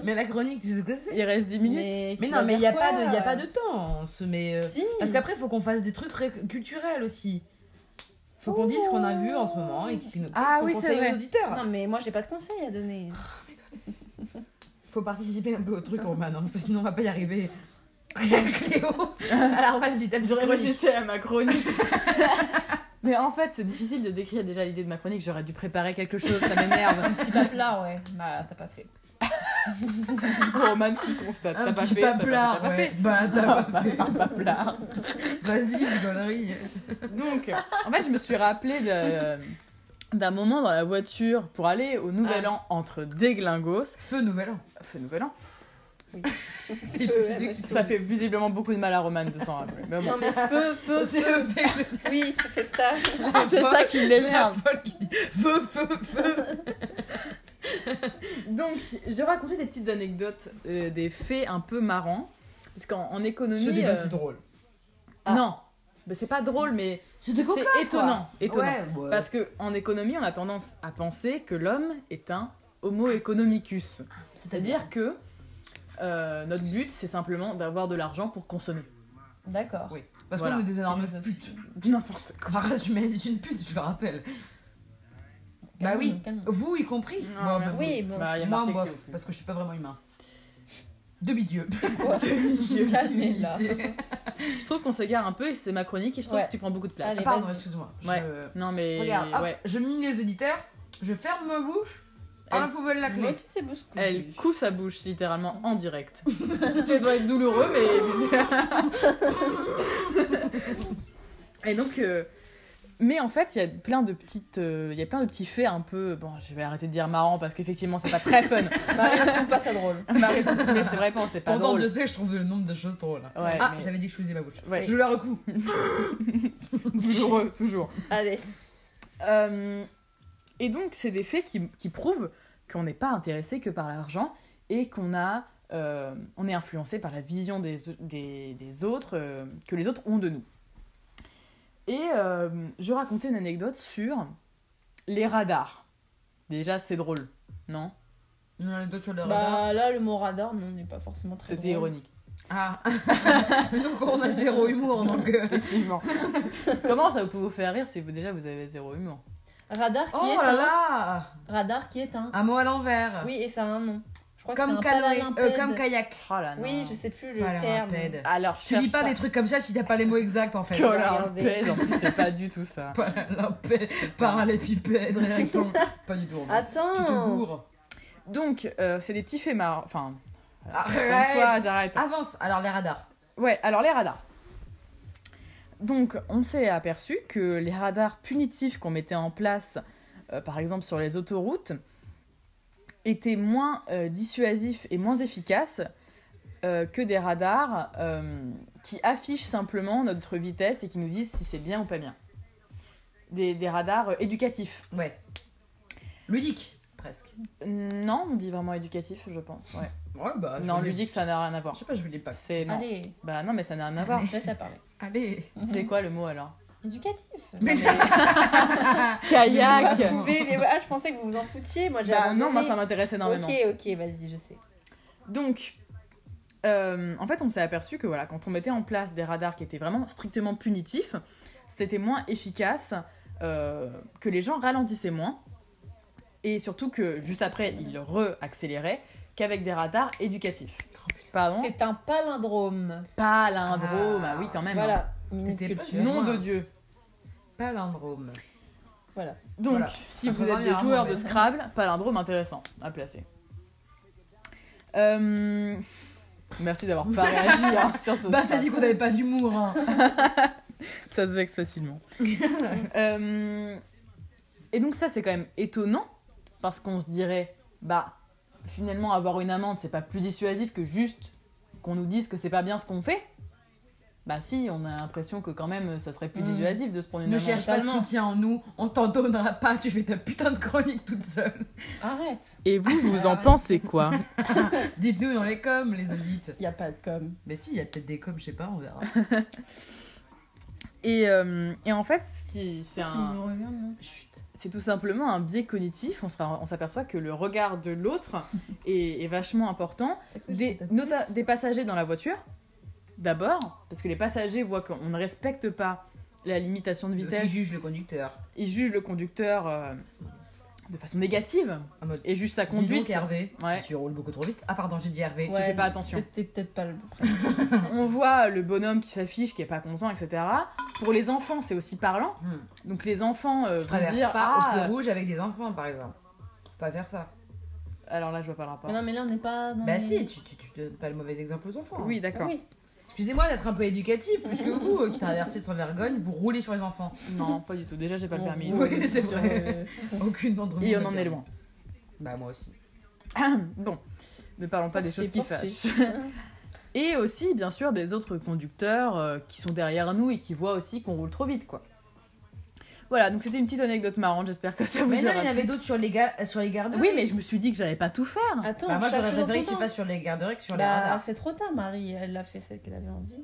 Speaker 1: Mais la chronique, tu sais ce que c'est
Speaker 2: Il reste 10 minutes.
Speaker 3: Mais, tu
Speaker 1: Mais
Speaker 3: vas
Speaker 1: non, mais il
Speaker 3: dire
Speaker 1: n'y a,
Speaker 3: quoi
Speaker 1: pas de- y a pas de temps. On se met. euh,
Speaker 3: Si.
Speaker 1: Parce qu'après, faut qu'on fasse des trucs très culturels aussi. Faut qu'on dise ce qu'on a vu en ce moment et qui nous
Speaker 2: Ah
Speaker 1: qu'on
Speaker 2: oui, c'est
Speaker 1: conseille
Speaker 2: vrai.
Speaker 1: aux auditeurs.
Speaker 3: Non, mais moi, j'ai pas de conseils à donner.
Speaker 1: Faut participer un peu au truc, Roman, hein, parce que sinon on va pas y arriver. Cléo. Alors vas-y, t'as
Speaker 2: J'aurais réfléchi à ma chronique. Mais en fait, c'est difficile de décrire déjà l'idée de ma chronique. J'aurais dû préparer quelque chose, ça m'énerve.
Speaker 3: Petit pas plat, ouais. Bah, t'as pas fait.
Speaker 2: Roman qui constate. T'as
Speaker 1: Un
Speaker 2: pas
Speaker 1: petit
Speaker 2: fait. t'as pas-
Speaker 1: paplard,
Speaker 2: t'as pas
Speaker 1: ouais.
Speaker 2: fait.
Speaker 1: Bah, t'as pas fait.
Speaker 2: Un paplard.
Speaker 1: Vas-y, rigolerie.
Speaker 2: Donc, en fait, je me suis rappelé de- d'un moment dans la voiture pour aller au Nouvel An entre Déglingos,
Speaker 1: Feu nouvel an.
Speaker 2: feu Nouvel An.
Speaker 1: C'est épuisé.
Speaker 2: Ça fait visiblement beaucoup de mal à Roman de s'en rappeler. Mais bon,
Speaker 6: Non, mais feu, feu,
Speaker 1: C'est
Speaker 6: feu.
Speaker 1: le fait que
Speaker 6: Oui, c'est ça.
Speaker 2: c'est ça qui
Speaker 1: la
Speaker 2: l'énerve.
Speaker 1: folle qui dit feu, feu, feu.
Speaker 2: Donc, je racontais des petites anecdotes, euh, des faits un peu marrants. Parce qu'en en économie.
Speaker 1: Ce débat,
Speaker 2: euh,
Speaker 1: c'est drôle.
Speaker 3: Ah.
Speaker 2: Non, Bah, c'est pas drôle, mais
Speaker 1: C'était
Speaker 2: c'est étonnant. étonnant.
Speaker 1: Ouais, ouais.
Speaker 2: Parce que en économie, on a tendance à penser que l'homme est un homo economicus. C'est-à-dire que euh, notre but, c'est simplement d'avoir de l'argent pour consommer.
Speaker 3: D'accord.
Speaker 1: Oui. Parce
Speaker 2: Voilà.
Speaker 1: qu'on est des énormes putes.
Speaker 2: N'importe quoi.
Speaker 1: La race humaine est une pute, je le rappelle. Bah oui.
Speaker 3: Calme.
Speaker 1: Vous y compris.
Speaker 2: Non,
Speaker 1: Moi,
Speaker 2: merci.
Speaker 1: bof.
Speaker 3: Oui, bon.
Speaker 2: Bah, il y a
Speaker 1: Moi,
Speaker 2: Martin
Speaker 1: bof,
Speaker 2: qui est au fond.
Speaker 1: parce que je suis pas vraiment humain. Demi-dieu.
Speaker 3: Dieu, calmez-la.
Speaker 1: Divinité.
Speaker 2: Je trouve qu'on s'égare un peu et c'est ma chronique et je trouve
Speaker 3: Ouais.
Speaker 2: que tu prends beaucoup de place.
Speaker 3: Allez,
Speaker 1: Pardon,
Speaker 3: vas-y.
Speaker 1: excuse-moi.
Speaker 2: Ouais.
Speaker 1: Je...
Speaker 2: Non mais
Speaker 1: Regarde, hop,
Speaker 2: ouais.
Speaker 1: je mime les auditeurs, je ferme ma bouche, à
Speaker 2: Elle-
Speaker 1: la poubelle la clé.
Speaker 3: c'est beau ce coup.
Speaker 2: Elle coud sa bouche littéralement en direct. ça doit être douloureux mais Et donc euh, mais en fait, il y a plein de petites euh, il y a plein de petits faits un peu bon, je vais arrêter de dire marrant parce qu'effectivement, c'est pas très fun.
Speaker 3: Bah, je trouve pas ça drôle.
Speaker 2: Marie, Bah, mais c'est vrai, c'est pas
Speaker 1: Pourtant,
Speaker 2: drôle.
Speaker 1: je sais, je trouve le nombre de choses drôle.
Speaker 2: Ouais,
Speaker 1: ah,
Speaker 2: mais-
Speaker 1: j'avais dit que je faisais ma bouche.
Speaker 2: Ouais.
Speaker 1: Je la recoue.
Speaker 2: Douloureux, toujours.
Speaker 3: Allez.
Speaker 2: Euh, et donc, c'est des faits qui, qui prouvent qu'on n'est pas intéressé que par l'argent et qu'on a, euh, on est influencé par la vision des, des, des autres, euh, que les autres ont de nous. Et euh, je racontais une anecdote sur les radars. Déjà, c'est drôle, non
Speaker 1: Une anecdote sur le radar.
Speaker 3: Bah, là, le mot radar, non, on n'est pas forcément très
Speaker 2: C'était
Speaker 3: drôle.
Speaker 2: ironique,
Speaker 1: Ah. donc, on a zéro humour. Donc, euh,
Speaker 2: effectivement. Comment ça peut vous faire rire si vous, déjà vous avez zéro humour
Speaker 3: Radar qui
Speaker 1: Oh
Speaker 3: est
Speaker 1: là
Speaker 3: un...
Speaker 1: là
Speaker 3: Radar qui est un...
Speaker 1: Un mot à
Speaker 2: Ah.
Speaker 1: l'envers.
Speaker 3: Oui, et ça a un nom. Je crois
Speaker 1: Comme
Speaker 3: que c'est un
Speaker 1: canoë, euh,
Speaker 3: palimpède.
Speaker 1: comme kayak.
Speaker 2: Oh là là.
Speaker 3: Oui, je sais plus le terme.
Speaker 1: Palimpède.
Speaker 2: Alors,
Speaker 1: Tu dis
Speaker 2: cherche
Speaker 1: Ah, pas des trucs comme ça si t'as pas les mots exacts en fait.
Speaker 2: Que la
Speaker 3: regardez.
Speaker 2: pède, en plus c'est pas du tout ça.
Speaker 1: Palimpède, parallépipède, rectangle. Pas du tout. en fait. Tu te
Speaker 3: Attends
Speaker 1: gourres.
Speaker 2: Donc euh, c'est des petits faits marrants. Enfin, encore une
Speaker 1: Arrête.
Speaker 2: fois, j'arrête.
Speaker 1: Avance, alors les radars.
Speaker 2: Ouais, alors les radars. Donc on s'est aperçu que les radars punitifs qu'on mettait en place, euh, par exemple sur les autoroutes, étaient moins euh, dissuasifs et moins efficaces euh, que des radars euh, qui affichent simplement notre vitesse et qui nous disent si c'est bien ou pas bien. Des, des radars euh, éducatifs.
Speaker 1: Ouais. Ludique, presque.
Speaker 2: Non, on dit vraiment éducatif, je pense. Ouais.
Speaker 1: Ouais, bah. je
Speaker 2: non,
Speaker 1: vais-
Speaker 2: ludique, ça n'a rien à
Speaker 1: Je
Speaker 2: voir.
Speaker 1: sais pas, je vais les pas.
Speaker 2: C'est non.
Speaker 3: Allez,
Speaker 2: Bah non, mais ça n'a rien à voir.
Speaker 3: laisse la parler.
Speaker 1: Allez.
Speaker 2: C'est quoi le mot alors
Speaker 3: Éducatif
Speaker 1: Mais
Speaker 2: Kayak
Speaker 3: Vous pouvez, mais ouais, ah, je pensais que vous vous en foutiez, moi j'ai
Speaker 2: Bah
Speaker 3: abandonné.
Speaker 2: non, moi ça m'intéresse énormément.
Speaker 3: Ok, ok, vas-y, je sais.
Speaker 2: Donc, euh, en fait, on s'est aperçu que voilà, quand on mettait en place des radars qui étaient vraiment strictement punitifs, c'était moins efficace, euh, que les gens ralentissaient moins, et surtout que juste après, ils re-accéléraient qu'avec des radars éducatifs. Pardon
Speaker 3: C'est un palindrome.
Speaker 2: Palindrome, ah oui, quand même. hein.
Speaker 3: Voilà. Minute
Speaker 1: T'étais pas
Speaker 3: culture.
Speaker 1: sûr.
Speaker 2: Nom de Dieu.
Speaker 1: Palindrome.
Speaker 3: Voilà.
Speaker 2: Donc,
Speaker 1: Voilà.
Speaker 2: si
Speaker 1: Ça
Speaker 2: vous
Speaker 1: fera
Speaker 2: êtes
Speaker 1: bien
Speaker 2: des
Speaker 1: un moment,
Speaker 2: joueurs de
Speaker 1: mais-
Speaker 2: Scrabble, palindrome intéressant à placer. Euh, Merci d'avoir pas réagi hein, sur ce
Speaker 1: Bah,
Speaker 2: Scrabble.
Speaker 1: t'as dit qu'on avait pas d'humour, hein.
Speaker 2: Ça se vexe facilement. Euh, Et donc ça, c'est quand même étonnant, parce qu'on se dirait, bah, finalement, avoir une amende, c'est pas plus dissuasif que juste qu'on nous dise que c'est pas bien ce qu'on fait. Bah si, on a l'impression que quand même, ça serait plus
Speaker 3: Mm.
Speaker 2: dissuasif de se prendre une
Speaker 1: Ne
Speaker 2: amende.
Speaker 1: cherche pas de
Speaker 3: totalement.
Speaker 1: soutien en nous, on t'en donnera pas, tu fais ta putain de chronique toute seule.
Speaker 3: Arrête.
Speaker 2: Et vous, vous en pensez quoi
Speaker 1: Dites-nous dans les coms, les audits.
Speaker 3: Il n'y a pas de com.
Speaker 1: Mais si, il y a peut-être des coms, je sais pas, on verra.
Speaker 2: Et, euh, et en fait, ce qui- c'est un-
Speaker 3: revient, non
Speaker 2: c'est tout simplement un biais cognitif. On sera- on s'aperçoit que le regard de l'autre est, est vachement important. Des, nota- des passagers dans la voiture, d'abord, parce que les passagers voient qu'on ne respecte pas la limitation de
Speaker 1: Qui
Speaker 2: vitesse.
Speaker 1: juge le conducteur
Speaker 2: Ils jugent le conducteur euh, de façon négative
Speaker 1: En mode, hein.
Speaker 2: et juste sa
Speaker 1: Conduite.
Speaker 2: conduite.
Speaker 1: Hervé,
Speaker 2: Ouais.
Speaker 1: tu roules beaucoup trop vite. Ah, pardon, j'ai dit Hervé.
Speaker 2: fais pas
Speaker 3: mais
Speaker 2: attention.
Speaker 3: C'était peut-être pas le bon.
Speaker 2: On voit le bonhomme qui s'affiche, qui est pas content, etc. Pour les enfants, c'est aussi parlant.
Speaker 1: Hmm.
Speaker 2: Donc les enfants euh,
Speaker 1: Je
Speaker 2: vont
Speaker 1: traverse
Speaker 2: dire
Speaker 1: pas
Speaker 2: ah,
Speaker 1: au feu rouge avec des enfants, par exemple. Faut pas faire ça.
Speaker 2: euh, alors là je vois pas le rapport.
Speaker 3: Mais non, mais là, on n'est pas. dans
Speaker 1: Bah
Speaker 3: les-
Speaker 1: si, tu, tu, tu donnes pas le mauvais exemple aux enfants.
Speaker 2: Mm. Oui d'accord.
Speaker 3: Ah Oui.
Speaker 1: Excusez-moi d'être un peu éducatif, puisque vous, euh, qui traversez sans vergogne, vous roulez sur les enfants.
Speaker 2: Non pas du tout. Déjà j'ai pas le
Speaker 3: On
Speaker 2: permis.
Speaker 3: roule
Speaker 1: Oui, c'est
Speaker 3: sur,
Speaker 1: vrai.
Speaker 3: euh,
Speaker 1: Aucune d'entre vous.
Speaker 2: Et on
Speaker 1: n'a
Speaker 2: en est
Speaker 1: perdu.
Speaker 2: loin.
Speaker 1: Bah moi aussi.
Speaker 2: bon, ne parlons pas des choses qui
Speaker 3: Poursuis,
Speaker 2: fâchent. Et aussi, bien sûr, des autres conducteurs euh, qui sont derrière nous et qui voient aussi qu'on roule trop vite, quoi. Voilà, donc c'était une petite anecdote marrante, j'espère que ça vous
Speaker 1: Mais non,
Speaker 2: aura
Speaker 1: il y en
Speaker 2: plu.
Speaker 1: avait d'autres sur les, ga- sur les garderies.
Speaker 2: Oui, mais je me suis dit que j'allais pas tout faire.
Speaker 3: Attends,
Speaker 1: Bah, moi,
Speaker 3: chaque
Speaker 1: j'aurais
Speaker 3: chose en
Speaker 1: préféré
Speaker 3: son
Speaker 1: que tu
Speaker 3: temps.
Speaker 1: fasses sur les garderies que sur les
Speaker 3: Bah,
Speaker 1: radars.
Speaker 3: c'est trop tard, Marie. Elle a fait celle qu'elle avait envie.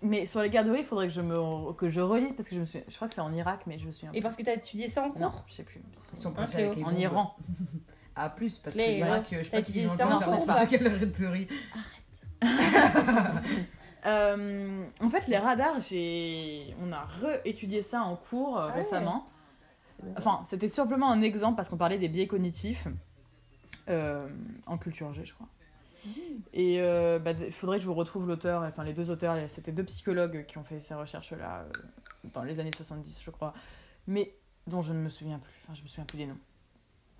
Speaker 2: Mais sur les garderies, il faudrait que je me que je relise parce que je me suis je crois que c'est en Irak mais je me suis un
Speaker 3: Et parce que t'as étudié ça en
Speaker 2: non,
Speaker 3: cours
Speaker 2: je sais plus. C'est-
Speaker 1: Ils sont
Speaker 3: Ah,
Speaker 1: passés
Speaker 3: c'est
Speaker 1: avec
Speaker 3: haut.
Speaker 1: les
Speaker 2: En
Speaker 1: bombes.
Speaker 2: Iran.
Speaker 1: Ah, plus, parce que
Speaker 3: Les-
Speaker 1: il y en a que je sais pas
Speaker 3: T'as
Speaker 1: si les
Speaker 3: utilisé
Speaker 1: gens
Speaker 3: ça
Speaker 2: en
Speaker 1: ne
Speaker 2: cours
Speaker 1: connaissent
Speaker 2: ou
Speaker 1: pas de quelle rhétorique.
Speaker 2: Euh, en fait, les radars, j'ai on a réétudié ça en cours euh,
Speaker 3: Ah ouais.
Speaker 2: récemment.
Speaker 3: C'est bon.
Speaker 2: Enfin, c'était simplement un exemple parce qu'on parlait des biais cognitifs euh, en culture G, je crois. Et il faudrait que je vous retrouve l'auteur, enfin les deux auteurs, c'était deux psychologues qui ont fait ces recherches-là euh, dans les années 70, je crois, mais dont je ne me souviens plus, enfin je me souviens plus des noms.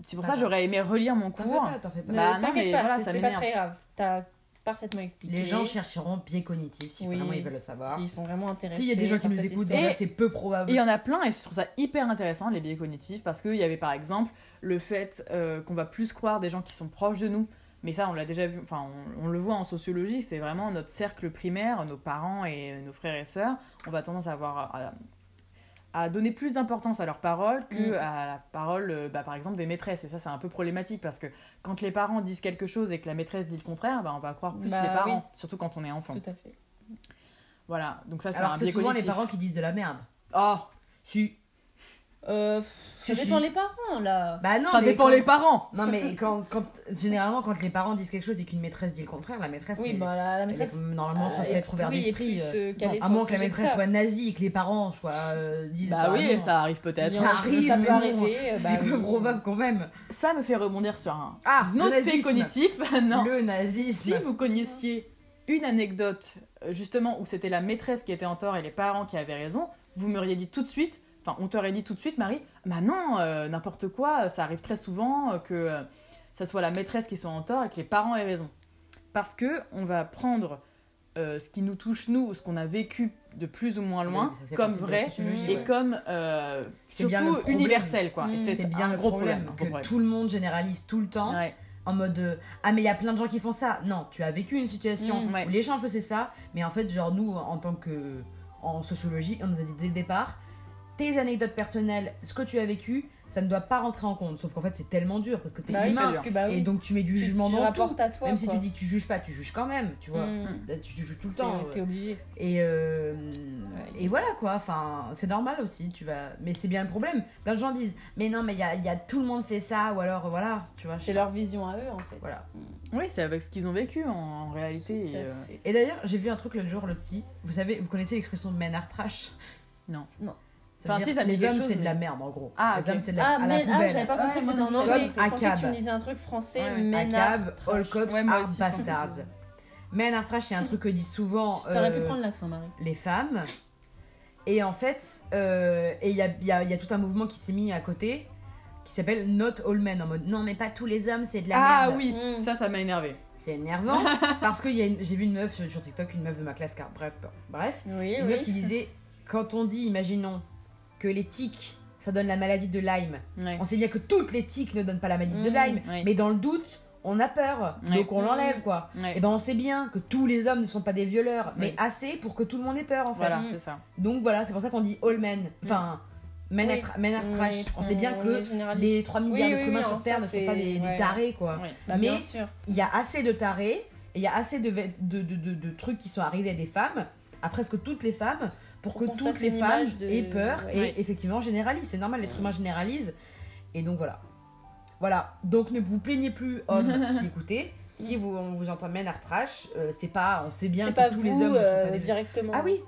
Speaker 2: C'est pour ça que j'aurais aimé relire mon
Speaker 1: T'en fais
Speaker 2: cours.
Speaker 1: pas, t'en fais pas.
Speaker 3: Ne
Speaker 2: bah, non,
Speaker 3: t'inquiète
Speaker 2: mais
Speaker 3: pas,
Speaker 2: voilà,
Speaker 3: c'est-
Speaker 2: ça
Speaker 3: c'est pas
Speaker 2: m'énerve.
Speaker 3: très grave. T'as parfaitement expliqué.
Speaker 1: Les gens chercheront biais cognitif si
Speaker 3: Oui.
Speaker 1: vraiment ils veulent le savoir.
Speaker 3: S'ils sont vraiment intéressés.
Speaker 1: S'il y a des gens qui
Speaker 3: par
Speaker 1: nous
Speaker 3: cette
Speaker 1: écoutent,
Speaker 3: histoire.
Speaker 1: déjà
Speaker 2: Et-
Speaker 1: c'est peu
Speaker 2: Et il
Speaker 1: probable.
Speaker 2: y en a plein, et je trouve ça hyper intéressant, les biais cognitifs, parce qu'il y avait par exemple le fait euh, qu'on va plus croire des gens qui sont proches de nous. Mais ça, on l'a déjà vu, enfin, on, on le voit en sociologie, c'est vraiment notre cercle primaire, nos parents et nos frères et sœurs. On va tendance à avoir. à- à donner plus d'importance à leurs paroles que
Speaker 3: Mm.
Speaker 2: à la parole, euh, bah, par exemple, des maîtresses. Et ça, c'est un peu problématique parce que quand les parents disent quelque chose et que la maîtresse dit le contraire, bah, on va croire plus
Speaker 3: Bah
Speaker 2: les
Speaker 3: oui.
Speaker 2: parents, surtout quand on est
Speaker 1: hein.
Speaker 2: enfant.
Speaker 3: Tout à fait.
Speaker 2: Voilà, donc ça, c'est
Speaker 1: Alors
Speaker 2: un
Speaker 1: que c'est
Speaker 2: biais
Speaker 1: souvent
Speaker 2: cognitif.
Speaker 1: les parents qui disent de la merde.
Speaker 2: Oh,
Speaker 1: Si.
Speaker 3: Euh, pff, ça
Speaker 1: Si,
Speaker 3: dépend
Speaker 1: si.
Speaker 3: les parents, là.
Speaker 1: Bah non,
Speaker 2: ça
Speaker 1: mais
Speaker 2: dépend
Speaker 1: quand-
Speaker 2: les parents
Speaker 1: Non mais quand, quand généralement quand les parents disent quelque chose et qu'une maîtresse dit le contraire, la maîtresse
Speaker 3: oui,
Speaker 1: elle-
Speaker 3: bah, la, la
Speaker 1: elle est
Speaker 3: maîtresse.
Speaker 1: normalement
Speaker 3: euh,
Speaker 1: censée
Speaker 3: est-
Speaker 1: être ouverte
Speaker 3: oui, est
Speaker 1: d'esprit.
Speaker 3: plus,
Speaker 1: euh,
Speaker 3: euh, calée
Speaker 1: non,
Speaker 3: sur
Speaker 1: à
Speaker 3: le
Speaker 1: moins que la
Speaker 3: sujet
Speaker 1: maîtresse
Speaker 3: ça. Bah,
Speaker 1: soit nazie et que les parents soient euh, disent
Speaker 2: Bah oui,
Speaker 1: non.
Speaker 2: ça arrive peut-être.
Speaker 3: Mais
Speaker 1: ça
Speaker 3: on-
Speaker 1: arrive,
Speaker 3: ça
Speaker 1: mais
Speaker 3: peut
Speaker 1: bon,
Speaker 3: arriver.
Speaker 1: C'est
Speaker 3: bah,
Speaker 1: peu
Speaker 3: oui.
Speaker 1: probable quand même.
Speaker 2: Ça me fait rebondir sur un
Speaker 1: Ah, le
Speaker 2: autre fait
Speaker 1: nazisme.
Speaker 2: cognitif. non.
Speaker 1: Le nazisme.
Speaker 2: Si vous connaissiez une anecdote euh, justement où c'était la maîtresse qui était en tort et les parents qui avaient raison, vous m'auriez dit tout de suite, enfin on t'aurait dit tout de suite Marie, bah non, euh, n'importe quoi, euh, ça arrive très souvent euh, que euh, ça soit la maîtresse qui soit en tort et que les parents aient raison. Parce que on va prendre euh, ce qui nous touche nous, ou ce qu'on a vécu de plus ou moins loin,
Speaker 1: Oui, ça, c'est
Speaker 2: comme
Speaker 1: possible de la
Speaker 2: vrai
Speaker 1: sociologie,
Speaker 2: et
Speaker 1: ouais.
Speaker 2: comme euh,
Speaker 1: C'est bien le
Speaker 2: surtout
Speaker 1: problème.
Speaker 2: universel quoi.
Speaker 3: Mm.
Speaker 2: Et
Speaker 1: c'est bien
Speaker 2: un
Speaker 1: le
Speaker 2: gros
Speaker 1: problème,
Speaker 2: un gros
Speaker 1: que
Speaker 2: problème.
Speaker 1: tout le monde généralise tout le temps
Speaker 2: Ouais.
Speaker 1: en mode euh, ah mais il y a plein de gens qui font ça. Non, tu as vécu une situation
Speaker 2: Mm, ouais.
Speaker 1: où les gens faisaient ça, mais en fait genre nous en tant que en sociologie, on nous a dit dès le départ tes anecdotes personnelles, ce que tu as vécu, ça ne doit pas rentrer en compte. Sauf qu'en fait, c'est tellement dur parce que t'es
Speaker 3: Bah oui,
Speaker 1: humain.
Speaker 3: parce que, bah oui,
Speaker 1: Et donc tu mets du
Speaker 3: tu-
Speaker 1: jugement
Speaker 3: tu
Speaker 1: dans tout.
Speaker 3: rapportes à toi.
Speaker 1: Même si
Speaker 3: quoi.
Speaker 1: tu dis que tu juges pas, tu juges quand même, tu vois.
Speaker 3: Mm.
Speaker 1: Là, Tu, tu juges tout le
Speaker 3: C'est-
Speaker 1: temps.
Speaker 3: T'es
Speaker 1: euh,
Speaker 3: obligé.
Speaker 1: Et, euh,
Speaker 3: Ouais.
Speaker 1: et voilà quoi, enfin, c'est normal aussi, tu vas. Mais c'est bien le problème. Plein de gens disent, mais non, mais il y a, il y a- tout le monde fait ça, ou alors voilà, tu vois. je
Speaker 3: C'est
Speaker 1: sais
Speaker 3: leur vision à eux, en fait.
Speaker 1: Voilà.
Speaker 2: Oui, c'est avec ce qu'ils ont vécu en, en réalité.
Speaker 3: Ça
Speaker 2: et, euh,
Speaker 3: fait-
Speaker 1: Et d'ailleurs, j'ai vu un truc l'autre jour, l'autre si. Vous savez, vous connaissez l'expression menard trash
Speaker 2: Non.
Speaker 3: Non.
Speaker 1: Ça veut
Speaker 2: Enfin,
Speaker 1: dire
Speaker 2: si, ça me dit
Speaker 1: les
Speaker 2: quelque
Speaker 1: hommes,
Speaker 2: chose,
Speaker 1: c'est de
Speaker 2: mais-
Speaker 1: la merde en gros.
Speaker 2: Ah,
Speaker 1: les
Speaker 2: ok.
Speaker 1: hommes, c'est de la,
Speaker 3: Ah,
Speaker 1: à la
Speaker 3: mais ah, j'avais
Speaker 1: poubelle.
Speaker 3: pas
Speaker 2: Ouais,
Speaker 3: compris que
Speaker 2: moi
Speaker 3: c'était en
Speaker 2: non plus.
Speaker 3: anglais. Je pensais que tu
Speaker 1: Accab.
Speaker 3: me disais un truc français,
Speaker 2: Ouais, ouais.
Speaker 3: mais
Speaker 1: ACAB, All Cops,
Speaker 2: Ouais, moi
Speaker 1: Are
Speaker 2: aussi, je pense que-
Speaker 1: Bastards. Menard trash, c'est un truc que disent souvent.
Speaker 3: T'aurais pu
Speaker 1: euh,
Speaker 3: prendre l'accent, Marie.
Speaker 1: les femmes. Et en fait, euh, et il y a, il y a- il y a tout un mouvement qui s'est mis à côté qui s'appelle Not All Men en mode non mais pas tous les hommes c'est de la
Speaker 2: Ah
Speaker 1: merde.
Speaker 2: oui,
Speaker 3: Mm.
Speaker 2: ça, ça m'a énervé.
Speaker 1: C'est énervant parce que il y a une- j'ai vu une meuf sur, sur TikTok, une meuf de ma classe car bref bon, bref,
Speaker 3: Oui,
Speaker 1: une meuf qui disait quand on dit imaginons que les tiques ça donne la maladie de Lyme.
Speaker 2: Ouais.
Speaker 1: On sait bien que toutes les tiques ne donnent pas la maladie de
Speaker 3: Mm,
Speaker 1: Lyme,
Speaker 2: oui.
Speaker 1: mais dans le doute, on a peur.
Speaker 2: Oui.
Speaker 1: Donc on
Speaker 3: Mm.
Speaker 1: l'enlève quoi.
Speaker 2: Ouais.
Speaker 1: Et ben on sait bien que tous les hommes ne sont pas des violeurs, mais
Speaker 2: Oui.
Speaker 1: assez pour que tout le monde ait peur en fait.
Speaker 2: Voilà,
Speaker 3: Mm.
Speaker 2: c'est ça.
Speaker 1: Donc voilà, c'est pour ça qu'on dit all men. Enfin, men,
Speaker 3: Oui. Mm.
Speaker 1: are, men are trash. on sait bien que les 3 milliards
Speaker 3: Oui,
Speaker 1: d'êtres
Speaker 3: oui,
Speaker 1: humains
Speaker 3: oui, en
Speaker 1: sur Terre
Speaker 3: soi,
Speaker 1: ne sont pas
Speaker 3: c'est-
Speaker 1: des, des
Speaker 3: ouais.
Speaker 1: tarés, quoi.
Speaker 2: Ouais.
Speaker 3: mais...
Speaker 1: mais-
Speaker 3: Bah, Bien sûr.
Speaker 1: Il y a assez de tarés, et il y a assez de, vêt- de, de, de- de trucs qui sont arrivés à des femmes, à presque toutes les femmes, pour,
Speaker 3: Pour
Speaker 1: que
Speaker 3: qu'on se
Speaker 1: toutes
Speaker 3: fasse
Speaker 1: les
Speaker 3: une
Speaker 1: femmes
Speaker 3: image de-
Speaker 1: aient peur et
Speaker 2: Ouais.
Speaker 1: effectivement généralisent. C'est normal, l'être humain généralise. Et donc voilà. Voilà, donc ne vous plaignez plus, hommes qui écoutez. Si vous, on vous entend men are trash, euh, c'est pas, on sait bien
Speaker 3: C'est
Speaker 1: que
Speaker 3: pas
Speaker 1: tous
Speaker 3: vous
Speaker 1: les hommes ne sont pas
Speaker 3: euh, oh.
Speaker 1: des
Speaker 3: directement.
Speaker 1: ah oui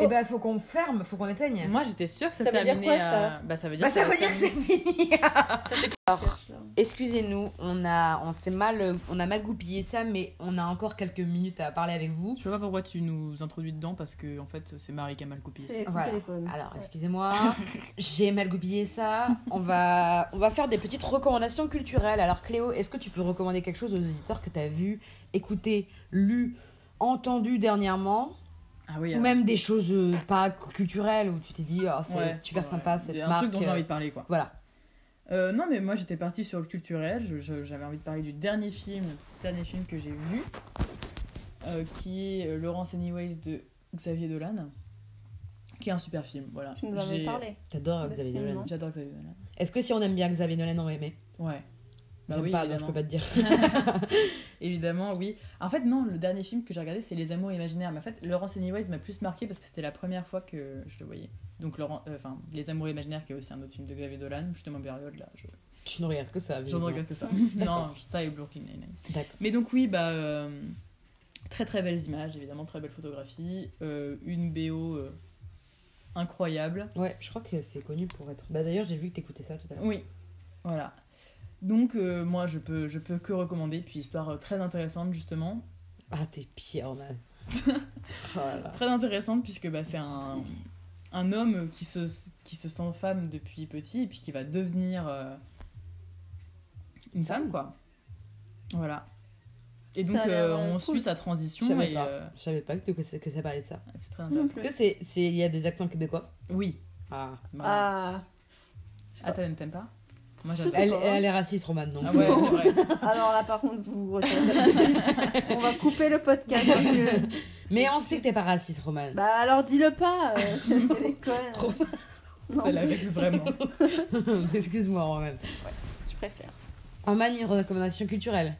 Speaker 1: Et bah, faut qu'on ferme, faut qu'on éteigne.
Speaker 2: Moi, j'étais sûre que ça,
Speaker 7: Ça veut dire
Speaker 2: terminait
Speaker 7: quoi, ça
Speaker 2: à- Bah, ça veut dire
Speaker 1: bah, ça
Speaker 2: que
Speaker 1: veut dire que c'est fini. Alors,
Speaker 7: Cherche, là.
Speaker 1: excusez-nous, on a, on s'est mal, on a mal goupillé ça, mais on a encore quelques minutes à parler avec vous.
Speaker 2: Je vois pas pourquoi tu nous introduis dedans parce que en fait c'est Marie qui a mal copié. ça.
Speaker 3: C'est son
Speaker 1: Voilà.
Speaker 3: téléphone.
Speaker 1: Alors, excusez-moi, j'ai mal goupillé ça. On va, on va faire des petites recommandations culturelles. Alors, Cléo, est-ce que tu peux recommander quelque chose aux auditeurs que tu as vu, écouté, lu, entendu dernièrement
Speaker 2: Ah oui.
Speaker 1: Ou
Speaker 2: alors.
Speaker 1: même des choses euh, pas culturelles où tu t'es dit, oh, c'est
Speaker 2: Ouais,
Speaker 1: super
Speaker 2: ouais.
Speaker 1: sympa
Speaker 2: Il
Speaker 1: cette
Speaker 2: y a un
Speaker 1: marque.
Speaker 2: truc dont j'ai
Speaker 1: euh,
Speaker 2: envie de parler quoi.
Speaker 1: Voilà.
Speaker 2: Euh, non mais moi j'étais partie sur le culturel. Je- je- J'avais envie de parler du dernier film, dernier film que j'ai vu, euh, qui est euh, Laurence Anyways de Xavier Dolan, qui est un super film. Voilà.
Speaker 7: Tu nous en
Speaker 2: J'ai-
Speaker 7: avais parlé.
Speaker 1: T'adores
Speaker 7: Mais
Speaker 1: Xavier
Speaker 7: finalement.
Speaker 1: Dolan.
Speaker 2: J'adore Xavier Dolan.
Speaker 1: Est-ce que si on aime bien Xavier Dolan, on va aimer
Speaker 2: Ouais. Bah
Speaker 1: J'aime
Speaker 2: oui,
Speaker 1: pas, donc je
Speaker 2: évidemment.
Speaker 1: peux pas te dire.
Speaker 2: Évidemment, oui. En fait, non, le dernier film que j'ai regardé, c'est Les Amours Imaginaires. Mais en fait, Laurence Anyways m'a plus marqué parce que c'était la première fois que je le voyais. Donc, Laurent, euh, enfin, Les Amours Imaginaires, qui est aussi un autre film de Xavier Dolan, justement, période là. Je,
Speaker 1: Tu ne regardes que ça.
Speaker 2: je ne
Speaker 1: visiblement.
Speaker 2: regarde que ça. non, ça et Brooklyn Nine-Nine.
Speaker 1: D'accord.
Speaker 2: Mais donc, oui, bah. euh, très très belles images, évidemment, très belle photographie. euh, une BO euh, incroyable.
Speaker 1: Ouais, je crois que c'est connu pour être. Bah d'ailleurs, j'ai vu que t'écoutais ça tout à l'heure.
Speaker 2: Oui, voilà. Donc, euh, moi, je peux, je peux que recommander. Puis, histoire euh, très intéressante, justement.
Speaker 1: Ah, t'es pire, man. Oh là là.
Speaker 2: très intéressante puisque bah, c'est un, un homme qui se, qui se sent femme depuis petit et puis qui va devenir euh, une femme quoi. Voilà. Et
Speaker 7: Ça
Speaker 2: donc
Speaker 7: a l'air,
Speaker 2: euh, on
Speaker 7: euh, cool.
Speaker 2: suit sa
Speaker 1: Je
Speaker 2: transition
Speaker 1: savais
Speaker 2: et
Speaker 1: pas.
Speaker 2: euh,
Speaker 1: Je savais pas que, que, ça- que ça parlait de ça.
Speaker 2: c'est très intéressant.
Speaker 1: Est-ce que c'est, c'est, il y a des accents québécois
Speaker 2: Oui.
Speaker 1: Ah.
Speaker 2: Voilà.
Speaker 3: Ah,
Speaker 2: Ah, t'aimes t'aimes pas Moi j'aime.
Speaker 7: Je sais
Speaker 1: Elle,
Speaker 7: pas.
Speaker 3: hein
Speaker 1: elle est raciste, Romane, donc.
Speaker 2: Ah ouais, c'est vrai.
Speaker 3: alors là par contre vous retirez ça tout de suite. On va couper le podcast. parce que-
Speaker 1: Mais on sait que t'es pas raciste, Romane.
Speaker 3: Bah alors dis-le pas. euh, parce qu'elle est conne.
Speaker 1: Trop.
Speaker 3: Non,
Speaker 2: Ça la vexe vraiment.
Speaker 1: Excuse-moi, Romane.
Speaker 3: je préfère.
Speaker 1: Romane, une recommandation culturelle.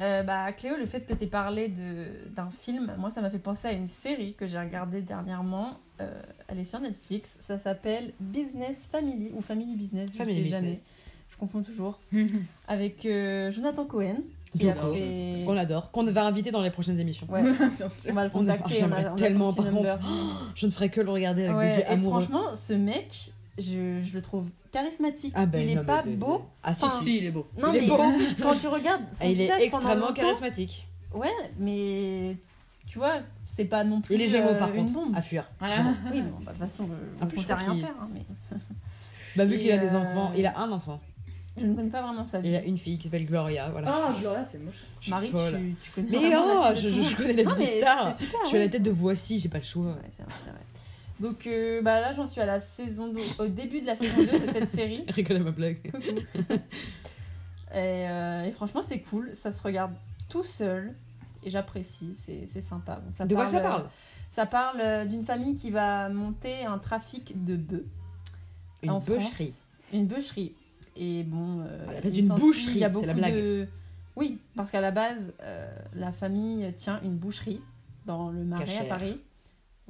Speaker 7: Euh,
Speaker 3: Bah Cléo, le fait que t'aies parlé de- d'un film, moi ça m'a fait penser à une série que j'ai regardée dernièrement. Euh, elle est sur Netflix. Ça s'appelle Business Family ou Family Business, je
Speaker 1: Family
Speaker 3: sais jamais.
Speaker 1: business.
Speaker 3: Je confonds toujours.
Speaker 2: J'adore.
Speaker 3: Avec euh, Jonathan Cohen qui a
Speaker 1: Jonathan.
Speaker 3: fait.
Speaker 1: Qu'on adore, qu'on va inviter dans les prochaines émissions.
Speaker 3: Ouais,
Speaker 2: Bien sûr.
Speaker 3: on va le
Speaker 1: On a-
Speaker 3: contacter. On a,
Speaker 1: j'aimerais
Speaker 3: on a son
Speaker 1: tellement,
Speaker 3: petit
Speaker 1: par
Speaker 3: number.
Speaker 1: Je ne ferai que le regarder avec des
Speaker 3: Ouais,
Speaker 1: yeux
Speaker 3: et
Speaker 1: amoureux.
Speaker 3: franchement, ce mec, je, je le trouve charismatique.
Speaker 1: ah, bah,
Speaker 3: il
Speaker 1: non,
Speaker 3: est
Speaker 1: mais
Speaker 3: pas
Speaker 1: de-
Speaker 3: beau.
Speaker 1: Ah, si,
Speaker 3: Enfin,
Speaker 1: si.
Speaker 2: Si, il est beau.
Speaker 3: Non,
Speaker 1: Il est
Speaker 3: mais
Speaker 1: beau.
Speaker 3: quand tu regardes son
Speaker 1: Ah, il est
Speaker 3: visage pendant
Speaker 1: extrêmement
Speaker 3: longtemps-
Speaker 1: charismatique.
Speaker 3: Ouais, mais tu vois, c'est pas non plus.
Speaker 1: Il est gémeaux, par
Speaker 3: euh, une
Speaker 1: contre.
Speaker 3: bombe.
Speaker 1: À fuir.
Speaker 2: Ah.
Speaker 1: Gémeaux.
Speaker 3: Oui, bon, bah, de toute façon, euh,
Speaker 1: En
Speaker 3: on
Speaker 1: plus, je
Speaker 3: comptait
Speaker 1: crois
Speaker 3: rien
Speaker 1: qu'il-
Speaker 3: faire. hein, mais...
Speaker 1: Bah, vu
Speaker 3: Et
Speaker 1: qu'il a des
Speaker 3: euh,
Speaker 1: enfants, il a un enfant.
Speaker 3: Je ne connais pas vraiment sa
Speaker 1: Il
Speaker 3: vie.
Speaker 1: a une fille qui s'appelle Gloria, voilà.
Speaker 2: Ah, Gloria, c'est moche.
Speaker 1: Je suis
Speaker 3: Marie,
Speaker 1: folle.
Speaker 3: tu, tu connais
Speaker 1: Mais
Speaker 3: vraiment
Speaker 1: oh,
Speaker 3: la vie de
Speaker 1: je,
Speaker 3: tout
Speaker 1: je
Speaker 3: le monde.
Speaker 1: connais la
Speaker 3: Non,
Speaker 1: vie
Speaker 3: mais
Speaker 1: des stars.
Speaker 3: c'est super.
Speaker 1: Je suis à
Speaker 3: ouais.
Speaker 1: la tête de Voici, j'ai pas le choix.
Speaker 3: Ouais, c'est vrai, c'est vrai. Donc euh, bah, là, j'en suis à la saison deux- au début de la saison 2 de cette série.
Speaker 1: Rigole à ma blague.
Speaker 3: Coucou. et, euh, et franchement, c'est cool. Ça se regarde tout seul. Et j'apprécie. C'est c'est sympa. Bon, ça
Speaker 1: De quoi ça
Speaker 3: euh,
Speaker 1: parle
Speaker 3: Ça parle euh, d'une famille qui va monter un trafic de bœufs.
Speaker 1: Une
Speaker 3: en
Speaker 1: boucherie.
Speaker 3: France. Une boucherie. Et bon. euh,
Speaker 1: À la place
Speaker 3: il
Speaker 1: d'une
Speaker 3: s'ensuit-
Speaker 1: boucherie,
Speaker 3: il y a
Speaker 1: c'est la
Speaker 3: beaucoup
Speaker 1: blague.
Speaker 3: de- Oui, parce qu'à la base, euh, la famille tient une boucherie dans le Marais
Speaker 1: Cachère.
Speaker 3: à Paris.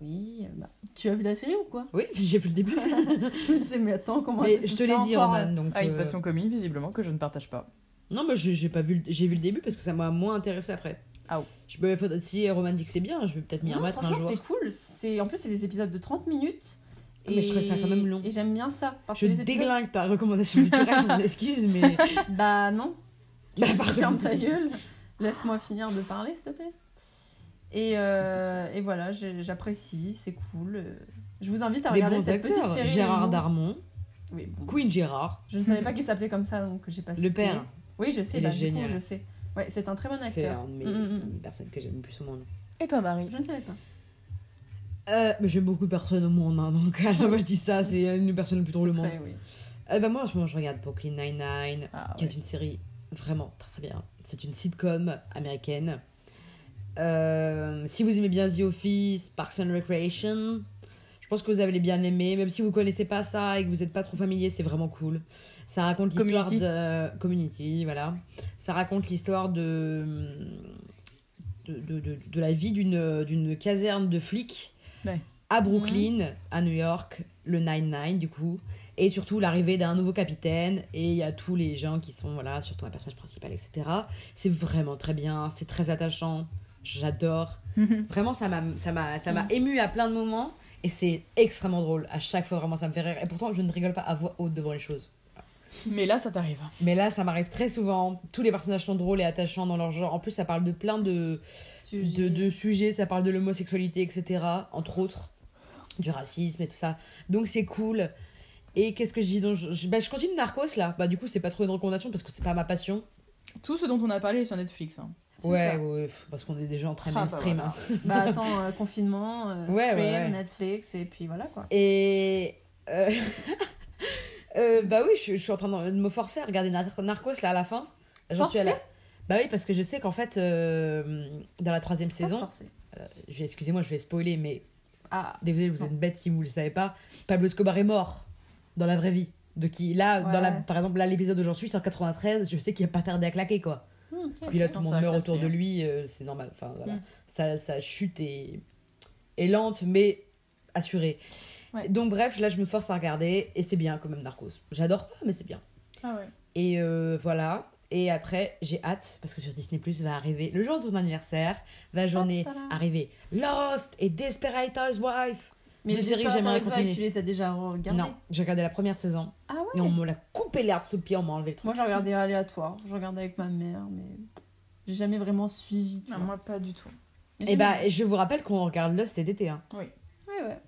Speaker 3: Oui, euh, bah, tu as vu la série ou quoi
Speaker 1: Oui, j'ai vu le début.
Speaker 3: Je me disais, mais attends, comment
Speaker 1: Mais
Speaker 3: c'est
Speaker 1: je
Speaker 3: tout
Speaker 1: te
Speaker 3: ça
Speaker 1: l'ai dit,
Speaker 3: encore,
Speaker 1: Roman. Donc,
Speaker 2: Ah, une
Speaker 1: euh,
Speaker 2: passion commune, visiblement, que je ne partage pas.
Speaker 1: Non, mais j'ai j'ai pas vu. le- J'ai vu le début parce que ça m'a moins intéressé après.
Speaker 2: Ah, ouais.
Speaker 1: Je peux- faut- si Roman dit que c'est bien, je vais peut-être m'y
Speaker 3: Non,
Speaker 1: remettre un
Speaker 3: franchement,
Speaker 1: jour.
Speaker 3: c'est cool. C'est en plus c'est des épisodes de 30 minutes.
Speaker 1: Ah, mais je trouvais ça quand même long.
Speaker 3: Et j'aime bien ça parce
Speaker 1: Je
Speaker 3: que les épisodes
Speaker 1: déglingue ta recommandation culturelle, je m'en excuse, mais.
Speaker 3: bah non,
Speaker 1: Bah, pardon.
Speaker 3: ferme ta gueule. Laisse-moi finir de parler s'il te plaît. Et, euh, et voilà, j'ai- j'apprécie, c'est cool. Euh, Je vous invite à
Speaker 1: Des
Speaker 3: regarder
Speaker 1: bons
Speaker 3: cette petite
Speaker 1: acteurs.
Speaker 3: série.
Speaker 1: Gérard
Speaker 3: Humour.
Speaker 1: Darmon,
Speaker 3: Oui, bon,
Speaker 1: Queen Gérard,
Speaker 3: Je ne savais pas qu'il s'appelait comme ça donc j'ai pas
Speaker 1: le
Speaker 3: cité.
Speaker 1: père.
Speaker 3: Oui, je sais,
Speaker 1: Il
Speaker 3: bah,
Speaker 1: est
Speaker 3: du coup,
Speaker 1: génial.
Speaker 3: je sais. Ouais, c'est un très bon
Speaker 1: C'est
Speaker 3: acteur.
Speaker 1: un de mes
Speaker 3: Mm, mm, mm.
Speaker 1: une personne que j'aime le plus au monde.
Speaker 2: Et toi, Marie
Speaker 3: Je ne savais pas.
Speaker 1: Euh, mais j'aime beaucoup de personnes au monde, hein, donc à chaque fois je dis ça, c'est une personne le plus drôle
Speaker 3: C'est
Speaker 1: au monde.
Speaker 3: très- oui.
Speaker 1: Euh, bah, moi en ce moment je regarde Brooklyn Nine-Nine,
Speaker 2: Ah,
Speaker 1: qui
Speaker 2: ouais.
Speaker 1: est une série vraiment très très bien. C'est une sitcom américaine. Euh, si vous aimez bien The Office, Parks and Recreation, je pense que vous allez bien aimer. Même si vous connaissez pas ça et que vous n'êtes pas trop familier, c'est vraiment cool. Ça raconte l'histoire
Speaker 2: Community.
Speaker 1: de euh, Community, voilà. Ça raconte l'histoire de hum, de, de- de- de la vie d'une d'une caserne de flics
Speaker 2: Ouais.
Speaker 1: à Brooklyn, à New York, le 99 du coup et surtout l'arrivée d'un nouveau capitaine et il y a tous les gens qui sont voilà surtout un personnage principal etc c'est vraiment très bien c'est très attachant J'adore. Vraiment, ça m'a, ça m'a, ça m'a ému à plein de moments. Et c'est extrêmement drôle. À chaque fois, vraiment, ça me fait rire. Et pourtant, je ne rigole pas à voix haute devant les choses.
Speaker 2: Mais là, ça t'arrive.
Speaker 1: Mais là, ça m'arrive très souvent. Tous les personnages sont drôles et attachants dans leur genre. En plus, ça parle de plein de, de, de sujets. Ça parle de l'homosexualité, etc. Entre autres, du racisme et tout ça. Donc, c'est cool. Et qu'est-ce que je dis donc, je, je- bah, je continue Narcos là. Bah, du coup, c'est pas trop une recommandation parce que c'est pas ma passion.
Speaker 2: Tout ce dont on a parlé est sur Netflix. hein.
Speaker 3: C'est
Speaker 1: Ouais,
Speaker 3: ça.
Speaker 1: ouais, pff, parce qu'on est déjà en train
Speaker 2: Ah,
Speaker 1: de
Speaker 2: bah
Speaker 1: mainstream.
Speaker 2: voilà.
Speaker 1: hein.
Speaker 3: Bah attends, euh, confinement, euh,
Speaker 1: Ouais, ouais,
Speaker 3: stream,
Speaker 1: ouais.
Speaker 3: Netflix, et puis voilà quoi.
Speaker 1: Et. euh, euh, bah oui, je, suis- je suis en train de me forcer à regarder Nar- Narcos là à la fin. J'en suis à la-
Speaker 3: Forcer
Speaker 1: Bah oui, parce que je sais qu'en fait, euh, dans la troisième
Speaker 3: Pas se
Speaker 1: saison,
Speaker 3: forcer.
Speaker 1: je vais- excusez-moi, je vais spoiler, mais
Speaker 3: Ah,
Speaker 1: désolé, vous
Speaker 3: Non.
Speaker 1: êtes bête si vous le savez pas. Pablo Escobar est mort dans la vraie vie. De qui là, dans
Speaker 3: Ouais.
Speaker 1: la, par exemple, là l'épisode où j'en suis, c'est en 93, je sais qu'il a pas tardé à claquer quoi.
Speaker 3: Hmm,
Speaker 1: Puis là, tout le
Speaker 2: Non,
Speaker 1: monde
Speaker 2: ça va
Speaker 1: meurt
Speaker 2: claquer,
Speaker 1: autour de
Speaker 2: hein.
Speaker 1: lui, euh, c'est normal. Enfin, voilà.
Speaker 2: Mm.
Speaker 1: Sa, sa chute est, est lente, mais assurée.
Speaker 3: Ouais.
Speaker 1: Donc, bref, là, je me force à regarder, et c'est bien quand même, Narcos. J'adore pas, mais c'est bien.
Speaker 2: Ah ouais.
Speaker 1: Et euh, voilà. Et après, j'ai hâte, parce que sur Disney Plus va arriver le jour de ton anniversaire, va journée
Speaker 3: Ta-ta-da.
Speaker 1: arriver Lost et Desperate Housewives.
Speaker 3: mais
Speaker 1: Deux
Speaker 3: les
Speaker 1: séries que
Speaker 3: séries,
Speaker 1: j'aimerais
Speaker 3: j'aimerais
Speaker 1: continuer.
Speaker 3: continuer. Tu les as déjà regardées
Speaker 1: Non, j'ai regardé la première saison,
Speaker 3: Ah ouais
Speaker 1: et on me l'a coupé l'herbe sous le pied, on m'a enlevé le truc.
Speaker 3: Moi, je regardais aléatoire. Je regardais avec ma mère, mais j'ai jamais vraiment suivi. Tu
Speaker 2: Non,
Speaker 3: vois.
Speaker 2: moi, pas du tout.
Speaker 1: Et bah, je vous rappelle qu'on regarde Lost cet été, hein,
Speaker 3: Ouais, ouais.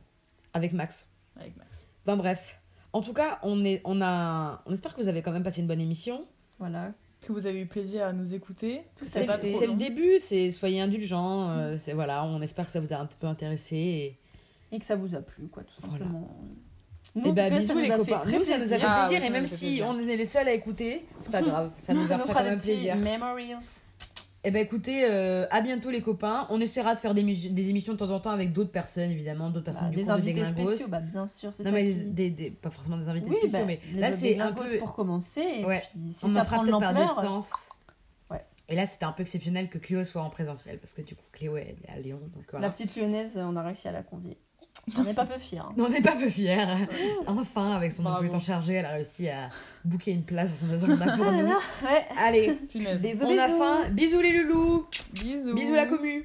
Speaker 1: avec Max.
Speaker 2: Avec Max.
Speaker 1: Enfin bref. En tout cas, on, est, on, a, on espère que vous avez quand même passé une bonne émission.
Speaker 3: Voilà.
Speaker 2: Que vous avez eu plaisir à nous écouter.
Speaker 3: Tout
Speaker 1: C'est
Speaker 3: à
Speaker 2: pas
Speaker 3: fait.
Speaker 2: trop
Speaker 1: c'est le
Speaker 2: long.
Speaker 1: début, c'est soyez indulgents. euh, c'est voilà, on espère que ça vous a un petit peu intéressé. Et,
Speaker 3: Et que ça vous a plu, quoi, tout
Speaker 1: Voilà.
Speaker 3: simplement.
Speaker 1: et
Speaker 3: Nous,
Speaker 1: bah,
Speaker 3: en tout cas,
Speaker 1: bisous
Speaker 3: ça nous
Speaker 1: les
Speaker 3: a fait
Speaker 1: copains.
Speaker 3: très
Speaker 1: nous, ça nous a fait
Speaker 3: plaisir.
Speaker 2: Ah,
Speaker 1: plaisir. Mmh.
Speaker 2: oui,
Speaker 1: et
Speaker 2: ça
Speaker 1: même
Speaker 2: nous fait
Speaker 1: si
Speaker 2: plaisir.
Speaker 1: on est les seuls à écouter, c'est pas grave. Ça nous
Speaker 3: Ça
Speaker 1: a
Speaker 3: nous
Speaker 1: fait
Speaker 3: fera
Speaker 1: quand
Speaker 3: des
Speaker 1: même
Speaker 3: petits
Speaker 1: plaisir.
Speaker 3: memories.
Speaker 1: Eh ben écoutez, euh, à bientôt les copains. On essaiera de faire des, mus- des émissions de temps en temps avec d'autres personnes, évidemment, d'autres
Speaker 3: Bah,
Speaker 1: personnes du
Speaker 3: des
Speaker 1: groupe de
Speaker 3: invités
Speaker 1: Déglingos.
Speaker 3: spéciaux, bah, bien sûr. c'est
Speaker 1: Non
Speaker 3: ça
Speaker 1: mais
Speaker 3: qui-
Speaker 1: des, des- des- pas forcément des invités
Speaker 3: Oui,
Speaker 1: spéciaux,
Speaker 3: bah,
Speaker 1: mais
Speaker 3: les
Speaker 1: là c'est un
Speaker 3: Déglingos
Speaker 1: peu
Speaker 3: pour commencer. Et
Speaker 1: Ouais.
Speaker 3: puis, si
Speaker 1: on en
Speaker 3: ça
Speaker 1: fera
Speaker 3: prend de
Speaker 1: peut-être par
Speaker 3: l'ampleur,
Speaker 1: distance.
Speaker 3: Ouais.
Speaker 1: Et là, c'était un peu exceptionnel que Cléo soit en présentiel parce que du coup, Cléo elle est à Lyon. Donc voilà.
Speaker 3: la petite lyonnaise, on a réussi à la convier. On n'est pas peu fiers. hein.
Speaker 1: On n'est pas peu fiers. Enfin, avec son emploi
Speaker 2: Bravo.
Speaker 1: du temps chargé, elle a réussi à booker une place dans son agenda pour
Speaker 3: Ah là
Speaker 1: nous.
Speaker 3: là, ouais.
Speaker 1: Allez,
Speaker 2: Punaise.
Speaker 3: Bisous,
Speaker 1: on a
Speaker 3: bisous.
Speaker 1: faim. Bisous les loulous.
Speaker 2: Bisous.
Speaker 1: Bisous la commu.